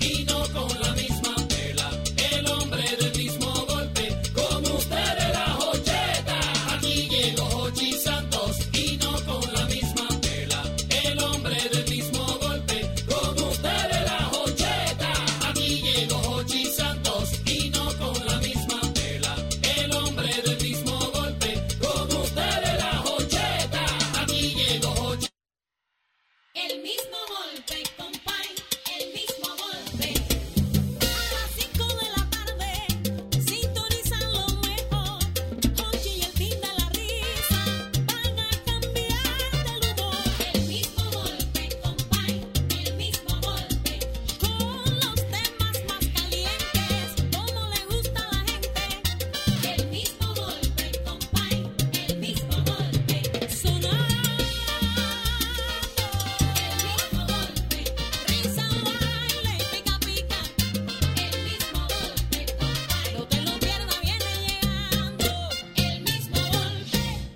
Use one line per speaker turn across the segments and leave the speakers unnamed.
y no con la misma tela. El hombre del mismo golpe, como usted de la joyeta. Aquí llegó Hochi Santos y no con la misma tela. El hombre del mismo golpe, como usted de la joyeta. Aquí llegó Hochi Santos y no con la misma tela. El hombre del mismo golpe, como usted de la joyeta. Aquí llegó Hochi
El mismo golpe, compay, el mismo golpe. A las 5 de la tarde, sintonizan lo mejor. Hochi y el fin de la risa van a cambiar del humor. El mismo golpe, compay, el mismo golpe. Con los temas más calientes, como le gusta a la gente. El mismo golpe, compay, el mismo golpe. Sonar. El mismo golpe, risa, baile y pica pica. El mismo golpe, compay. No te lo pierdas, viene llegando. El mismo golpe.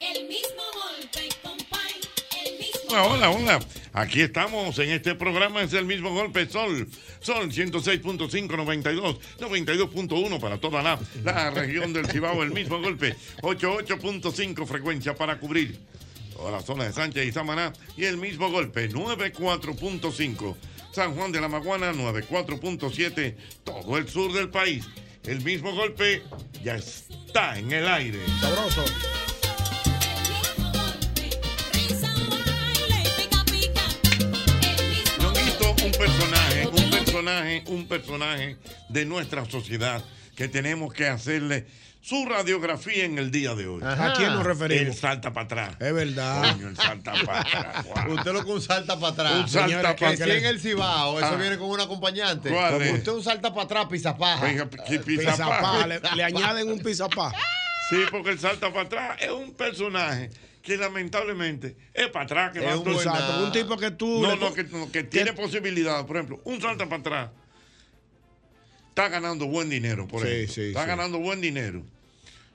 El mismo golpe, compay. El mismo
Hola, hola, hola. Aquí estamos en este programa, es el mismo golpe Sol. Sol 106.5, 92, 92.1 para toda la, la región del Cibao, el mismo golpe. 88.5 frecuencia para cubrir toda la zona de Sánchez y Samaná. Y el mismo golpe, 94.5. San Juan de la Maguana, 94.7. Todo el sur del país. El mismo golpe ya está en el aire. Sabroso. Ñonguito, un personaje, un personaje, un personaje de nuestra sociedad que tenemos que hacerle su radiografía en el día de hoy. Ah.
Ajá. ¿A quién nos referimos?
El salta para atrás.
Es verdad.
Coño, el salta para atrás.
Usted lo que un salta para atrás.
Un salta
Señores,
para
que
atrás.
aquí en el Cibao, eso
Ah.
viene con un acompañante.
¿Cuál es?
Usted un salta para atrás, Eh, pisapaja.
Venga, ¿qué pisapá?
Le, le añaden un pisapá.
Sí, porque el salta para atrás es un personaje que lamentablemente es para atrás. Que
Es
va
un
todo el-
salto, un tipo que tú
No,
le-
no, que, no, que tiene posibilidad. Por ejemplo, un salta para atrás está ganando buen dinero, por
Sí,
ejemplo.
sí,
está
sí.
ganando buen dinero.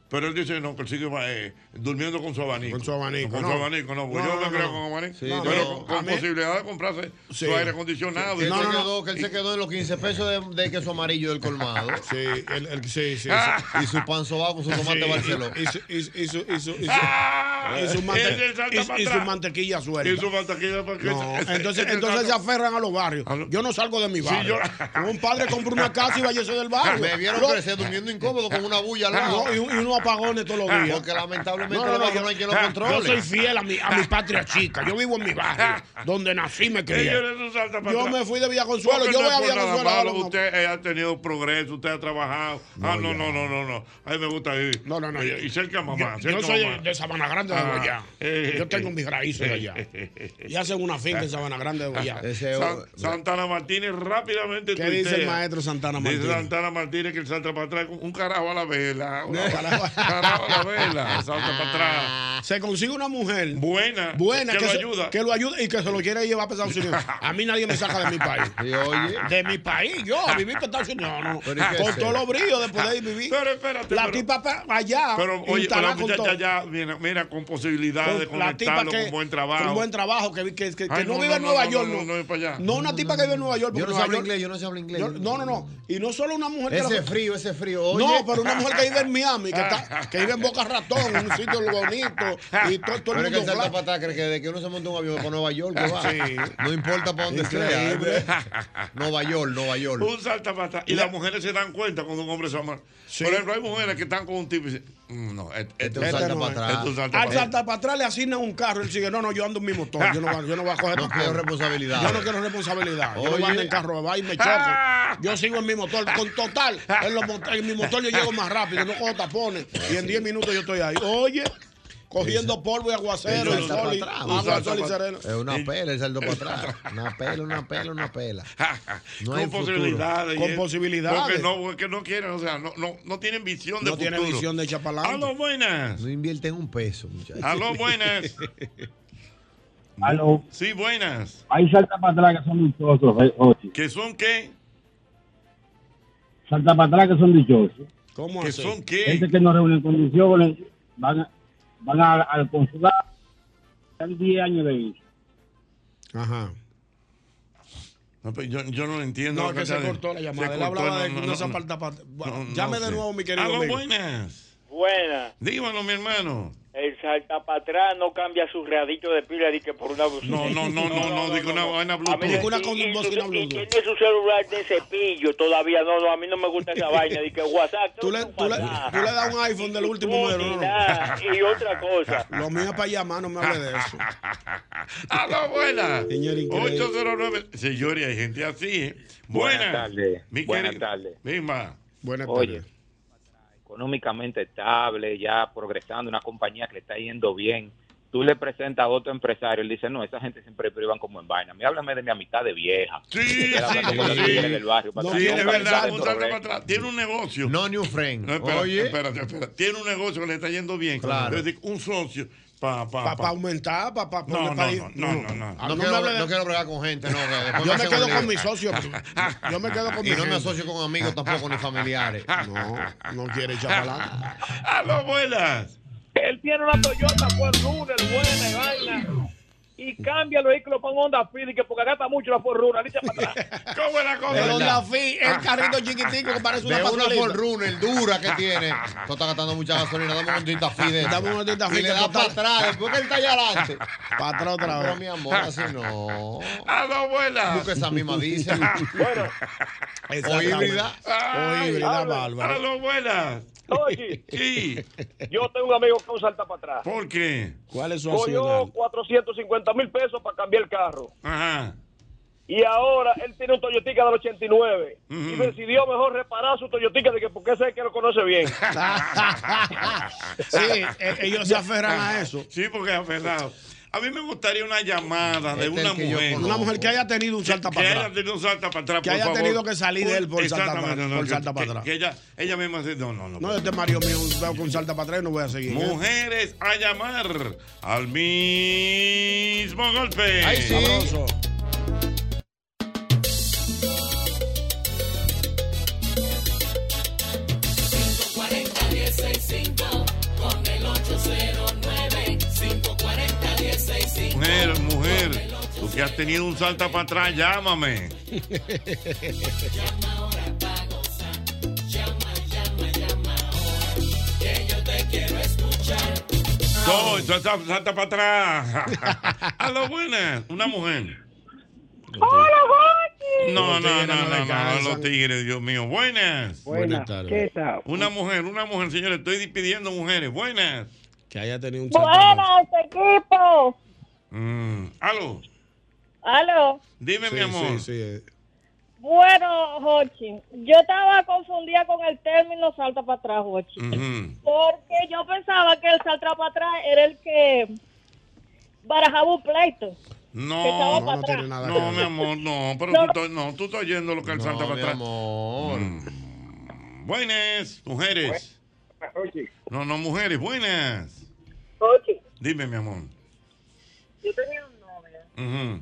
Pero él dice, no, que él sigue eh, durmiendo con su abanico. Con su
abanico,
Con
no.
su abanico, no. Pues
No,
yo
no,
me
no,
creo
no.
con abanico.
Sí,
pero
no,
con, con
a mí-
posibilidad de comprarse
Sí.
su aire acondicionado.
Que él,
y-
se quedó, que él se quedó en los 15 pesos de, de queso amarillo del colmado. Sí, el, sí, sí. Y su pan sobao con su tomate
Sí,
Barcelona.
y- y su- y su- y su- y su- y su-
Ah,
y su mante-
ese salta
y-
para
y su
atrás.
mantequilla suelta.
Y su
mantequilla
No,
ese-
entonces
ese
entonces se
salta-
aferran a los barrios. Yo no salgo de mi
Sí,
barrio. Un padre compró una casa y va yo soy del barrio.
Me vieron crecer durmiendo incómodo con una bulla al lado.
No, y, un- y unos apagones todos los días.
Porque lamentablemente
No, no,
los
no,
barrios
yo-
no hay quien los controle.
Yo soy fiel a mi, a mi patria chica. Yo vivo en mi barrio, donde nací y me crié.
Señores, eso salta para
Yo
atrás.
me fui de Villa Consuelo.
Porque
Yo
no
voy a
es
Villa
por nada
Consuelo
malo,
ahora. no.
Usted eh, ha tenido progreso, usted ha trabajado. ah, no, no, no, no, no. A mí me gusta vivir. No, no, no. Y cerca a mamá. Ah.
Yo, yo soy de Sabana Grande de Guayá.
Eh.
Yo tengo mis raíces de allá. Y hacen una finca en Sabana Grande de Guayá.
San- Santana Martínez rápidamente
¿Qué dice el
tuitea.
maestro Santana
Dice
Martínez?
Santana Martínez que el salta para atrás un carajo a la vela. Un carajo a la vela. el Salta para atrás.
Se consigue una mujer
buena,
buena
que lo
se-
ayuda.
que lo ayude y que se lo quiere llevar para Estados Unidos. A mí nadie me saca de mi país. De mi país, yo a vivir para Estados Unidos. No, no.
Pero ¿y qué
Con
es
todos
eso?
los brillos de poder vivir.
Pero espérate.
La
pero-
tipa pa- allá.
Pero oye, pero la
instalada con todo.
muchacha ya, mira, mira, con posibilidades de
Con la tipa
conectarlo
que,
con buen trabajo.
con buen trabajo, que, que- que- que
Ay,
no,
no,
vive
no,
en
no,
Nueva
no,
York.
no,
No,
no, no es para allá.
No, una tipa que vive en Nueva York.
Yo no
porque
sé hablar
Nueva York-
inglés, yo no sé hablar inglés.
yo- no, no, no. Y no solo una mujer. que
Ese
lo-
frío, ese frío. Oye.
No, pero una mujer que vive en Miami, que está, Zapatá, que vive en Boca Ratón, en un sitio bonito, y todo, todo
Pero
el
es que el
mundo
Salta
flaco.
Patá cree que de que uno se monta en un avión para Nueva York, que va.
Sí.
No importa para dónde
Increíble.
sea. Nueva York, Nueva York.
Un saltapata. Y las mujeres se dan cuenta cuando un hombre se ama. Por ejemplo, hay mujeres que están con un tipo y dicen, "Mm, no, este, este
Este
no
no
es.
es.
Este es un
Al
saltapata.
saltar para atrás le asignan un carro. Él sigue, no, no, yo ando en mi motor. Yo no, voy- yo no voy a coger
No
tu
quiero
carro.
responsabilidad.
Yo no quiero responsabilidad. Yo no voy a andar en
Oye.
carro, va y me choco. Yo sigo en mi motor. Con total, en, los mot- en mi motor yo llego más rápido, no cojo tapones. Y en 10 minutos yo estoy ahí. Oye, cogiendo polvo y aguacero,
El
y
salta
sol, y,
para atrás.
agua,
Un
sol y
salta para-
sereno.
Es una pela el salto para atrás. Una pela, una pela, una pela. No hay futuro.
con posibilidades.
Con
y es-
posibilidades.
Porque no, porque no quieren, o sea, no, no, no tienen visión de
No
futuro.
tienen visión de echar para adelante.
Aló, buenas.
No invierten un peso, muchachos.
Aló, buenas.
Aló.
Sí, buenas.
Ahí salta para atrás que son dichosos, eh, Ochi.
¿Que son qué?
Salta para atrás que son dichosos.
¿Cómo
¿Que son qué?
Gente que no reúne condiciones van, van a- al consulado. Están 10 años de vida.
Ajá.
No, pero yo, yo no lo entiendo.
No,
lo
es que
está
se
de-
cortó la llamada.
se
Él
cortó,
hablaba
no,
de
no,
una
no,
zapata para-
no, no
Llame de
sé.
nuevo, mi querido.
Aló,
amigo.
buenas.
Buena.
Dímelo, mi hermano.
El salta para atrás no cambia su radito de pila ni que por una bocina.
No, no, no, no, no, digo una vaina
A mí
Bluetooth.
no- y- y su- y tiene su celular de cepillo todavía. No, no, a mí no me gusta esa vaina. Dice que WhatsApp.
Tú le, tú, le, tú le das un iPhone del último modelo. no, no.
Y otra cosa.
Lo mío es para llamar, no me hable de eso.
¡A la buena!
Señor increíble.
809. Señores, hay gente así, ¿eh? Buenas.
Buenas tardes.
Mi
Buenas
querido-
tardes.
Misma.
Buenas
Oye, económicamente estable, ya progresando, una compañía que le está yendo bien. Tú le presentas a otro empresario, él dice, no, esa gente siempre privan como en vaina. Mí háblame de mi amistad de vieja.
Sí,
Que era hablando
sí,
con los
sí.
tigres del barrio. para
No,
atrás.
sí, es
Nunca
verdad,
sale
un
de
salto para
progreso.
atrás. Tiene un negocio.
No new friend.
No, espérate,
Oye.
espérate, espérate. Tiene un negocio que le está yendo bien.
Claro.
Es decir, un socio para...
Para aumentar, para... Pa,
No,
poner
no,
pa-
no, no, no, no.
Ah,
No,
me
quiero,
hable de-
no quiero bregar con gente, no. que después
Yo me
hacen
quedo
un lío.
con mis socios. Yo me quedo con
Y
mis
no me
gente.
asocio con amigos tampoco ni familiares.
No, no quiere echar para adelante.
¡A las buenas!
Él tiene una Toyota Ford Runner buena y vaina. Y cambia el vehículo con Honda Fit, que porque gasta mucho la Ford Runner. Dice para atrás.
¿Cómo es la
El
cosa?
Honda Fit, el carrito chiquitico que parece una
De una
patrolita.
por runner dura que tiene. Tú estás gastando mucha gasolina. Dame un tita fide.
Dame una tita
Y
Fide,
le das
total.
para atrás. Después que él está allá adelante.
Para atrás otra
Pero
vez.
mi amor, así no.
¡A las buenas!
Busca esa misma dice.
Bueno,
O
Exactamente.
híbrida.
O
¡Ay!
híbrida,
¡A
bárbaro.
las buenas!
oye,
Sí.
yo tengo un amigo que un salta para atrás.
¿Por qué?
¿Cuál es su
Cogió
accionar?
450 mil pesos para cambiar el carro.
Ajá.
Y ahora él tiene un Toyotica del 89. Y
Ujú.
decidió mejor reparar su Toyotica de que porque ese es el que lo conoce bien.
Sí, eh, ellos se aferran a eso.
Sí, porque es aferrado. A mí me gustaría una llamada
Este
de
es
una
el que yo
mujer.
conozco.
Una mujer que haya tenido un
Que,
salta
que
para atrás.
haya tenido un salta para atrás,
Que
por
haya
favor.
tenido que salir de él por salta para-
Exactamente,
por
que-
salta para
que-
atrás.
que ella, ella misma dice, no, no, no.
No, este Mario mío, veo con salta para atrás y no voy a seguir. ¿eh?
Mujeres a llamar al mismo golpe.
Ahí sí.
Sabroso.
Mujer, mujer, tú que has tenido un salta para atrás, llámame. No, eso es sal- salta para atrás. A lo buena, una mujer. No,
Los tigres no
no, no, no, no,
descansan.
los tigres, Dios mío. Buenas.
Buenas tardes.
tal?
Una mujer, una mujer, señores, estoy pidiendo mujeres. Buenas.
Que haya tenido un salta para atrás.
Buenas, equipo.
Mm, Aló,
Aló.
dime, mi amor.
Sí, sí, eh.
Bueno, Jochi, yo estaba confundida con el término salta para atrás, Jochi.
Ujú.
Porque yo pensaba que el salta para atrás era el que barajaba un pleito. Que
No,
estaba
No,
para
no
atrás.
tiene nada
No,
que
mi
ver.
amor, no, pero Tú, estás, no, tú estás oyendo lo que el
No,
salta para
mi
atrás. Mm.
amor.
Buenas, mujeres. No, no, mujeres, buenas.
Jochi,
Dime, mi amor.
yo tenía un novio.
Ujú.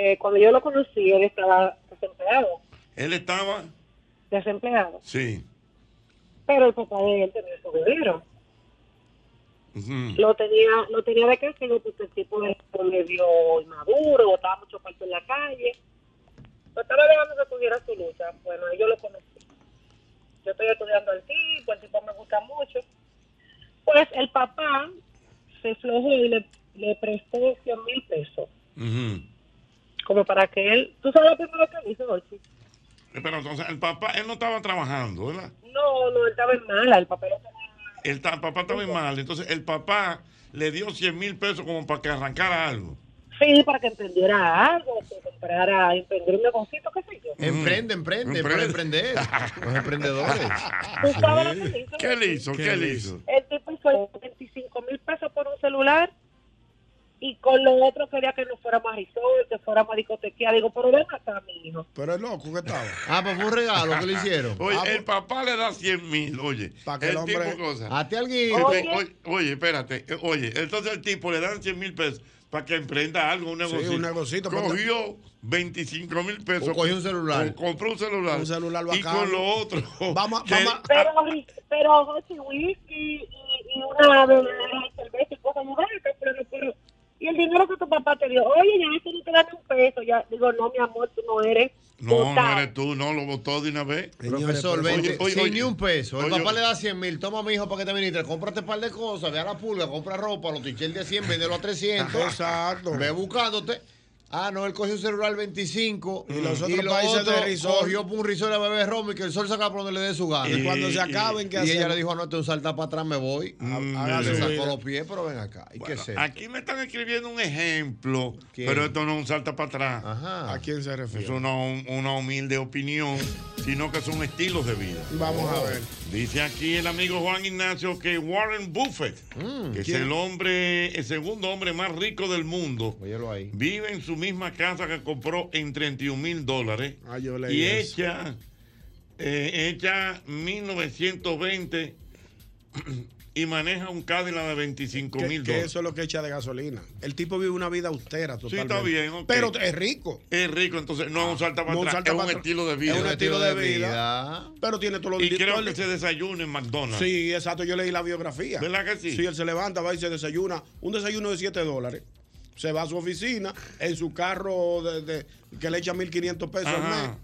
eh, cuando yo lo conocí, él estaba desempleado.
Él estaba,
Desempleado.
sí.
Pero el papá de él tenía su dinero.
Ujú.
lo tenía lo tenía de castigo porque el tipo era medio inmaduro, botaba mucho cuarto en la calle. Lo estaba dejando que tuviera su lucha. Bueno, yo lo conocí.
yo estoy estudiando al tipo, el tipo me gusta mucho. Pues el papá se flojó y le, le prestó 100 mil pesos, como para que él... ¿Tú sabes lo primero que hizo, Ochi?
Eh, Pero entonces el papá, él no estaba trabajando, ¿verdad?
No, no, él estaba en mala, el papá lo
El ta- papá estaba en mal. Entonces el papá le dio 100 mil pesos como para que arrancara algo.
Sí, para que emprendiera algo, que comprara, emprender un negocito, qué sé yo.
Emprende, emprende, para emprender. Los emprendedores.
¿Tú sabes lo que le hizo?
¿Qué le hizo? ¿Qué le hizo?
El tipo hizo 25 mil pesos por un celular y con lo otro quería que nos fuéramos a resort, que fuéramos a discotequear. Digo, pero ven acá, mi hijo.
Pero es loco que estaba.
Ah, pues fue un regalo que le hicieron.
Oye,
Ah,
el papá le da 100 mil, oye.
que el
el
hombre-
tipo cosa.
Hazte alguito.
Oye.
Oye.
oye, oye, espérate. eh, Oye, entonces el tipo le dan 100 mil pesos para que emprenda algo, un
Sí,
negocio.
un negocito,
pues,
ponte-
Cogió 25 mil pesos.
O cogió un celular.
O compró un celular.
Un celular
Y
bacano.
con lo otro. Vamos,
Pero, pero José Whisky y, y una bebedera de cerveza y cosas muy baratas, pero, pero- Y el dinero que tu papá te dio, oye, ya eso no te da ni un peso. Ya, digo, no, mi amor, tú no eres.
No, no
total.
eres tú, no, lo votó de una vez.
Profesor, vente, sin ni un peso. El
oye,
papá le da 100 mil. Toma, mi hijo, para que te viniste. Cómprate un par de cosas. Ve a la pulga, compra ropa, los tichel de 100, véndelo a 300. Exacto. Ve buscándote. Ah, no, él cogió un celular 25.
Y los otros
lo
países
otro
de resort.
Cogió por un risor a beber rom y que el sol saca por donde le dé su gana.
Y cuando se acaben, ¿qué
Y ella
hacemos? Mm,
le dijo, "Ah, no, te un salta para atrás, me voy.
haga
le
su
sacó
vida.
los pies, pero ven acá. ¿Y qué sé?
Aquí me están escribiendo un ejemplo, pero esto no es un salta para atrás.
ah.
¿A quién se refiere?
Es una, una humilde opinión, sino que son estilos de vida.
Vamos a ver.
Dice aquí el amigo Juan Ignacio que Warren Buffett, que
Mm,
es
¿quién?
el hombre, el segundo hombre más rico del mundo,
Óyelo ahí.
vive en su misma casa que compró en 31 mil dólares
Ah, yo leí
y
eso.
echa, eh, echa 1920 y maneja un Cadillac de 25
Que,
mil
que
dólares.
eso es lo que echa de gasolina. El tipo vive una vida austera totalmente.
Sí, está bien, ok.
Pero es rico.
Es rico, entonces no es un salta para
No, un
atrás,
salta
es
para
un
atrás.
estilo de vida.
Es un estilo de vida. Pero tiene todos los
Y creo
todo
que
el-
se desayuna en McDonald's.
Sí, exacto. Yo leí la biografía.
¿Verdad que sí?
Sí, él se levanta, va y se desayuna. Un desayuno de 7 dólares. Se va a su oficina en su carro de, de- que le echa 1.500 pesos al
Ajá.
mes.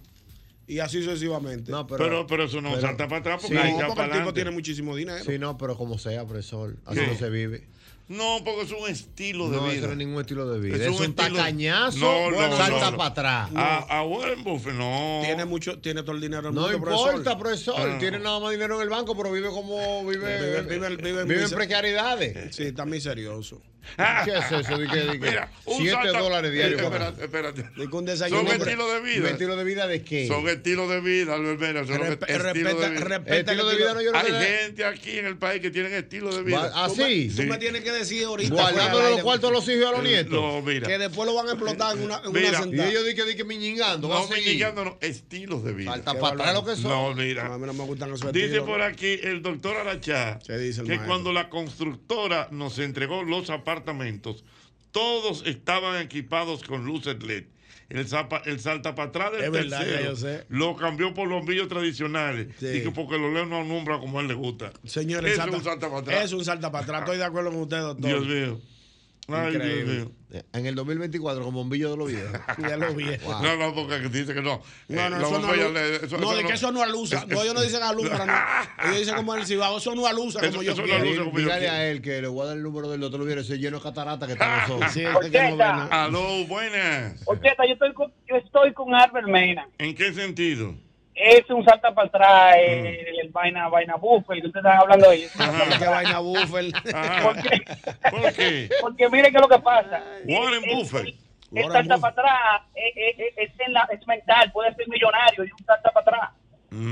Y así sucesivamente. No,
pero- Pero- pero eso no pero- salta para atrás porque ahí ya para
el tipo
adelante.
tiene muchísimo dinero.
Sí, no, pero como sea, profesor. Así
¿Qué?
no se vive.
No, porque es un estilo de
No,
vida.
eso no es ningún estilo de vida. Es, un,
estilo-
tacañazo.
No, no, no,
salta
no.
para atrás.
Ah,
A, a Warren Buffett, no.
Tiene mucho, tiene todo el dinero del
No
mundo,
importa, profesor.
Ah.
Tiene nada más dinero en el banco, pero vive como vive.
Vive, vive, vive,
vive en
miser-
precariedades.
Sí, está miserioso.
Ah.
¿Qué es eso? ¿De qué- de qué?
Mira, un
Siete
salta-
dólares diarios.
Eh,
para-
Espérate, espérate.
De que un desayuno.
Son
hombre,
estilo de vida.
¿Un estilo de vida de qué?
Son estilos de vida, Luis Vera. Son
Respe-
estilo
respeta-
de vida.
respeta el Estilo de vida estilo- no, yo no
Hay
le-
gente aquí en el país que tienen estilo de vida.
Va- ¿ah, sí?
Tú me tienes que decir ahorita. fuera del
Guardándole los
aire,
cuartos a los hijos y a los
Eh,
nietos.
no, mira.
Que después lo van a explotar en una, en una
Mira.
Y
sentada.
ellos dicen que, que miñingando. va a
No,
seguir.
mendigando, no, estilos de vida.
Salta para atrás lo que son.
No, mira.
A mí no me gustan esos
Dice
estilos.
por aquí el doctor Arachá
dice el
que
maestro?
cuando la constructora nos entregó los apartamentos, todos estaban equipados con luces LED. El, zapa- el salta para atrás del
Es verdad, ya
tercero
yo sé.
lo cambió por bombillos tradicionales.
Sí.
Dice porque los LED no alumbra como a él le gusta.
Señores,
Eso
salta-
es un salta para atrás.
Es un salta para atrás. Estoy de acuerdo con usted, doctor.
Dios mío. Ay, Dios
Increíble.
mío.
En el 2024, con bombillo de los viejos.
Ya lo vi.
Wow.
No, no, porque dice que no.
No, no,
Eh,
eso
los
no,
bombillos
alu-
LED, eso-
no,
eso
de que eso no alusa. No, ellos no dicen alumbra, no. Ellos dicen como el cibao, eso no alusa
Eso-
como yo
eso no
quiero.
alusa como yo
Dígale
quiero.
a él que le voy a dar el número del doctor Lubiero, ese lleno de catarata que está nosotros.
Sí, es que no ve nada.
Ah,
Aló, buenas.
Ocheta, yo estoy con, yo estoy con Albert Mena.
¿En qué sentido?
Es un salta para atrás, eh, el, vaina, vaina buffer, que ustedes están hablando ahí.
Qué vaina buffer.
¿Por qué?
Porque mire que lo que pasa.
Warren
El- el-
Buffett.
El,
Warren
salta
Buffett.
para
Ah,
atrás eh, eh, eh, es, en la- es mental, puede ser millonario y un salta para atrás.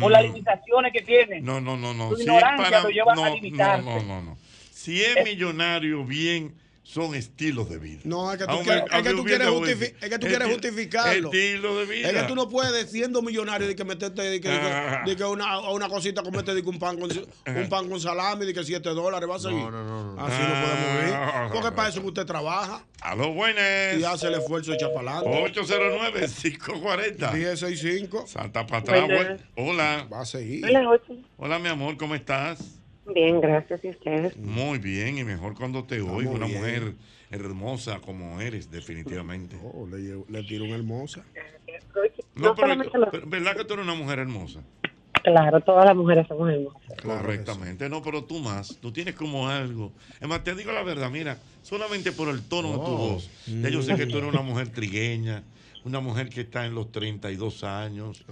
Por las limitaciones que tiene.
Mm. No, no, no, no.
Tu
Si es
ignorancia
para-
lo lleva
no,
a limitarse.
No, no, no, no. Si es millonario, bien, son estilos de vida.
No, es que tú
Aunque-
quieres, es
aunque
que tú
hubiese
quieres,
buen-
justifi- es que tú quieres
esti-
justificarlo.
Estilo de vida.
Es que tú no puedes, siendo millonario, de que meterte de que, de que-
Ah.
de que una, a una cosita comete de que un pan con un pan con salami, de que 7 dólares va a seguir.
no,
Así no podemos vivir. Porque para eso que usted trabaja
Ah. A los buenas.
y hace el esfuerzo de echar para adelante.
809-540.
1065.
Salta para atrás.
Buenas.
güey. Hola.
Va a seguir.
Hola, Ochi.
Hola, mi amor, ¿cómo estás?
Bien, gracias. ¿Y ustedes?
Muy bien, y mejor cuando te oigo. Una
bien.
mujer hermosa como eres, definitivamente.
Oh, le, llevo- le tiro una hermosa.
No, pero,
solamente lo-
pero ¿verdad que tú eres una mujer hermosa?
Claro, todas las mujeres somos hermosas.
Correctamente, no, pero tú más, tú tienes como algo. Es más, te digo la verdad, mira, solamente por el tono de tu
Oh.
voz. Ya yo sé que
Mm.
tú eres una mujer trigueña, una mujer que está en los 32 años,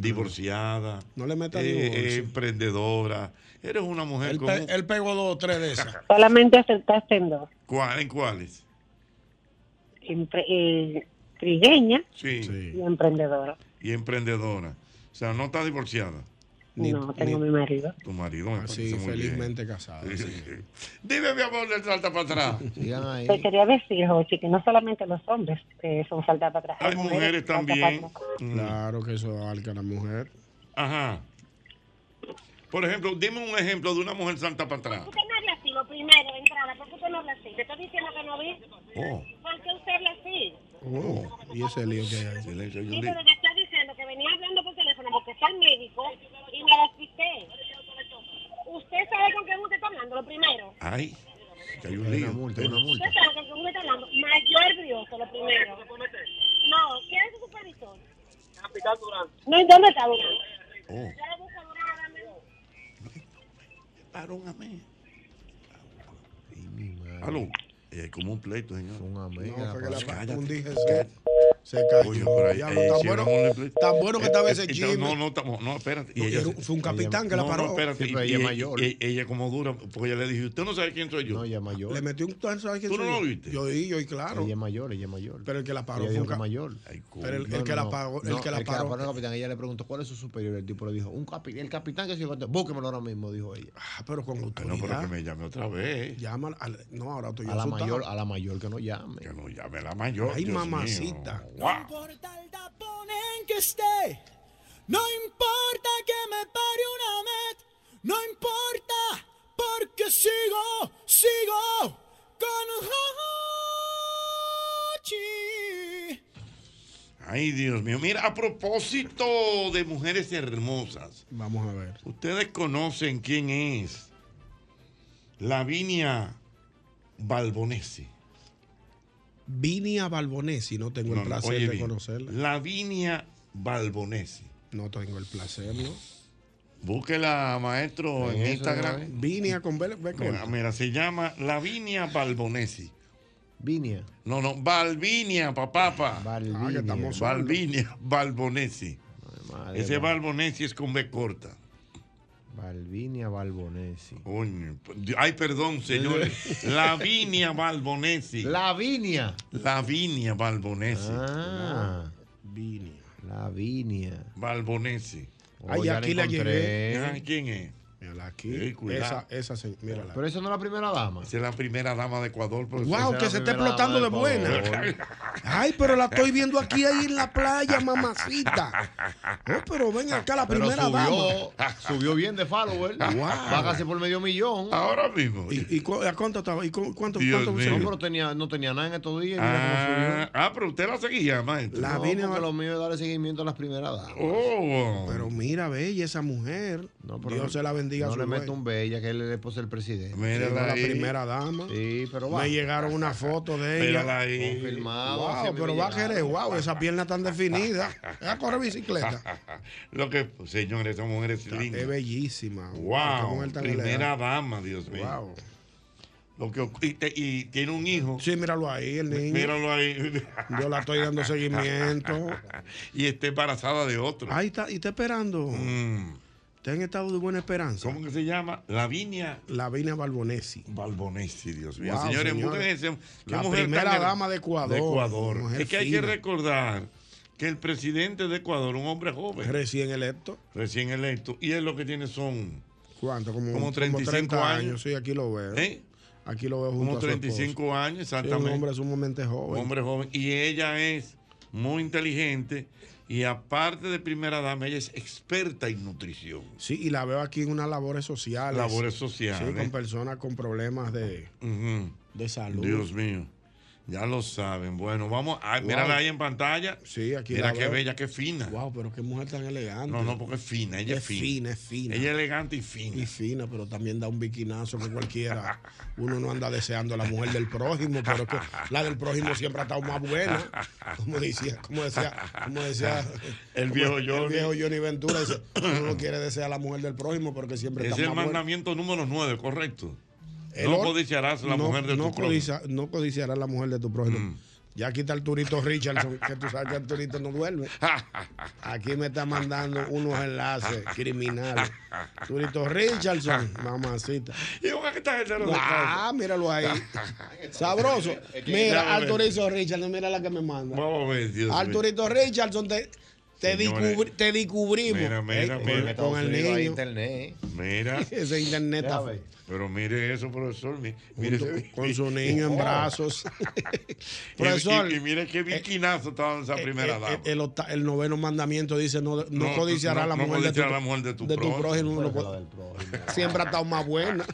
divorciada,
No le metas
eh, eh,
divorcio.
emprendedora. Eres una mujer
Él,
con
pe-
un-
él pegó dos o tres de esas.
Solamente aceptaste en dos.
¿Cuál- ¿En cuáles?
Empre- eh, trigueña
Sí.
y emprendedora.
Y emprendedora. O sea, no estás divorciada.
no, tengo mi marido.
Tu marido. me
Sí,
parece muy bien.
felizmente casado.
Sí, sí. Dime, mi amor, del salta para atrás.
Te
Pues,
quería decir, Jochi, que no solamente los hombres que son falta para atrás.
Hay mujeres Mm. también.
Claro que eso alca a la mujer.
Ajá. Por ejemplo, dime un ejemplo de una mujer salta para atrás.
Usted no habla así, lo primero, de entrada. ¿Por qué usted no habla así? Te estoy diciendo que no vi.
Oh,
¿Por qué usted habla así?
oh. Y ese lío que hay.
Sí, pero le estoy diciendo que venía hablando por teléfono porque está el médico y me despisté. ¿Usted sabe con qué usted está hablando, lo primero?
Ay, que hay un lío. una
¿Usted sabe con qué usted está hablando? Mayor brioso, lo primero. No, ¿quién es su supervisor? Capitán Durán. No, ¿y dónde está Durán?
Oh.
Yo le busco a Durán ahora mismo.
Parón a mí. Aló. Eh, como un pleito, señor. Un amén.
No, fue que la-
ah, pues, cállate.
un dije
cállate.
Se cayó.
Oye, pero ahí-
Ya,
ahí
no, tan
hicieron
bueno-
un pleito.
tan bueno que estaba ese
Eh,
Jimmy.
No, no, estamos- no, espérate. Y
Porque era- fue un capitán que la
No,
paró.
No, espérate.
Sí,
Y,
pero
ella
ella es
mayor.
mayor.
Ella, ella como dura, porque ella le dije, usted no sabe quién soy yo. No,
ella mayor.
Le metió un ¿sabes quién
¿Tú no
soy
lo
yo?
viste?
Yo oí, yo oí, claro.
Ella es mayor, ella es mayor.
Pero el que la paró
Ella
fue
dijo
un
que
ca-
mayor.
Pero el, el que la pagó, el
No,
que la paró.
capitán, ella le preguntó cuál es su superior. El tipo le dijo, un capi- el capitán que se cuánto, búsquemelo ahora mismo, dijo ella.
Ah, pero con
no, pero que
me llame otra vez.
Llámala. al- No, ahora estoy yo
A la
asustado.
mayor, a la mayor que no llame. Que
no llame la mayor.
Ay, Dios mamacita.
No importa el tapón en que esté, no importa que me pare una met, no importa, porque sigo, sigo con Hochi.
Ay, Dios mío. Mira, a propósito de mujeres hermosas.
Vamos a ver.
Ustedes conocen quién es Lavinia Balbonesi.
Vinia Balbonesi, no tengo
No,
el
no,
placer
oye
de
bien.
conocerla.
Lavinia Balbonesi.
No tengo el placer, ¿no?
Búsquela, maestro, en, Instagram.
Vinia con B. B
Mira,
corta.
mira, se llama Lavinia Balbonesi.
Vinia. Ah,
No, no, Balvinia, papá. papá.
Balvinia.
Ah, estamos solos.
Balvinia Balbonesi.
madre,
Ese
Bal-
Balbonesi es con B corta.
Balvinia Balbonesi.
Coño. pues, Ay, perdón, señores. Lavinia Balbonesi.
Lavinia.
Lavinia Balbonesi.
Ah. Lavinia.
Balbonesi.
Ay, Oh, ya aquí la la encontré. llegué.
Ah, ¿Quién es?
Mírala aquí.
Eh,
esa,
cuidado.
esa, se- mírala.
Pero esa no es la primera dama.
Esa es la primera dama de Ecuador. profesor.
Guau,
Esa
que
es
se
la
está
primera
explotando de
dama
buena.
Ecuador.
Ay, pero la estoy viendo aquí ahí en la playa, mamacita. No, pero ven acá la
Pero
primera
subió,
dama.
subió bien de follower. Págase por medio millón.
Ahora mismo.
¿Y, y cu- a cuánto estaba? ¿Y cu- cuánto,
Dios
cuánto
mío.
No,
subió?
pero tenía, no tenía nada en estos días.
Ah, ah, pero usted la seguía, maestro.
La vine porque lo mío es darle seguimiento a las primeras damas.
Oh.
Pues. Pero mira, bella esa mujer. Dios se la bendiga a
No
su
le
rey.
meto un bella, que él es el esposo del presidente.
Mírala
Siendo
ahí. dama.
Sí, pero va.
Me llegaron una foto de
Mírala
ella.
ahí. Confirmado, así
Wow,
me
pero va a
llegaron.
querer, wow, esa pierna tan definida. Ella corre bicicleta.
Lo que, señores, esa mujer es linda.
Es bellísima. Esta
Wow,
mujer tan
primera
elegante.
dama, Dios mío.
Wow.
Lo que, ocu- y, te- y tiene un hijo.
Sí, míralo ahí, el niño.
Míralo ahí.
Yo la estoy dando seguimiento.
y está embarazada de otro.
Ahí está, y está esperando. Está en estado de buena esperanza.
Mm. ¿Cómo que se llama? Lavinia.
Lavinia Balbonesi.
Balbonesi, Dios mío.
Wow,
señores,
señores.
mujeres,
La primera dama de Ecuador.
De Ecuador.
Mujer
Es que hay que
fina.
recordar que el presidente de Ecuador, un hombre joven,
Recién electo.
recién electo, y él lo que tiene son
¿Cuánto? Mm, Como,
Como 35 años.
Sí, aquí lo veo.
¿Eh?
Aquí lo veo junto
como
a su esposo.
35 años,
Sí,
exactamente.
un hombre sumamente
Un
joven.
hombre joven. Y ella es muy inteligente y aparte de primera dama, ella es experta en nutrición.
Sí, y la veo aquí en unas labores sociales.
Labores sociales.
Sí, con personas con problemas de,
Ujú.
de salud.
Dios mío. Ya lo saben. Bueno, vamos a mirarla ahí en pantalla.
Sí, aquí
Mira
la
qué
veo.
bella, qué fina.
Wow, pero qué mujer tan elegante.
No, no, porque es fina, ella es fina.
es fina.
Ella es elegante y fina.
Y fina, pero también da un biquinazo que cualquiera. Uno no anda deseando a la mujer del prójimo, pero es que la del prójimo siempre ha estado más buena. Como decía, como decía, como decía
El
como
viejo
El
Johnny.
viejo Johnny Ventura dice, uno no quiere desear a la mujer del prójimo porque siempre
Ese
está
es el
más buena.
mandamiento número 9, correcto.
El
no
or-
codiciarás a la
no-
mujer de
no
tu prójimo. Mm.
codicia- No codiciarás la mujer de tu prójimo. Ya aquí está Arturito Richardson, que tú sabes que Arturito no duerme. Aquí me está mandando unos enlaces criminales. Arturito Richardson, mamacita.
¿Y por qué esta gente no se
Ah,
casa?
míralo ahí.
ah,
Sabroso. Mira,
Ya, hombre.
Arturito Richardson, mira la que me manda.
Vamos a ver, Dios mío.
Arturito Richardson, te, te,
Señores.
descubri- te descubrimos.
Mira, mira,
Eh,
mira.
Con el niño.
internet. Mira.
Ese internet está feo.
Pero mire eso, profesor. mi- Mire,
Junto
ese-
con su niño en
Oh.
brazos.
Y-
Profesor.
Y, y mire qué biquinazo estaba esa primera
Eh,
dama.
eh, El, octa- el noveno mandamiento dice: No, no,
No,
codiciarás la,
no- no
mujer de tu-
codiciarás la mujer de tu prójimo.
prójimo.
Pero
Uno
la
co- Siempre ha estado más buena.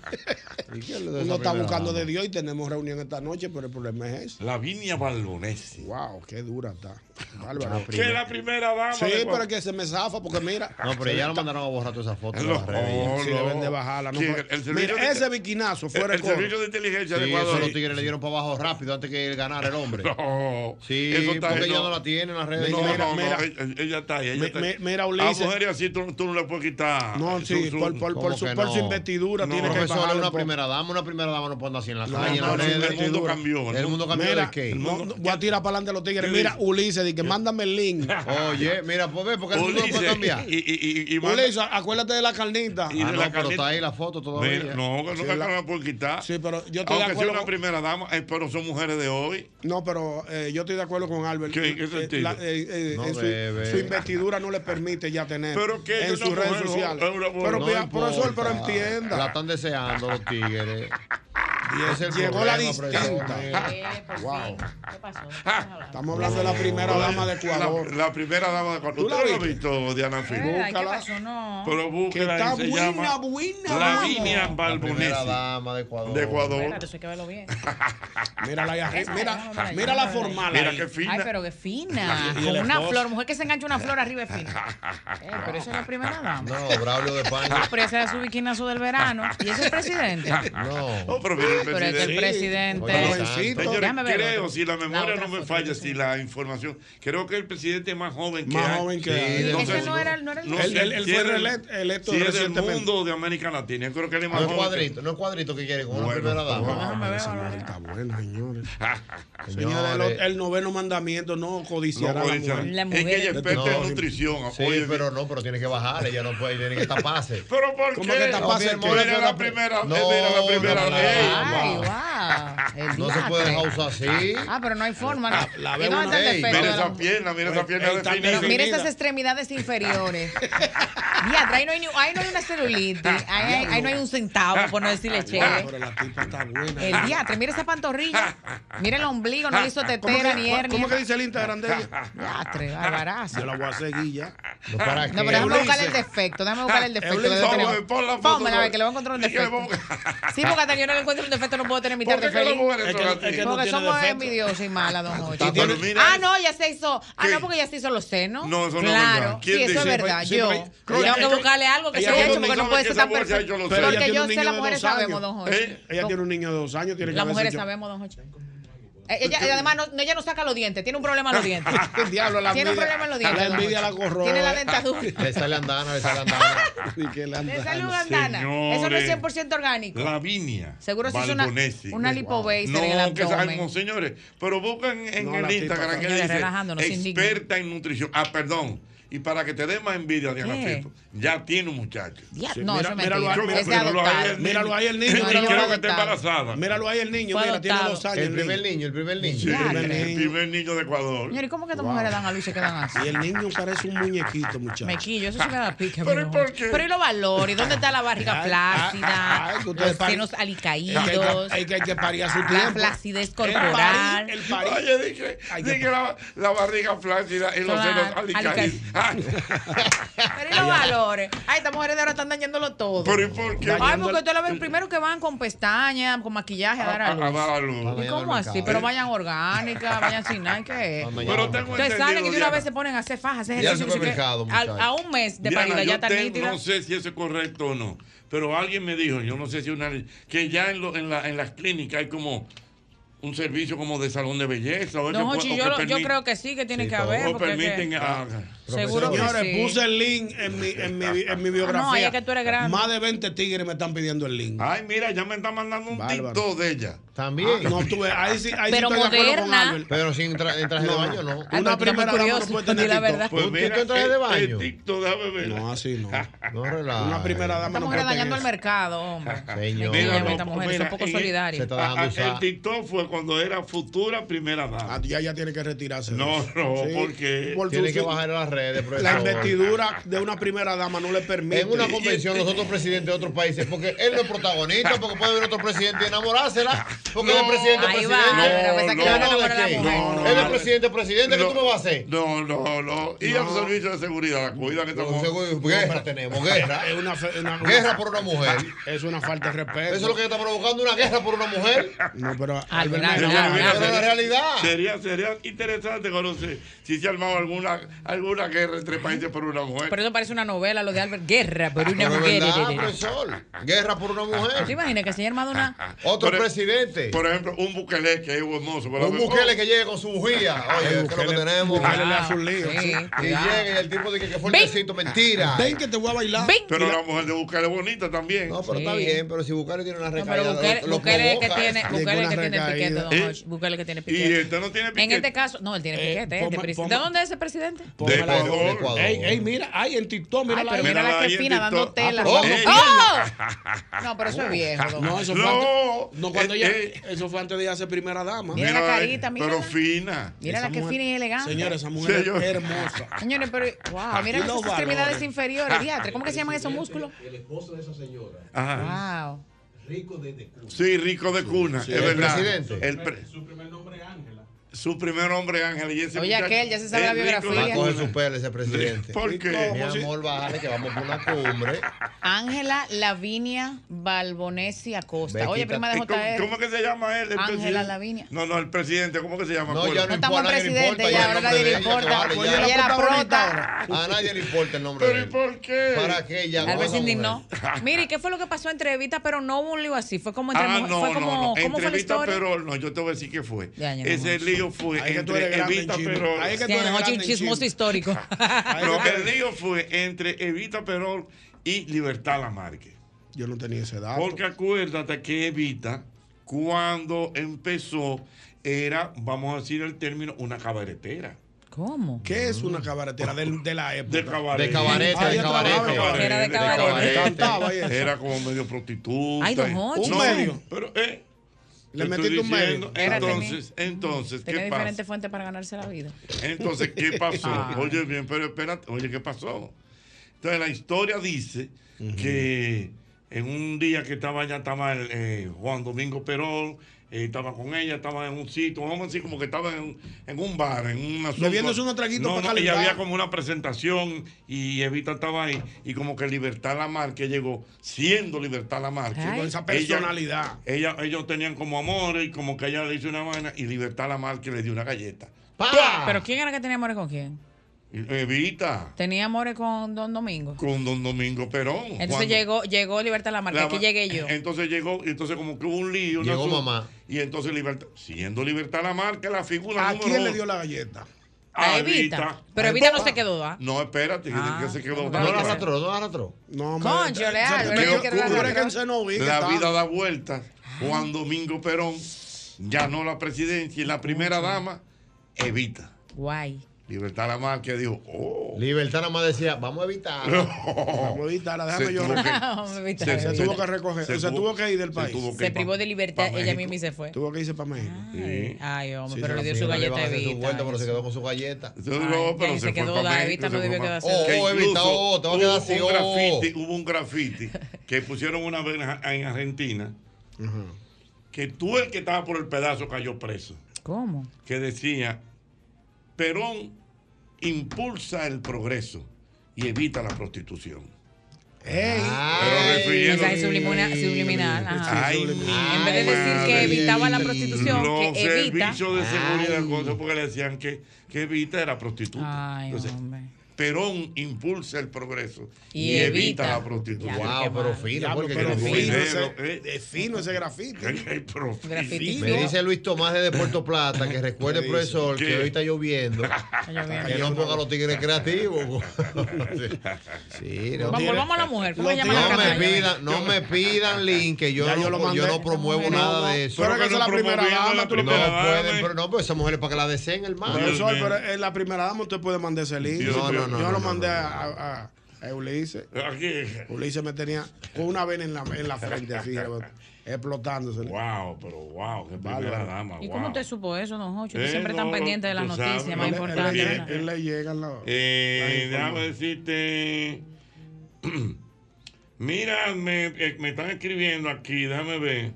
Uno
de esa
está
primera
buscando
dama?
de Dios y tenemos reunión esta noche, pero el problema es eso.
Lavinia Baldonesi.
Wow, qué dura está. Bárbaro.
La primera- Que la primera dama
Sí,
de Guam.
pero es que se me zafa porque mira.
No, pero ya
ella
lo mandaron a borrar todas esas fotos. de
No,
las redes.
no.
Sí, deben de bajarla. no
Que
puede-
el servicio
mira,
de-
ese biquinazo fuera de
el
coro.
servicio de inteligencia
Sí,
de
eso
Ecuador.
los tigres le dieron para abajo rápido antes que él ganara el hombre.
No,
Sí,
eso está-
porque ella
no.
no la tiene en las
No,
redes.
no,
Mira,
no,
mira.
ella, ella está ahí. Ella
Mi-
está
mi-
ahí.
mira,
A
Ulises.
mujeres así tú, tú no le puedes quitar.
No, sí, por- por- por su- por su
No,
investidura tiene que
profesor,
bajarle
una
un poco.
primera dama, una primera dama no puede andar así en las
No,
calles, en
no,
las
no,
redes.
el mundo cambió.
El mundo cambió
Mira,
de qué.
no, no, voy a tirar para adelante los tigres.
¿Qué
Mira,
dice?
Ulises, di que mándame el link.
Oye, mira, pues ve, porque el mundo no puede
Ulises,
cambiar. Ah,
Y, y, y, y manda-
Ulises, acuérdate de la carnita.
Y de
no,
la
pero
carnita.
está ahí
la foto
Mira, no, que no
Sí,
que
la-
no la puedo quitar.
Sí, pero yo estoy de
Aunque sea
acuerdo
una
con-
primera dama, eh, pero son mujeres de hoy.
No, pero eh, yo estoy de acuerdo con Albert.
¿Qué- qué
Eh,
sentido?
la- eh, eh,
No
eh, su-
bebe.
su, investidura no le permite ya tener
Pero que
en
una
sus redes
mujer jo-
sociales.
una mujer-
pero
No
pida-
importa.
profesor, pero entienda.
La están deseando los tigres. Y es el
Llegó la
problema,
distinta.
profesor. Wow.
Ah,
Estamos hablando de la primera dama de Ecuador.
Eh, La, la primera dama de Ecuador.
¿Tú la
¿Usted no la ha visto, Diana Fil?
No.
Pero
Que
búsquela.
está
y se
buena,
llama
buena,
Lavinia
vamos.
Balbonesi.
dama de Ecuador.
De Ecuador.
Espérate, eso hay que verlo bien.
Mírala ahí arriba.
Esa,
Mira,
déjamela ahí,
mira la
déjamela ahí.
formal.
Mira
ahí.
qué fina.
Ay, pero qué fina.
Y el
Con una
esposo.
flor, mujer que se engancha una flor arriba es fina. Eh, pero eso es la primera dama.
No, Braulio de España.
Pero ese era su biquinazo del verano. Y ese es el presidente.
No.
Oh, pero mira el
Pero es
presidente.
que el presidente-
Oye,
Jovencito.
santo. Señores,
Déjame ver
creo,
otro.
si la memoria no me falla, si la información, creo que el presidente es más joven que
Más
hay.
joven que hay.
Ese no era el- no era el-
sé,
Él- él
si
fue
era el-
reelecto- electo
si es del
recientemente.
mundo de América Latina. Yo creo que él es
No
más
es
joven.
cuadrito, no es cuadrito que quiere con una primera dama.
Ah, esa mujer está buena, señores.
Señores.
Señores, el, el noveno mandamiento no codiciará
No
a la
codiciará.
mujer.
La Es que mujer. ella es experta en
nutrición.
Sí, pero no, pero tiene que bajar, ella no puede, tiene que taparse.
Pero ¿por
¿Cómo
qué?
que está
No,
pase el
mi hermano,
que
era
era
la
la-
primera.
No,
era la primera.
no, no,
Ey,
Ay, guau. El
No se puede
diatre.
dejar usar así.
Ah, pero no hay forma. ¿no?
La- la
¿Y
veo
dónde
una-
está el
Ey,
defecto
Mira
de la
esa pierna, mira esa pierna
Está
definida.
Pues, Mira esas extremidades inferiores. Diatra, ahí no hay, ni- ahí no hay una celulitis, ahí, hay- ahí no hay un centavo, por no decirle che.
Guau, Ah, pero la tipa está buena.
El diatre, mira esa pantorrilla, mira el ombligo, no le hizo
¿Cómo
tetera ni
que,
hernia.
¿Cómo que dice el Instagram de ella?
Diatre, barbarazo.
Yo la voy a seguir ya.
No, ¿para
No, pero déjame buscar el defecto, déjame buscar el defecto. que debe tener. Pónmela, a ver, que le voy a encontrar un defecto. Sí, porque hasta que yo no le encuentre un defecto no puedo tener mi
¿Por
tarde
qué que las
feliz.
mujeres son Es que- así? es que no
Porque
tiene
somos
defecto.
envidiosos y malas, don Ocho.
Y tiene- Pero mira-
Ah, no, ya se hizo. Ah,
¿Qué?
no, porque ya se hizo los senos.
No, eso no es verdad.
Claro,
¿Quién
sí, eso es
dice?
verdad.
Sí,
yo.
pero- pero-
tengo
ella-
que buscarle algo que se
ella
haya
no
hecho porque no
sabe
puede
que
ser
esa
tan
mujer se ha hecho
perfecto.
los
Pero ella
Porque
tiene
yo
un
sé,
niño
las
de
mujeres
dos
sabemos,
años.
don
¿Eh? Ella
Jorge.
tiene un niño de dos años. Tiene que
Las
haberse
mujeres
hecho-
sabemos, don Jorge. Eh, Ella, ella además, no, no, ella no saca los dientes, tiene un problema en los dientes.
El diablo, la
Tiene un
envidia-
problema en los dientes.
La
don
envidia la
Jorge.
corroe.
Tiene la dentadura.
Le sale andana, le sale andana.
Y que la
Le
andana.
sale una andana. Eso no es 100% orgánico.
Lavinia.
Seguro se hizo una-
Balbonesi.
una lipobaser
No,
en el
que
abdomen.
sabemos, señores. Pero buscan en
No, la
el
tipa
Instagram
está-
que
Señores,
dice
relajándonos, se indignan.
experta en nutrición. Ah, perdón. Y para que te dé más envidia, Diana
¿Qué?
Filpo, ya tiene un muchacho.
Ya- Sí, no, mira- eso es mentira.
míralo ahí,
Yo-
míralo
pero lo
ahí,
hay el
míralo
niño.
ahí el niño,
Y
míralo
creo
ahí
que está
adoptado.
embarazada.
Míralo ahí el niño,
Fue
mira, tiene
adoptado.
dos años.
El primer niño, el primer niño.
Sí, el primer
Diantre.
El
niño.
primer niño de Ecuador.
Señor, ¿y cómo que estas
Wow.
mujeres dan a luz y se quedan así?
Y el niño parece un muñequito, muchacho.
Me quillo, eso sí me da pique.
Pero, ¿y
mijo.
por qué?
Pero ¿y los valores? ¿Dónde está la barriga
Ay,
flácida?
ay, ay, que ustedes
los
paren-
senos
Es que hay
alicaídos.
que- hay que, hay que parir a su
La
tiempo.
flacidez
El
corporal.
parir, el parir.
Oye, dije, dije la, la barriga flácida y los
Claro,
senos alicaídos.
alicaídos.
Ah,
Pero y los valores. Ay, estas mujeres de ahora están dañándolo todo.
Pero ¿y por qué?
Ay, porque ustedes lo ven primero que van con pestañas, con maquillaje a dar a luz.
A dar a luz.
¿Y cómo
eh.
así? Pero vayan orgánicas, vayan sin nada, ¿qué es?
Pero tengo
Ustedes
entendido,
salen y de una
Diana.
vez se ponen a hacer fajas, hacer
Ya
ejercicio. no sé qué.
supermercado, muchacho.
a, a un mes de
Diana,
parida
yo
ya están
tengo-
nítidas.
No sé si eso es correcto o no, pero alguien me dijo, yo no sé si una. que ya en, lo- en, la- en las clínicas hay como un servicio como de salón de belleza. O
No, Jochi, yo, lo- yo creo que sí, que tiene que haber.
O
porque es que-
permiten. a-
Seguro que
Señores,
sí. Ah,
puse el link en mi, en mi, en mi biografía.
ahí es que tú eres grande.
Más de 20 tigres me están pidiendo el link.
Ay, mira, ya me están mandando un TikTok de ella.
También.
Ah, no, tú ves, ahí sí, ahí sí
Pero
estoy de acuerdo con
moderna.
Albert.
Pero sin tra- en traje de baño, no. Pues eh,
Una primera dama no puede tener TikTok.
¿Un TikTok en traje de baño?
No, así no. Una
relajes.
primera dama
Esta
no
mujer
puede tener
dañando el mercado, hombre.
Señor.
Me llama
no,
esta mujer,
mira,
son poco
en-
solidarios.
Ah, ah, El TikTok fue cuando era futura primera dama.
ya, ya tiene que retirarse.
No, no, porque
Ah, Por
Tiene
su-
que bajar a las redes,
La
profesor.
investidura de una primera dama no le permite.
En una convención, nosotros presidentes de otros países, porque él no es protagonista, porque puede haber otro presidente y enamorársela, porque él es
No.
presidente,
Ahí
presidente.
va, pero pues pensé que
Ya
iban a
no, ¿de
enamorar a
qué?
la mujer. No, no,
Él es
no.
presidente, presidente, ¿qué tú me vas a hacer?
¿eh? No, no, no. Y el servicio de seguridad, la cuida que estamos.
Guerra tenemos, guerra.
Es una, fe- una-
Guerra por una mujer.
Ah, Es una falta de respeto.
Eso es lo que está provocando una guerra por una mujer.
No, pero
Albert, Albert,
Albert, Albert,
Albert.
Albert.
la realidad.
Sería, sería interesante conocer si se ha armado alguna, alguna guerra entre países por una mujer.
Pero eso parece una novela, lo de Albert Guerra, pero una
Ah, Pero es Ah,
mujer.
verdad,
de- de- de-
profesor. Guerra por una mujer.
¿Te imaginas que se haya armado una?
Otro presidente.
Por ejemplo, un Bukele que es hermoso.
Un Bukele que llegue con su bujía. Oye, ¿qué es lo que tenemos?
Oh. Bukele le hace un lío,
Y
sí.
llegue y el tipo dice que fue el besito, mentira.
Ven que te voy a bailar.
Pero la mujer de Bukele es bonita también.
No, pero está
Sí.
bien, pero si Bukele tiene una recaída,
pero Bukele-
lo- lo
Bukele que
provoca.
tiene, Bukele que tiene piquete, don
¿Eh?
Jorge, Bukele que tiene
Y
piquete.
este no tiene
En
piquete. Eh,
este caso, no, él tiene piquete. este
ponme-
presi-
ponme-
¿De dónde es ese presidente?
Ponme
De
la-
Ecuador.
de Ecuador. Ey, ey, mira, ay, en TikTok, mira,
Ay, pero mira la que fina dando tela.
Ah,
pues,
pero- ¡Oh!
No, pero eso es viejo. don
No,
Jorge.
eso fue, antes, no,
Eh,
cuando ella- eso fue antes de ella ser primera dama.
Mira la Mira, carita, mira
pero fina.
Mira la que fina y elegante.
Señora, esa mujer es
Señor.
hermosa.
Señores, pero
ah,
wow, mira
Aquí
esas
los
extremidades
valores.
inferiores, diatre, ¿cómo que se llaman esos músculos?
El esposo de esa señora,
Ajá.
Wow.
rico desde
Sí, rico de cuna.
Sí,
es
el
verdad.
presidente.
El pre-
Su primer nombre es Ángela.
su primer hombre, Ángel. Y ese
Oye,
muchacho
aquel, ya se sabe
es
la
rico de
biografía. Va a
Coge
cuna.
su pelo ese presidente.
¿Por qué?
Mi amor, bájale que vamos por una cumbre.
Ángela Lavinia Balbonesi Acosta.
Ve,
Oye,
quítate.
prima de
¿Y cómo-
JR.
¿Cómo que se llama él? el
Ángela
presidente?
Lavinia.
No, no, el presidente, ¿cómo que se llama?
No,
¿Cuál?
ya no importa,
Estamos en
a nadie le
presidente,
importa,
ya,
el
ahora
nombre
nadie le
de ella,
importa.
que vale, ya.
Ella era prota.
A nadie le importa el nombre.
¿Pero
de
y
él.
por qué?
¿Para qué ya?
Albert se indignó. Mire, ¿y ¿qué fue lo que pasó entre Evita, pero no hubo un lío así? Fue como entre
Ah,
mujer-
no,
fue
no,
como,
no.
¿Cómo fue la
Entrevista
historia?
Perol, no, yo te voy a decir qué fue.
Ya, ya, no,
Ese lío fue
Ahí que tú eres
entre
grande en
Evita
chisme.
Perol.
Ahí que
Sí, no, chi- chismoso histórico.
No, el lío fue entre Evita Perol y Libertad Lamarque.
Yo no tenía esa edad.
Porque acuérdate que Evita, cuando empezó, era, vamos a decir el término, una cabaretera.
¿Cómo?
¿Qué es una cabaretera del- de, la época? De
cabaret.
Ah, ella trabajaba en cabaret.
Era de
cabaret. Cantaba y eso.
Era como medio prostituta.
Ay, don Hochi. Un medio.
Pero, eh.
Le
te
metiste
estoy
un medio.
diciendo,
Era
Entonces, entonces,
Tenía
¿qué pasa?
diferentes fuentes para ganarse la vida.
Entonces, ¿qué pasó?
Ah.
Oye, bien, pero espérate, oye, ¿qué pasó? Entonces, la historia dice que en un día que estaba allá, estaba el, eh, Juan Domingo Perón, eh, estaba con ella, estaba en un sitio, vamos a decir, como que estaba en, en un bar, en una
Bebiéndose unos traguitos
No,
para
no, y
calentar.
había como una presentación y Evita estaba ahí, y como que Libertad Lamarque llegó, siendo Libertad Lamarque.
Sí, con esa personalidad.
Ella, ellos tenían como amores y como que ella le hizo una vaina y Libertad Lamarque le dio una galleta. ¡Pah!
Pero ¿quién era que tenía amores con quién?
Evita
Tenía amores con Don Domingo.
con don Domingo Perón.
Entonces
Cuando
llegó, llegó Libertad Lamarque,
la- eh,
aquí llegué yo.
Entonces llegó, y entonces como que hubo un lío. una
Llegó
cosa,
mamá.
Y entonces Libertad, siendo Libertad Lamarque, la figura
¿A
número
quién le
uno.
dio la galleta?
eh,
A Evita. Pero Evita no se quedó, ¿ah?
No, espérate, que- que se
No
quedó.
la arrastró, no la arrastró.
No,
Conchole,
se- se-
Albert,
se-
hay que
tú crees
arreglar.
que en Cenoví, que
La
estaba-
vida da vueltas. Juan Domingo Perón ganó la presidencia y la primera dama, Evita.
Guay.
Libertad Lamarque dijo, oh.
Libertad nada más decía, vamos a evitar.
Vamos a evitarla, déjame
Se
llorar.
Vamos a evitar.
Se, tuvo que recoger, se, tuvo que ir del país.
Se privó de libertad, ella misma y se fue.
Tuvo que irse para México.
Ay, hombre,
Sí,
pero le dio
sí,
su
no
galleta
van a
a
hacer su
Evita.
vuelta, pero se quedó con su galleta.
No, pero se,
quedó
fue
la
pa' México,
Evita,
se
no
fue
debió
pa'
quedarse
México.
así.
Que
Oh, Evita,
incluso
oh, te va a
hubo
quedar así,
un
oh.
graffiti- Hubo un graffiti que pusieron una vez en Argentina que tú el que estaba por el pedazo cayó preso.
¿Cómo?
Que decía, Perón impulsa el progreso y evita la prostitución.
Ey.
Pero refiriendo-
Mensaje subliminal. subliminal, ajá.
Ay,
Ah. en vez de decir que evitaba la prostitución,
Los
que evita.
servicios de seguridad, cosas, porque le decían que, que evita era prostituta. Entonces, Perón impulsa el progreso y,
Y
evita.
evita.
la prostitución.
Ya, Wow, qué pero mal. fino,
Ya,
porque
pero
qué
fino
fino
ese-
Es fino ese grafito.
Ay, pero fino.
Me dice Luis Tomás desde Puerto Plata que recuerde,
¿Qué dice?
profesor,
¿Qué?
que hoy está lloviendo. que no ponga los tigres creativos. sí, no.
Vamos, volvamos a la mujer. ¿Cómo se llama la
No me
campaña?
pidan, no me pidan link, que yo,
Ya yo
no,
lo
yo
mandé.
no promuevo nada de eso.
Pero que esa es la primera dama, tú lo
No
puedes-
pueden, pero no, pero esa mujer es para que la deseen, hermano.
Profesor, pero en la primera dama usted puede mandar ese link.
Dios
yo
mío. No, no,
yo
no,
lo
no,
mandé
no, no.
a, a- a Ulises. Ulises me tenía con una vena en la, en la frente, así, explotándose.
Wow, pero wow, qué
primera
dama.
¿Y cómo usted supo eso, don Jocho? Que
Eh,
siempre
no,
están pendientes de las
tú sabes,
noticias más
él- él-
importantes.
él-
¿verdad?
Él le llegan los.
Eh,
la
déjame decirte. Mira, me, eh, me están escribiendo aquí, déjame ver.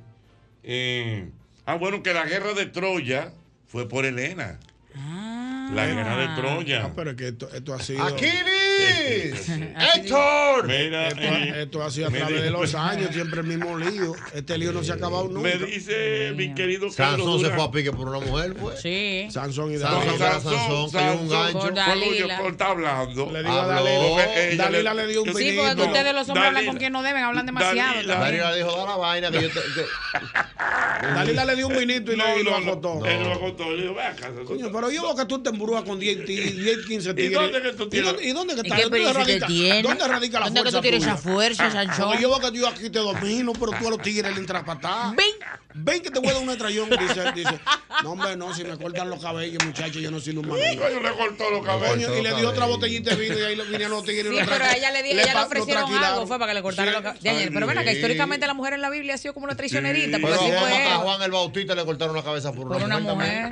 Eh, ah, bueno, que la guerra de Troya fue por Elena. La guerra de Troya.
Ah, pero es que esto, esto ha sido.
¡Aquiles!
eh, ¡Héctor!
Mira,
esto,
eh,
esto ha sido a
me
través
di-
de los años, siempre el mismo lío. Este lío no se ha acabado nunca.
Me dice mi querido Carlos
Sansón se
Durán.
fue a pique por una mujer, pues.
Sí.
Sansón y
Sansón,
Dalila.
Sansón, cayó un gancho.
Por Dalila. Por está hablando.
Le digo a Dalila.
Porque ella
Dalila le dio un
Sí, porque es que ustedes los hombres hablan con quien no deben, hablan demasiado.
Dalila.
también.
Dalila dijo, da la vaina que yo te... que-".
Dalila le dio un vinito y
No,
le y lo
no, no.
acotó.
Él lo acotó. Le dijo, ve acá, Sansón.
Coño, pero yo veo que tú te embrujas con 10, ti- 10 15 tigres.
dónde que tú tienes?
¿Y dónde, y dónde que
¿Y
está?
qué
¿Dónde
precio que
radica,
tiene?
¿Dónde radica la
¿Dónde que
fuerza
tú tienes
tuya?
esa fuerza, Sansón?
Porque yo veo que yo aquí te domino, pero tú a los tigres le entras patada. Ven. Ven que te voy a dar un estrellón. Dice, dice, no, hombre, no, si me cortan los cabellos, muchacho, yo no soy un marido.
Coño, le cortó los cabellos.
y le dio otra botellita de vino y ahí lo vinieron los tigres. y
Sí,
lo
pero a
trajeron.
ella le, di- ella
pa-
le
lo
ofrecieron
traquilaron.
algo, fue para que le cortaran
Sí.
los de ayer. Pero ven acá,
Sí.
históricamente la mujer en la Biblia ha sido como una traicionerita,
Pero
porque
a
así
Juan, a
fue.
Juan el Bautista le cortaron la cabeza por una, mujer.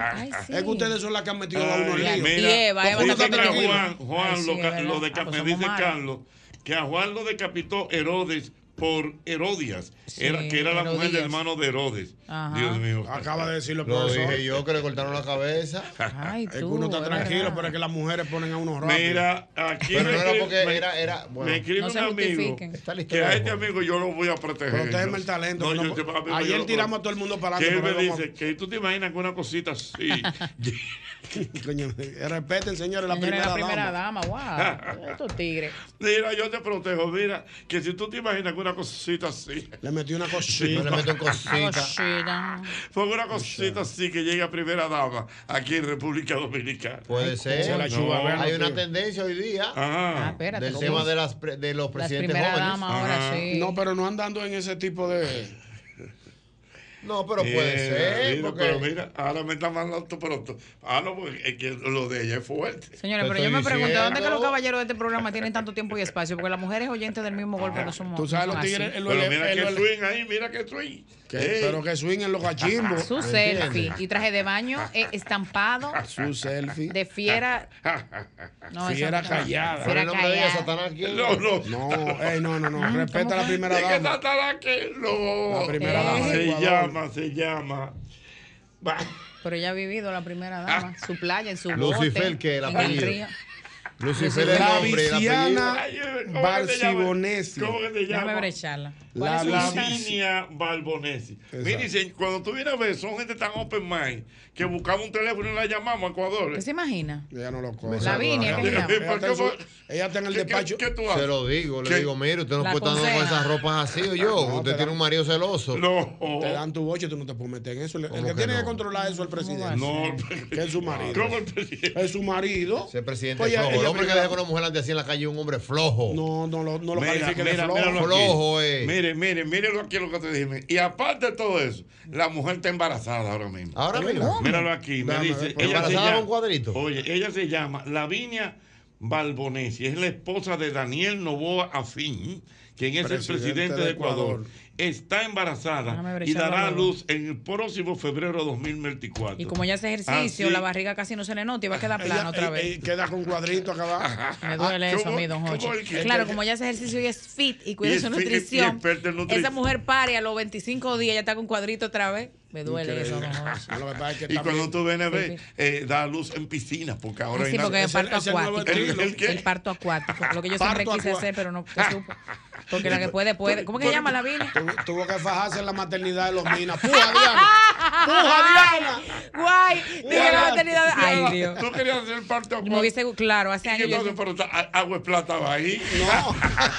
Es que ustedes son las que han metido a uno en
Ay,
lío.
mira,
¿Cómo
dice
tú estás
que a
tranquilo?
Juan, Juan
Ay, sí,
lo,
es
ca-
verdad.
lo deca-
Ah, pues
me
somos
dice
malos.
Carlos que a Juan lo decapitó Herodes por Herodias,
Sí,
era, que era la mujer del
Herodías.
hermano de Herodes.
Ajá.
Dios mío.
Acaba de decirlo el
Lo
profesor.
dije yo que le cortaron la cabeza.
Ay,
Es que uno está tranquilo, pero es que las mujeres ponen a unos rápidos.
Mira, aquí
Pero
me
no era
escribe-
porque
me-
era- era- bueno,
me escribe
no
un
se
amigo
justifiquen. Está la
que
historia
a
de
este amigo yo lo voy a proteger.
Protégeme el talento,
No,
que
yo
no-
te- amigo, yo
ayer
lo-
tiramos a todo el mundo para
que
adelante. pero
él me
hoy vamos a-
dice que tú te imaginas que una cosita así. este
Coño, eh, respeten, señores, la
Señora,
primera,
la primera
dama.
dama, wow. Estos tigres.
Mira, yo te protejo, mira, que si tú te imaginas que una cosita así.
Le metí una cosita.
Sí.
Le metí una
Cosita.
Fue una cosita así que llega a primera dama aquí en República Dominicana.
Puede ser.
Se la
No,
chupa, vean,
Hay
tío.
una tendencia hoy día
Ajá. Ah,
espérate,
del
¿cómo
tema
es?
de, las pre- de los presidentes
primeras
jóvenes.
damas ahora Ajá. sí.
No, pero no andando en ese tipo de.
No, pero puede
Eh, Mira,
ser.
mira,
porque-
Pero mira, ahora me está mandando tu pronto. Ah, no, porque es que lo de ella es fuerte.
Señores, pero yo me pregunto, ¿dónde es que los caballeros de este programa tienen tanto tiempo y espacio? Porque las mujeres oyentes del mismo golpe no somos.
Tú sabes,
no
los
son
tigres.
así.
el-
Pero
el-
mira
el-
que
el-
swing ahí, mira que swing.
que-
Ey.
Pero que swingen los cachimbos.
Su selfie y traje de baño eh, estampado
Su selfie.
de fiera. No, eso
fiera
no.
callada.
Fiera callada.
No, no.
No, ey, no, no, no. Respeta la primera
Es que
dama.
Satanás que Eh, lo-
La primera dama
Se
del Ecuador.
llama, se llama. Va.
Pero ella ha vivido la primera dama.
Ah.
Su playa, en su
Lucifer,
bote,
que el
en
apellido.
río.
Lucifer es el
La
nombre, el
Viciana
apellido.
Barcibonesi.
¿Cómo que te
Déjame
llama?
brecharla.
¿Cuál es su
La
Instagram?
Lavinia Balbonesi. Mire, dicen, cuando tú vienes a ver, son gente tan open mind que buscamos un teléfono y la llamamos a Ecuador.
¿Usted se imagina?
Ella no lo coge.
Lavinia, ¿cómo se llama?
¿Por qué fue?
Ella está en el
¿Qué- qué-
despacho.
qué tú haces?
Se lo digo, le digo, mire, usted no
La
puede estar andando con
concena.
esas ropas así, o yo.
Ah, No,
usted
te
tiene
dan-
un marido celoso.
No.
Te dan tu boche, tú no te puedes meter en eso. El que,
que
tiene que
no?
controlar eso es el presidente.
No,
que es su marido. Es su marido.
Ese presidente
Oye,
es flojo. El
ella
hombre que
primero-
deja que una mujer ande así en la calle es un hombre flojo.
No, no lo, no
Mira, mira, míralo aquí.
flojo, eh.
Mire, mire, míralo aquí lo que te dije. Y aparte de todo eso, la mujer está embarazada ahora mismo.
Ahora mismo.
Míralo aquí, me
Dame,
dice.
pues,
ella se
embarazada
llama-
un cuadrito.
Oye, ella se llama Lavinia Balbonesi. Es la esposa de Daniel Novoa Afín, quien es el
Presidente
presidente
de
de Ecuador.
Ecuador.
está embarazada
Déjame
y dará
brecharlo.
a luz en el próximo febrero 2024.
Y como ya hace ejercicio,
Así-
la barriga casi no se le nota y va a quedar plana
Ah, Ella, ah,
otra
eh,
vez.
eh, queda con cuadrito acá abajo.
Me duele eso a mí, don Jochi. Claro, como ya hace ejercicio y es fit y cuida
Y es
su
fit y- y
nutrición.
experta en nutrición.
Esa mujer pare a los 25 días, ya está con cuadrito otra vez. Me duele eso, don Jochi.
y cuando tú vienes a ver,
Sí,
eh, da a luz en piscina, porque ahora
Ah, sí,
hay
porque
nada-
el parto acuático.
¿El- el qué?
parto acuático. Lo que yo siempre
Parto
quise
acua-
hacer, pero no se supo. Porque la que puede, puede. ¿Cómo que se
Pero-
llama la vina?
Tuvo, tuvo que fajarse en la maternidad de los minas. ¡Puja, Diana! ¡Puja, Diana!
Guay. Dije la
Diana,
maternidad. Ay,
Diana,
Dios.
Tú querías hacer el parto
Me hubiese, claro, hace
acuático.
años
Y
yo
entonces, pero está- a- agua es plata va ahí.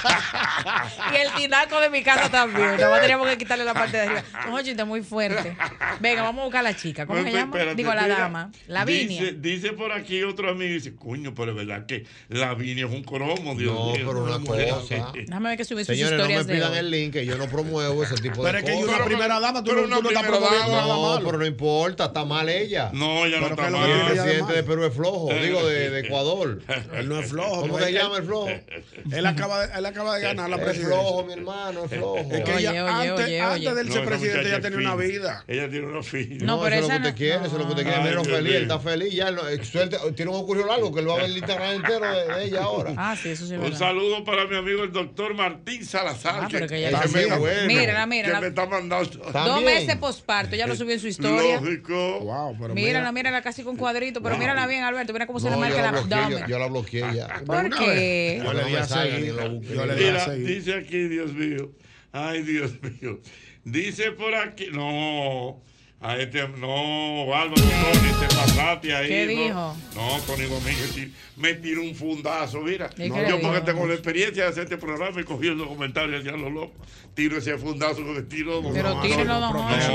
Y el tinaco de mi casa también. Nada más teníamos que quitarle la parte de arriba. No, Jochi, está muy fuerte. Venga, vamos a buscar a la chica. ¿Cómo
Pero
se llama?
Pues, espérate,
Digo, a la
mira,
dama. La
Dice,
Vinia.
dice por aquí otro amigo, dice, coño, pero es verdad que la Vinia es un cromo, Dios
No,
mío.
pero una cosa.
Déjame ver que subí sus
Señores, no me
historias de
pidan
hoy.
el link, que yo no promuevo ese tipo de
Pero es que
cosas.
yo una Pero- primera dama, tú pero no- una tú no estás primera promoviendo dama. nada malo.
No, pero no importa, está mal ella.
No, ella no
Pero
está
que lo
mal.
que tiene El
Ella
presidente
además.
de Perú es flojo,
Eh,
digo, de,
eh,
de
eh.
Ecuador.
Él no es flojo.
¿Cómo
porque
que
él-
llama el flojo? Eh,
Él acaba, él acaba de ganar la
Es
presidencia.
flojo, mi hermano, es flojo.
Es que
Oye,
ella,
oye,
antes,
oye,
antes
oye.
de él
No,
ser
esa
presidente,
muchacha
ella
es
tenía una
fina.
vida.
Ella tiene una fina.
Eh, No, eso es lo que usted quiere, eso es lo que usted
Ah,
quiere.
Ay,
Menos
Dios
feliz, él
mío.
está feliz. Ya, no, eh, suerte, tiene un ocurrió algo que él va a ver el Instagram entero de, de ella ahora.
Ah, sí, eso sí
Un saludo para mi amigo el doctor Martín Salazar.
Ah, pero que ya
que
está
me-
bueno. Mírala, mírala.
Que me está mandando.
Dos meses posparto,
Eh,
ya lo subió en su historia.
Lógico.
Wow, pero
Mírala, mírala casi con cuadrito, pero mírala bien, Alberto. Mira cómo se le
No,
marca
yo
el
la bloqueé,
abdomen.
yo, yo la bloqueé ya.
¿Por
Una
qué?
vez. Yo le di a seguir. Yo le di
Mira,
a seguir.
dice aquí, Dios mío. Ay, Dios mío. Dice por aquí. No. A este, no, Bárbaro, Tony, te pasaste ahí.
¿Qué
no.
dijo?
No, Tony Domínguez sí, me tiró un fundazo, mira.
¿Y qué le
yo porque
dijo?
tengo la experiencia de hacer este programa y cogí el documentario ya lo loco. Tiro ese fundazo que tiro.
Pero
no,
tírelo,
no,
don
no,
Jorge.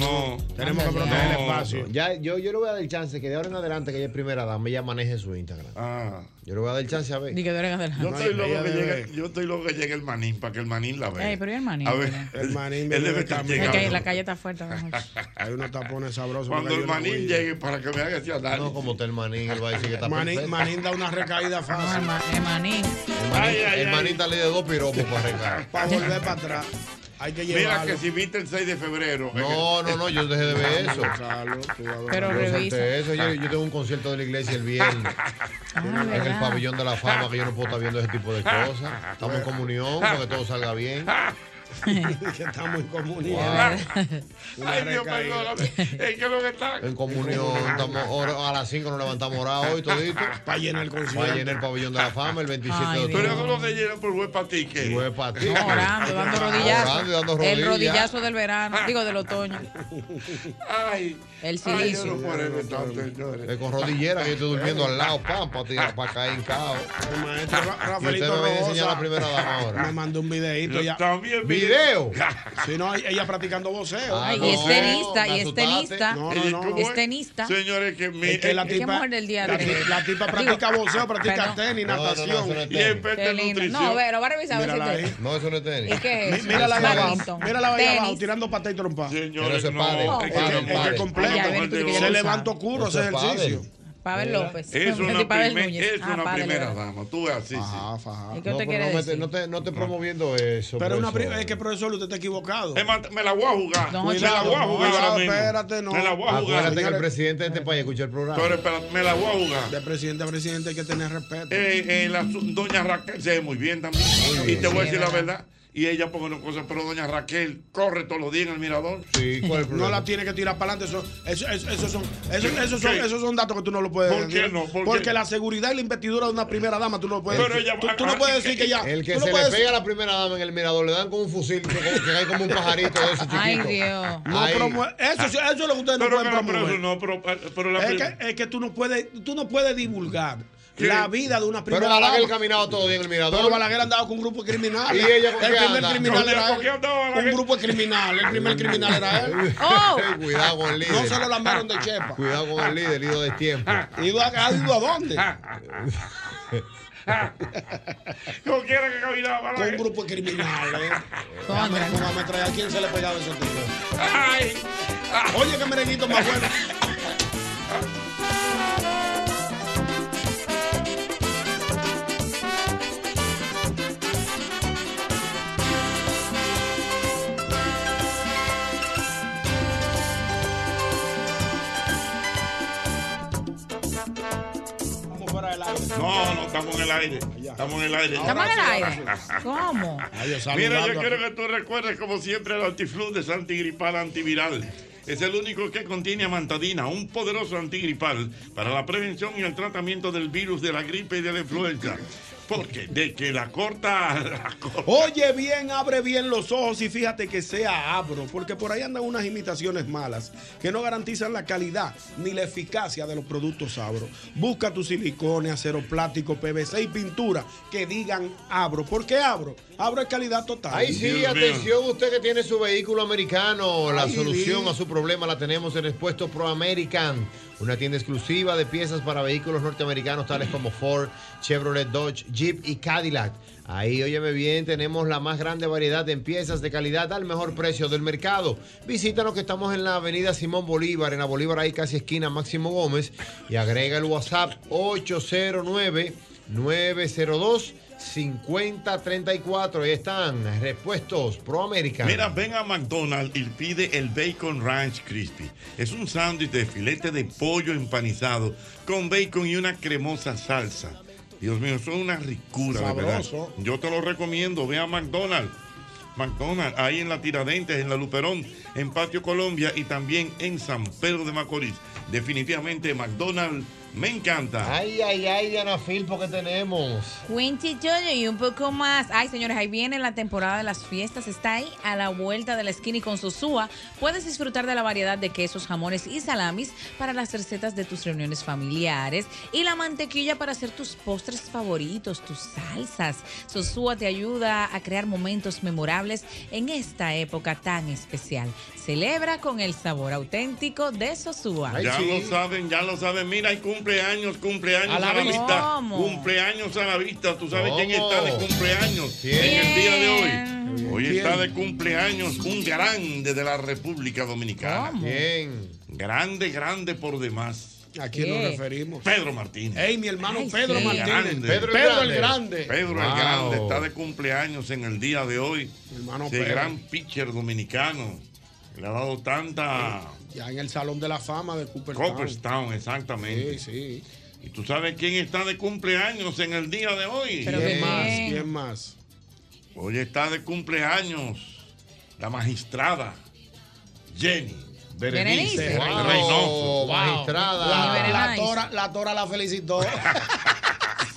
no.
Tenemos
que proteger el espacio.
Ya, yo, yo le voy a dar el chance que de ahora en adelante que ella es primera dama, ella maneje su Instagram. Yo le voy a dar el chance a ver.
Ni que de ahora en adelante.
Yo estoy,
No,
loco
ella
que
debe-
llegue, yo estoy loco que llegue el manín para que el manín la vea.
Ey, pero ¿y el manín?
Pues, A ver,
El manín
él
viene
debe
de
estar
camino.
Es
llegando.
que la calle está fuerte. don Jorge.
Hay unos tapones sabrosos.
Cuando
porque yo
el
no
manín
voy.
llegue para que me haga ese análisis.
No, como está el manín, él va a decir que está
Manín,
perfecto.
manín da una recaída fácil.
el manín.
El manín,
Ay, ay,
el
ay.
manín está le de dos piropos para arreglar.
Para volver para atrás. Hay que
Mira
llevarlo.
que si viste el 6 de febrero.
No, no, no, yo dejé de ver eso.
Pero
yo solté
revisa. Ah,
eso. Yo, yo tengo un concierto de la iglesia el viernes. en el
¿verdad?
pabellón de la fama, que yo no puedo estar viendo ese tipo de cosas. Estamos en comunión para que todo salga bien.
que estamos en comunión.
Ay, Dios, perdóname. Es que lo que está.
En comunión, estamos ahora- a las 5 nos levantamos ahora hoy todito.
Para llenar el concierto.
Para llenar el pabellón de la fama el 27 de
Pero
octubre.
eso no se llena por buen patique.
Buen patique.
No, orando, dando rodillazos.
Orando y dando
El
rodillas.
rodillazo del verano, digo del otoño.
Ay,
El
ay, yo no
silicio.
puedo evitar, señores.
Eh, Con rodillera que yo estoy durmiendo al lado, pam, para tirar, para caer en caos.
El maestro Ra-
Y usted
Rafaelito
me va a
Rosa
enseñar la primera dama
me
ahora.
mandó un videito.
Yo
ya.
también vi-
¡Video! Ah,
Si no, ella practicando voceo.
Ay, y es tenista, y es tenista.
No, no, no.
¿Cómo
Es
es?
tenista.
Señores, que mi.
Es que la
¿Qué
tipa,
mujer del día
la,
de
ti-
hoy?
la tipa practica voceo, practica
Perdón.
tenis,
No, no, no, eso
natación.
no es
Y
tenis.
experta
Qué
en
lindo.
nutrición.
No, ve, lo va a revisar a ver
Mírala
si
ahí.
te-
No, eso no es tenis.
¿Y qué es
Mí-
eso?
Mírala de abajo,
Badminton,
mírala de
tenis. Oh,
abajo, tirando pata y trompa.
Pero
Señores,
se
no.
pare,
es
Es
que
que,
no
es que
pare.
completo.
Ay, Alberto, que ya
se
lo
levanta
sabe.
oscuro
Eso
ese
es padre.
ejercicio.
Pavel López.
Es una,
Pavel
primer-
Núñez.
es
Ah,
una
Pavel
primera
López.
dama. Tú ves así, sí. Ah.
Ajá, ajá.
¿Y qué
No,
usted
pero
quiere
no, me te-
decir?
no te, no te promoviendo eso.
Pero una pri- eh,
profesor.
es que, profesor, usted está equivocado.
Es más, me la voy a jugar.
Don
Ah, me la
Ochoa,
voy a
no,
jugar ahora
no,
mismo.
espérate, no.
Me la voy a jugar.
Acuérdate que el presidente de este país escucha el programa.
Pero espérate, me la voy a jugar.
De presidente a presidente hay que tener respeto.
Eh, eh, la su- doña Raquel se ve muy bien también. Y te voy a decir la verdad. Y ella pone una cosa, pero doña Raquel corre todos los días en el mirador.
Sí, ¿cuál es el
no
problema?
la tiene que tirar para adelante. Eso, eso, eso- esos son, eso-
¿Qué?
esos son,
¿Qué?
esos son datos que tú no lo puedes
eh, ¿Por qué
decir.
no? ¿Por qué?
Porque la seguridad y la investidura de una primera dama tú no lo puedes
Pero
decir.
ella-
tú, tú no puedes decir que ya.
El que
tú no
se le
puedes
pega a la primera dama en el mirador le dan con un fusil que, que hay como un pajarito de esos chiquitos.
Ay, Dios.
No
Ahí.
promue- eso, sí- eso es lo que ustedes no
Pero,
pueden
pero, pero,
promover.
no, pero, pero la
es,
prim-
que, es que tú no puedes, tú no puedes divulgar
¿Qué?
la vida de una
Pero
primera
Balaguer
dama.
caminaba todo el día en el mirador.
Pero Balaguer andaba con un grupo de criminales.
¿Y ella con
el
qué
primer
anda?
criminal
¿Con qué-
era
con qué andaba
él.
Balaguer?
Un grupo de criminal. El primer criminal era él.
¡Oh!
Ey, cuidado con el líder.
No se lo lambaron de chepa.
Cuidado con el líder, el líder de tiempo.
¿Y ido a, ha ido a dónde?
Como quiera que caminaba.
Con un
Balaguer.
grupo de criminales. Con
Contra.
ametrallar. ¿Quién se le pegaba ese tipo?
Ay,
Oye, qué merenguito más bueno.
Quiero
fuera del aire.
No, no, estamos en el aire. Estamos en el aire.
¿Estamos en el aire? ¿Cómo?
Mira, yo quiero que tú recuerdes, como siempre, el antiflu de antigripal antiviral. Es el único que contiene amantadina, un poderoso antigripal para la prevención y el tratamiento del virus de la gripe y de la influenza. Porque de que la corta, la corta.
Oye bien, abre bien los ojos y fíjate que sea abro, porque por ahí andan unas imitaciones malas que no garantizan la calidad ni la eficacia de los productos abro. Busca tu silicone, acero plástico, PVC y pintura que digan abro. ¿Por qué abro? Abro es calidad total.
Ahí sí, atención, usted que tiene su vehículo americano, la
Ay,
solución
sí.
a su problema la tenemos en Expuesto Pro American, una tienda exclusiva de piezas para vehículos norteamericanos tales como Ford, Chevrolet, Dodge, Jeep y Cadillac. Ahí, óyeme bien, tenemos la más grande variedad en piezas de calidad al mejor precio del mercado. Visítanos que estamos en la avenida Simón Bolívar, en la Bolívar ahí casi esquina Máximo Gómez, y agrega el WhatsApp 809 902 5034. Ahí están, repuestos Pro American.
Mira, ven a McDonald's y pide el Bacon Ranch Crispy. Es un sándwich de filete de pollo empanizado con bacon y una cremosa salsa. Dios mío, eso es una ricura, de verdad.
Sabroso.
Yo te lo recomiendo, ve a McDonald's. McDonald's, ahí en la Tiradentes, en la Luperón, en Patio Colombia y también en San Pedro de Macorís. Definitivamente McDonald's me encanta.
Ay, ay, ay, Ana Filpo que tenemos.
Quincy Jojo y un poco más. Ay, señores, ahí viene la temporada de las fiestas. Está ahí a la vuelta de la esquina y con Sosúa puedes disfrutar de la variedad de quesos, jamones y salamis para las recetas de tus reuniones familiares y la mantequilla para hacer tus postres favoritos, tus salsas. Sosúa te ayuda a crear momentos memorables en esta época tan especial. Celebra con el sabor auténtico de Sosúa.
ya lo saben, ya lo saben. Mira, hay cumpleaños, cumpleaños
A
a
la
la,
vista.
vista.
¿Cómo?
Cumpleaños a la vista. Tú sabes quién
¿Cómo?
está de cumpleaños en el día de hoy. Hoy está de cumpleaños un grande de la República Dominicana.
¿Cómo?
Bien. Grande, grande por demás.
¿A quién nos ¿Qué? referimos?
Pedro Martínez.
Ey, mi hermano Pedro
El
Martínez.
grande.
Pedro, el Grande.
Pedro el
Wow.
Grande está de cumpleaños en el día de hoy.
hermano
Ese
Pedro.
gran pitcher dominicano. Le ha dado tanta.
Ya en el Salón de la Fama de Cooper
Cooperstown, exactamente.
Sí, sí.
¿Y tú sabes quién está de cumpleaños en el día de hoy?
¿Quién más? ¿Quién más?
Hoy está de cumpleaños la magistrada Jenny Berenice,
Berenice.
Rey-
Wow,
Reynoso.
La, la tora, la tora la felicitó.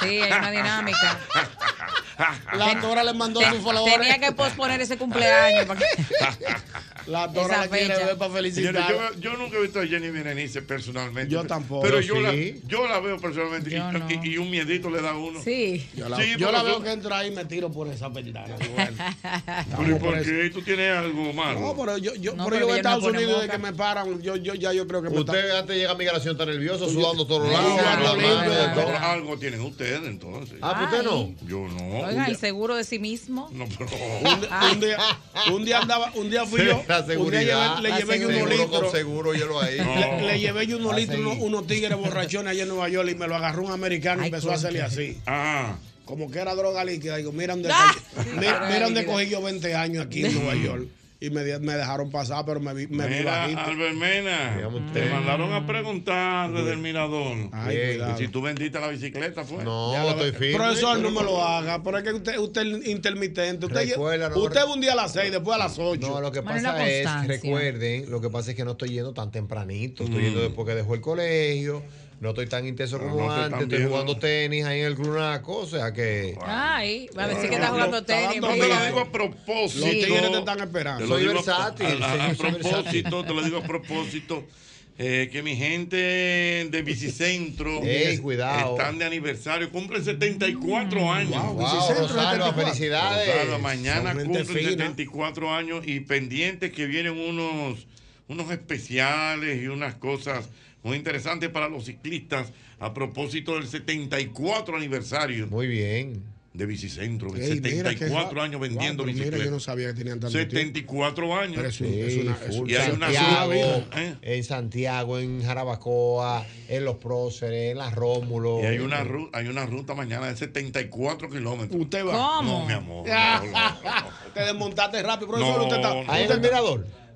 Sí, hay una dinámica.
Ah.
La tora le mandó
Te-
sus followers.
Tenía que posponer ese cumpleaños. para que-
La
Esa
tora la quiere
fecha.
ver para felicitar.
Señores, yo, yo nunca he visto a Jenny Berenice personalmente.
Yo tampoco.
Pero
Yo
yo, la,
sí.
yo la veo personalmente y, y- y un miedito le da a uno.
Sí.
Yo la,
Sí,
yo la
porque
veo
son-
que entra ahí y me tiro por esa ventana. Digo, bueno.
Pero ¿y por qué tú tienes algo malo?
No, pero yo, yo,
No,
pero
pero que
yo en
ellos no
Estados
ponen
Unidos, de
boca.
que me paran, yo, yo ya yo creo que me
Usted antes llega a migración está nervioso, sudando todos
No,
lados.
no,
hablando
no,
de
no,
todo.
algo tienen ustedes entonces.
Ah, pues usted no.
Yo no.
Oiga, el seguro de sí mismo.
No,
Un, di- un día, un día andaba, un día fui yo,
La
un día
seguridad.
llevé- le llevé yo unos
Seguro con
litros,
seguro, yo lo ahí.
le, le llevé yo
Ah,
unos
Va a
litros, unos, unos tigres borrachones allá en Nueva York y me lo agarró un americano y empezó a hacerle así.
Ah.
Como que era droga líquida. Digo, mira dónde, mira, mira dónde cogí yo 20 años aquí en Nueva York. Y me, di- me dejaron pasar, pero me vi, me vi
Mm. Mira,
bajito.
Albert Mena, te mandaron a preguntar desde el mirador.
Ay,
Bien.
cuidado.
si tú vendiste la bicicleta, fue.
Ya lo- Profesor, no me lo haga, pero es que usted, usted es intermitente. Usted,
Recuerda, no-
usted va un día a las 6, después a las 8.
No, lo que pasa es, recuerden, lo que pasa es que no estoy yendo tan tempranito. Estoy yendo después que dejó el colegio. No estoy tan intenso como
Mm. no te están
antes. Estoy
viendo.
jugando tenis ahí en el Grunaco. O sea que.
Ay, va a decir
No,
que está
no,
jugando
está
tenis.
dando
mira.
todo el-
a propósito.
Los tigres te
están esperando.
te lo
Soy
digo a-
versátil,
A, a- a
señor, soy
propósito, te lo digo a propósito. eh, que mi gente de Bicicentro
Ey, cuidado. Mm,
están de aniversario, cumplen 74 años.
wow, Bicicentro, Rosalba, 74. felicidades.
Rosalba, mañana
Son gente
cumplen
fina.
74 años y pendientes que vienen unos, unos especiales y unas cosas muy interesantes para los ciclistas a propósito del 74 aniversario.
Muy bien.
De Bicicentro,
Ey, mira que-
74 años vendiendo
Wow, pero Mira, yo no
bicicletas.
sabía que tenían tanto tiempo.
74 años.
Pero es un- es una- es un-
y hay una ¿eh? sola
Santiago,
vida.
en Santiago, en Jarabacoa, en Los Próceres, en Las Rómulo.
Y hay una, ru- hay una ruta mañana de 74 kilómetros.
¿Usted va?
No, mi amor. no, no.
Te desmontaste rápido, profesor. usted está,
No, no.
usted está-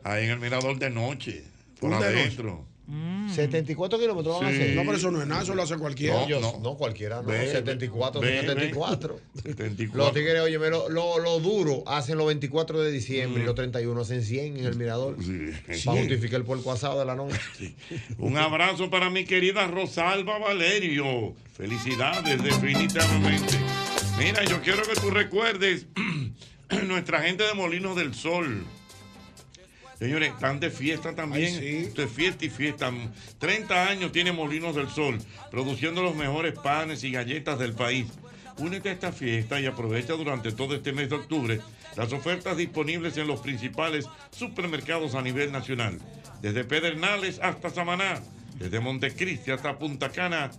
Ahí en el mirador de noche. Por
Un de
adentro.
Mm. 74 kilómetros van a
Sí.
hacer.
No, pero eso no es nada, eso lo hace cualquiera.
No, yo-
No.
no, cualquiera no.
Ve, ve,
74 son
ve, ve.
74.
74.
Los tigres, oye, lo, lo, lo duro hacen los 24 de diciembre
Mm.
y los 31 hacen 100 en el mirador. Para justificar el puerco asado de la noche.
Un abrazo para mi querida Rosalba Valerio. Felicidades, definitivamente. Mira, yo quiero que tú recuerdes nuestra gente de Molinos del Sol. Señores, están de fiesta también. Esto es fiesta y fiesta. 30 años tiene Molinos del Sol, produciendo los mejores panes y galletas del país. Únete a esta fiesta y aprovecha durante todo este mes de octubre las ofertas disponibles en los principales supermercados a nivel nacional. Desde Pedernales hasta Samaná, desde Montecristi hasta Punta Cana,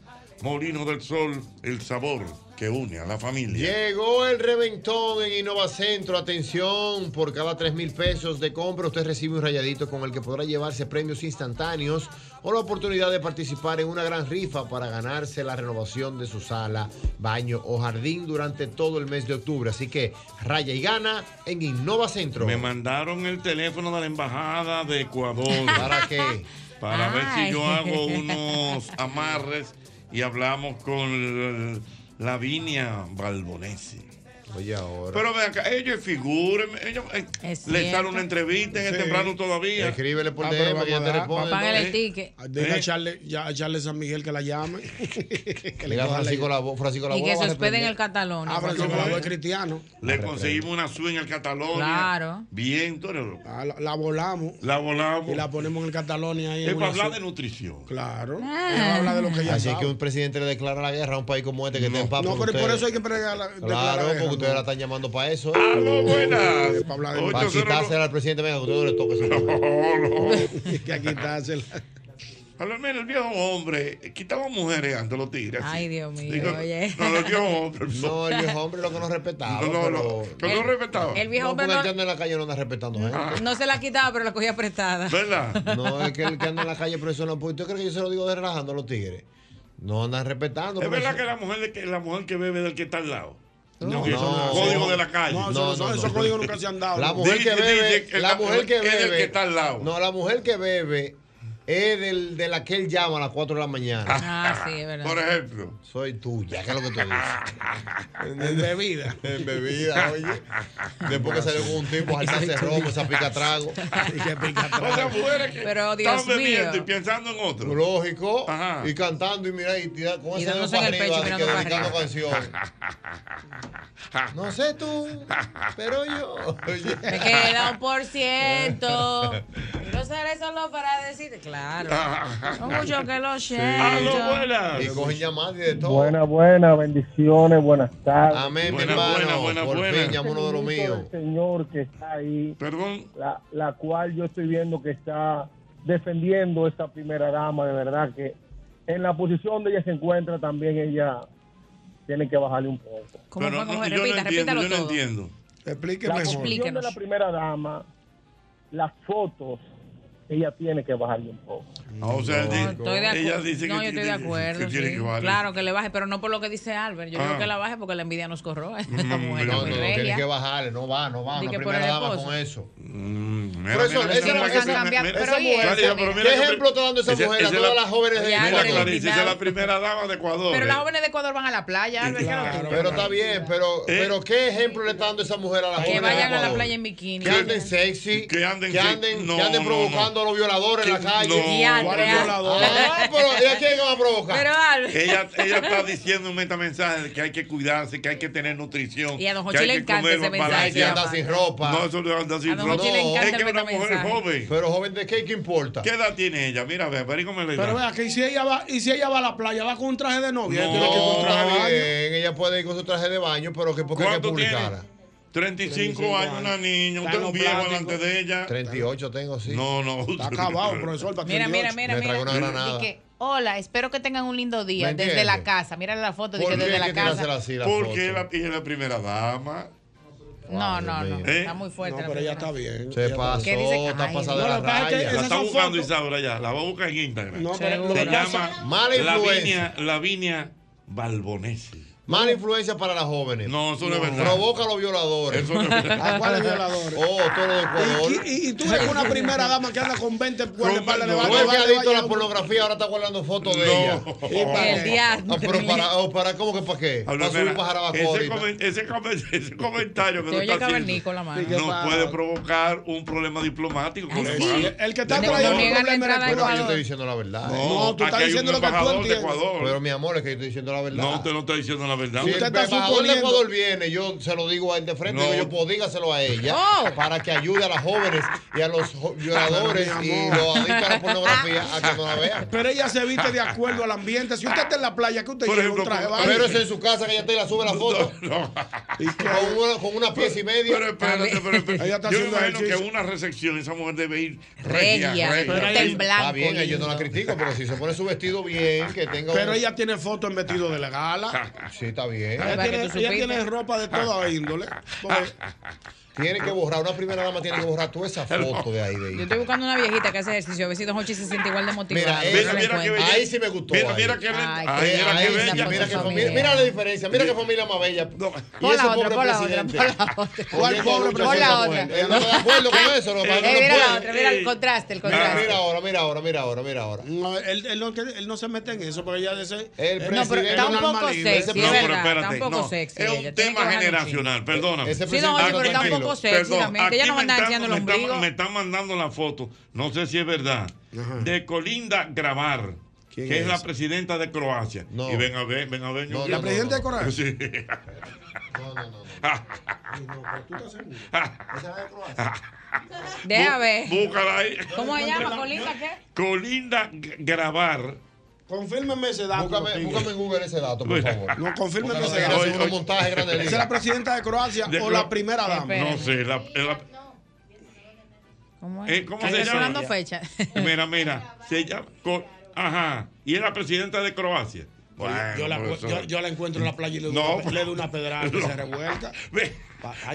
Molinos del Sol, el sabor que une a la familia.
Llegó el reventón en Innovacentro. Atención, por cada 3 mil pesos de compra, usted recibe un rayadito con el que podrá llevarse premios instantáneos o la oportunidad de participar en una gran rifa para ganarse la renovación de su sala, baño o jardín durante todo el mes de octubre. Así que raya y gana en Innovacentro.
Me mandaron el teléfono de la embajada de Ecuador.
¿Para qué?
Para ver
Ay.
si yo hago unos amarres y hablamos con Lavinia Balbonesi.
Oye, ahora.
Pero ven acá, ellos figuren, ellos eh, le
cierto.
sale una entrevista en el
Sí.
temprano todavía.
Escríbele por
Ah, pero
DM
vamos
que ya
a
te
dar,
responde.
vamos a dar.
el ticket.
Ah, Diga
Eh.
a Charles, ya, a Charles San Miguel que la llame. que
Diga a Francisco Labo- Francisco
Y que se hospede en el Catalón.
Ah, Francisco Labo es cristiano.
Le conseguimos una suite en el Catalón.
Claro.
Bien, Toro.
Ah, la, la volamos.
La volamos.
Y la ponemos en el Catalonia. ahí en
Es
una
para hablar
su-
de nutrición.
Claro.
Ah.
Ella va a hablar de lo que ya
Así
sabe.
que un presidente le declara la guerra a un país como este que está en paz.
No,
con
pero por
ustedes.
eso hay que pregar la-
Claro,
declarar
eh.
guerra,
porque ustedes
¿no?
la están llamando para eso.
¡Aló,
buenas!
Para
hablar de-
Para
809.
quitársela al presidente, venga, que ustedes no le toquen esa
cosa.
que hay que quitársela.
Hablar, mira, el viejo hombre, eh, quitaba mujeres antes los tigres. así.
Ay, Dios mío,
Digo,
oye.
No, los viejos hombres.
No, el viejo hombre lo que no respetaba.
No, no,
pero-
no, que no El- respetaba. Ah.
el viejo
No,
hombre
porque
no-
el que anda en la calle no anda respetando gente.
No se la quitaba, pero la cogía prestada.
¿Verdad?
No, es que el que anda en la calle, pero eso no. pues, ¿Usted cree que yo se lo digo de relajando a los tigres? No andan respetando.
Es
porque
verdad
eso-
que la mujer, de que- la mujer que bebe del que está al lado.
No, no,
No, eso no,
no.
código de la calle.
No, eso no, No, no, no. esos códigos nunca se han dado. La mujer que
Dice-
bebe,
dice que
la mujer que
Es el
bebe.
que está al lado.
No, la mujer que bebe es del, de la que él llama a las 4 de la mañana.
Ah, sí, es verdad.
Por ejemplo.
Soy tuya, ¿qué es lo que tú dices?
en bebida.
En bebida, oye. Después que salió con un tipo, saltarse romo, esa pica trago.
O sea, mujeres que
Pero, Dios
están bebiendo
mío.
y pensando en otro.
Lógico. Y cantando y mira, y tira, con
Y
ese dedo
dándose en
para
el pecho,
arriba, de que
mirando para
dedicando
arriba.
canciones. No sé tú, pero yo.
Me queda un por ciento. Y no seré solo para decir, claro. Son muchos que lo siento.
Y cogen llamadas y de todo.
Buenas, buenas, bendiciones, buenas tardes.
Amén, mi hermano. Ah, Por fin llamó uno de los míos.
El Señor que está ahí,
Perdón.
La, la cual yo estoy viendo que está defendiendo esta primera dama, de verdad que en la posición de ella se encuentra también ella tiene que bajarle un poco.
¿Cómo Pero fue? ¿Cómo no, fue? yo no Repita, entiendo, repítalo yo no todo. entiendo.
Explique
la
mejor.
posición de la primera dama, las fotos, ella tiene que bajarle un poco.
Ah, o sea, di-
Estoy de
ella
acuerdo.
dice
no,
que
yo estoy
tiene
de
que-
acuerdo.
que tiene
sí.
que bajar.
Claro que le baje, pero no por lo que dice Albert. Yo
Ah. Mm,
creo que la baje porque la envidia nos corroe.
No,
Esta mujer
no,
es muy
no,
regia.
tienes que bajarle, no va, no va.
Ni
Una
que por
primera
el
dama
esposo.
con eso.
Mm, Mira,
Por eso,
mira,
esa
mira,
es la que-
mira, mira,
esa-
mira,
esa
mira,
mujer-
Clarice, pero
¿Qué
mira,
ejemplo está dando esa mujer a
es
todas las jóvenes de
Mira,
Ecuador?
Clarice, esa es la primera dama de Ecuador.
Pero
eh.
las jóvenes de Ecuador van a la playa, Albert. ¿qué es lo que tú
Pero está bien,
Eh.
pero, pero ¿qué ejemplo le está dando esa mujer a la
Que
joven
vayan
de
a la
Ecuador?
playa en bikini.
Que anden sexy, que anden, que anden, provocando a los violadores en la calle.
no. Diantre,
¿Cuáles
ah.
violadores? Ah, pero ¿y a quién va a provocar?
Pero, Albert.
Ella, ella está diciendo un metamensaje de que hay que cuidarse, que hay que tener nutrición.
Y a don
que
Jochi
hay
le
que
encanta
comer
ese
balance.
mensaje,
Que
anda sin ropa.
No, eso no anda sin
A don Jochi
ropa.
le encanta
es que
el
una mujer
metamensaje.
joven.
Pero joven, ¿de qué, qué importa?
¿Qué edad tiene ella? Mira, ve, averígame la edad.
Pero vea que si ella va, y si ella va a la playa, va con un traje de novia.
No,
ella tiene que ir con un traje de
Está
baño.
bien, eh, ella puede ir con su traje de baño, pero que porque hay que
¿Cuánto tiene?
publicarla.
35, años, una niña, usted es un viejo delante de ella.
38 tengo, sí.
No, no. Está
acabado, profesor, para
Mira, mira, mira,
Me
mira.
traigo una granada.
Y que, hola, espero que tengan un lindo día
¿Me
desde la
entiendes?
casa. Mira la
¿Por
foto, dije
qué
desde
hay
la
que tirársela
casa.
así la foto?
Porque la- ella es la primera dama.
No, no, no.
¿Eh?
Está muy fuerte. la
Ella
primera.
está bien.
Se pasó,
¿Qué dice?
está
Ay,
pasada
no,
de la
lo que pasa es que
raya.
La está buscando Isaura ya. La va a buscar en Instagram.
No, pero lo
Se
que pasa-
llama
Mala influencia.
Lavinia, Lavinia Balbonesi.
Mala influencia para las jóvenes. No,
eso no es verdad.
Provoca a los violadores.
Eso no es verdad.
¿A cuáles violadores?
Oh, todo lo de Ecuador.
Y, y- y tú eres una primera dama que anda con 20 puertas para
No, el que adicto a la pornografía ahora está guardando fotos de ella.
Y para- El diablo.
Ah, pero para, oh, para, ¿cómo que para qué? Para subir
Mira,
pajarabacó
ese,
ahorita.
comen- ese comen- ese comentario que
Te
tú
oye
estás haciendo
cavernícola, mano.
nos puede provocar un problema diplomático. con
Ay,
el
sí.
Ecuador.
El que está
Tenemos
trayendo
que-
el problema
era
Pero que yo
Ecuador.
estoy diciendo la verdad. eh.
No, No, tú estás aquí hay diciendo un lo que tú embajador de entiendes. Ecuador.
Pero mi amor, es que yo estoy diciendo la verdad.
No, usted no está diciendo la verdad.
Si el embajador de Ecuador viene, yo se lo digo a él de frente, digo yo pues dígaselo a ella para que ayude a las jóvenes y a los jo- violadores
Pero, mi
y
amor.
los adictos a la pornografía a que no la vean.
Pero ella se viste de acuerdo al ambiente. Si usted está en la playa, ¿qué usted
Por
lleva?
ejemplo,
un traje
pero
baño.
eso en su casa que ella te la sube la foto. Con una, con una pieza y media.
Pero espérate, pero espérate.
Ella está
Yo me
haciendo
imagino que
ejercicio.
en una recepción esa mujer debe ir regia,
Regia,
regia.
pero
regia.
ahí- Está bien, ahí yo no la critico, pero si se pone su vestido bien, que tenga
Pero
un- Ah,
ella tiene fotos en vestido de la gala.
Sí, está bien.
Ella tiene, ella tiene ropa de toda índole. Porque-
Tiene que borrar, una primera dama tiene que borrar toda esa foto de ahí. De
Yo
ahí.
estoy buscando una viejita que hace ejercicio. A ver si Don Hochi se siente igual de motivado.
Mira, esa- mira qué belleza. Ahí sí me gustó.
Mira,
ahí.
mira qué lenta.
Ay,
Ay,
Eh,
mira
ahí
qué
sí,
bella.
mira, qué familia, mira la diferencia, mira qué familia más bella. Y
Pon
ese
la otra,
pobre
pon la otra,
presidente.
pon la otra.
Oye, esa lucha
Pon la
esa
otra.
mujer. Él no está de acuerdo con eso, lo que pasa es que
Eh,
no
mira la
puede.
otra, mira el contraste, el
Mira,
contraste.
mira ahora, mira ahora, mira ahora, mira ahora.
No, él, él no, él no se mete en eso, porque ella dice.
El
él-
presidente
es un alma libre. Ese
no, pero espérate, no, Es un tema generacional, perdona.
Ese Sí, presidente no, oye, pero está un
Tranquilo.
poco sexy
Perdón,
también, que ella
aquí
no
me
anda
están-
enseñando el
me están-
ombligo.
Me están mandando la foto, no sé si es verdad, de Colinda Grabar, que
¿Quién
es
es?
la presidenta de Croacia. Y ven a ver, ven a ver. yo-
¿La presidenta de Corea?
Sí.
Deja ver.
Búscala ahí.
¿Cómo se llama, Colinda? ¿Qué?
Colinda G- Grabar.
Confírmeme ese dato.
Búscame, búscame en Google ese dato, por favor.
No, confírmeme
Porque
ese
quiero
dato.
hacer un montaje grande de
¿Esa es
liga.
la presidenta de Croacia
De
o
Cro-
la primera dama?
No sé, la- la-
¿Cómo,
Eh, ¿cómo se llama?
dando fecha.
Mira, mira, se llama. Co- Ajá. Y es la presidenta de Croacia. Bueno,
yo, la,
profesor.
yo- yo la encuentro en la playa y le doy,
No.
una, le doy una pedrada que se revuelca.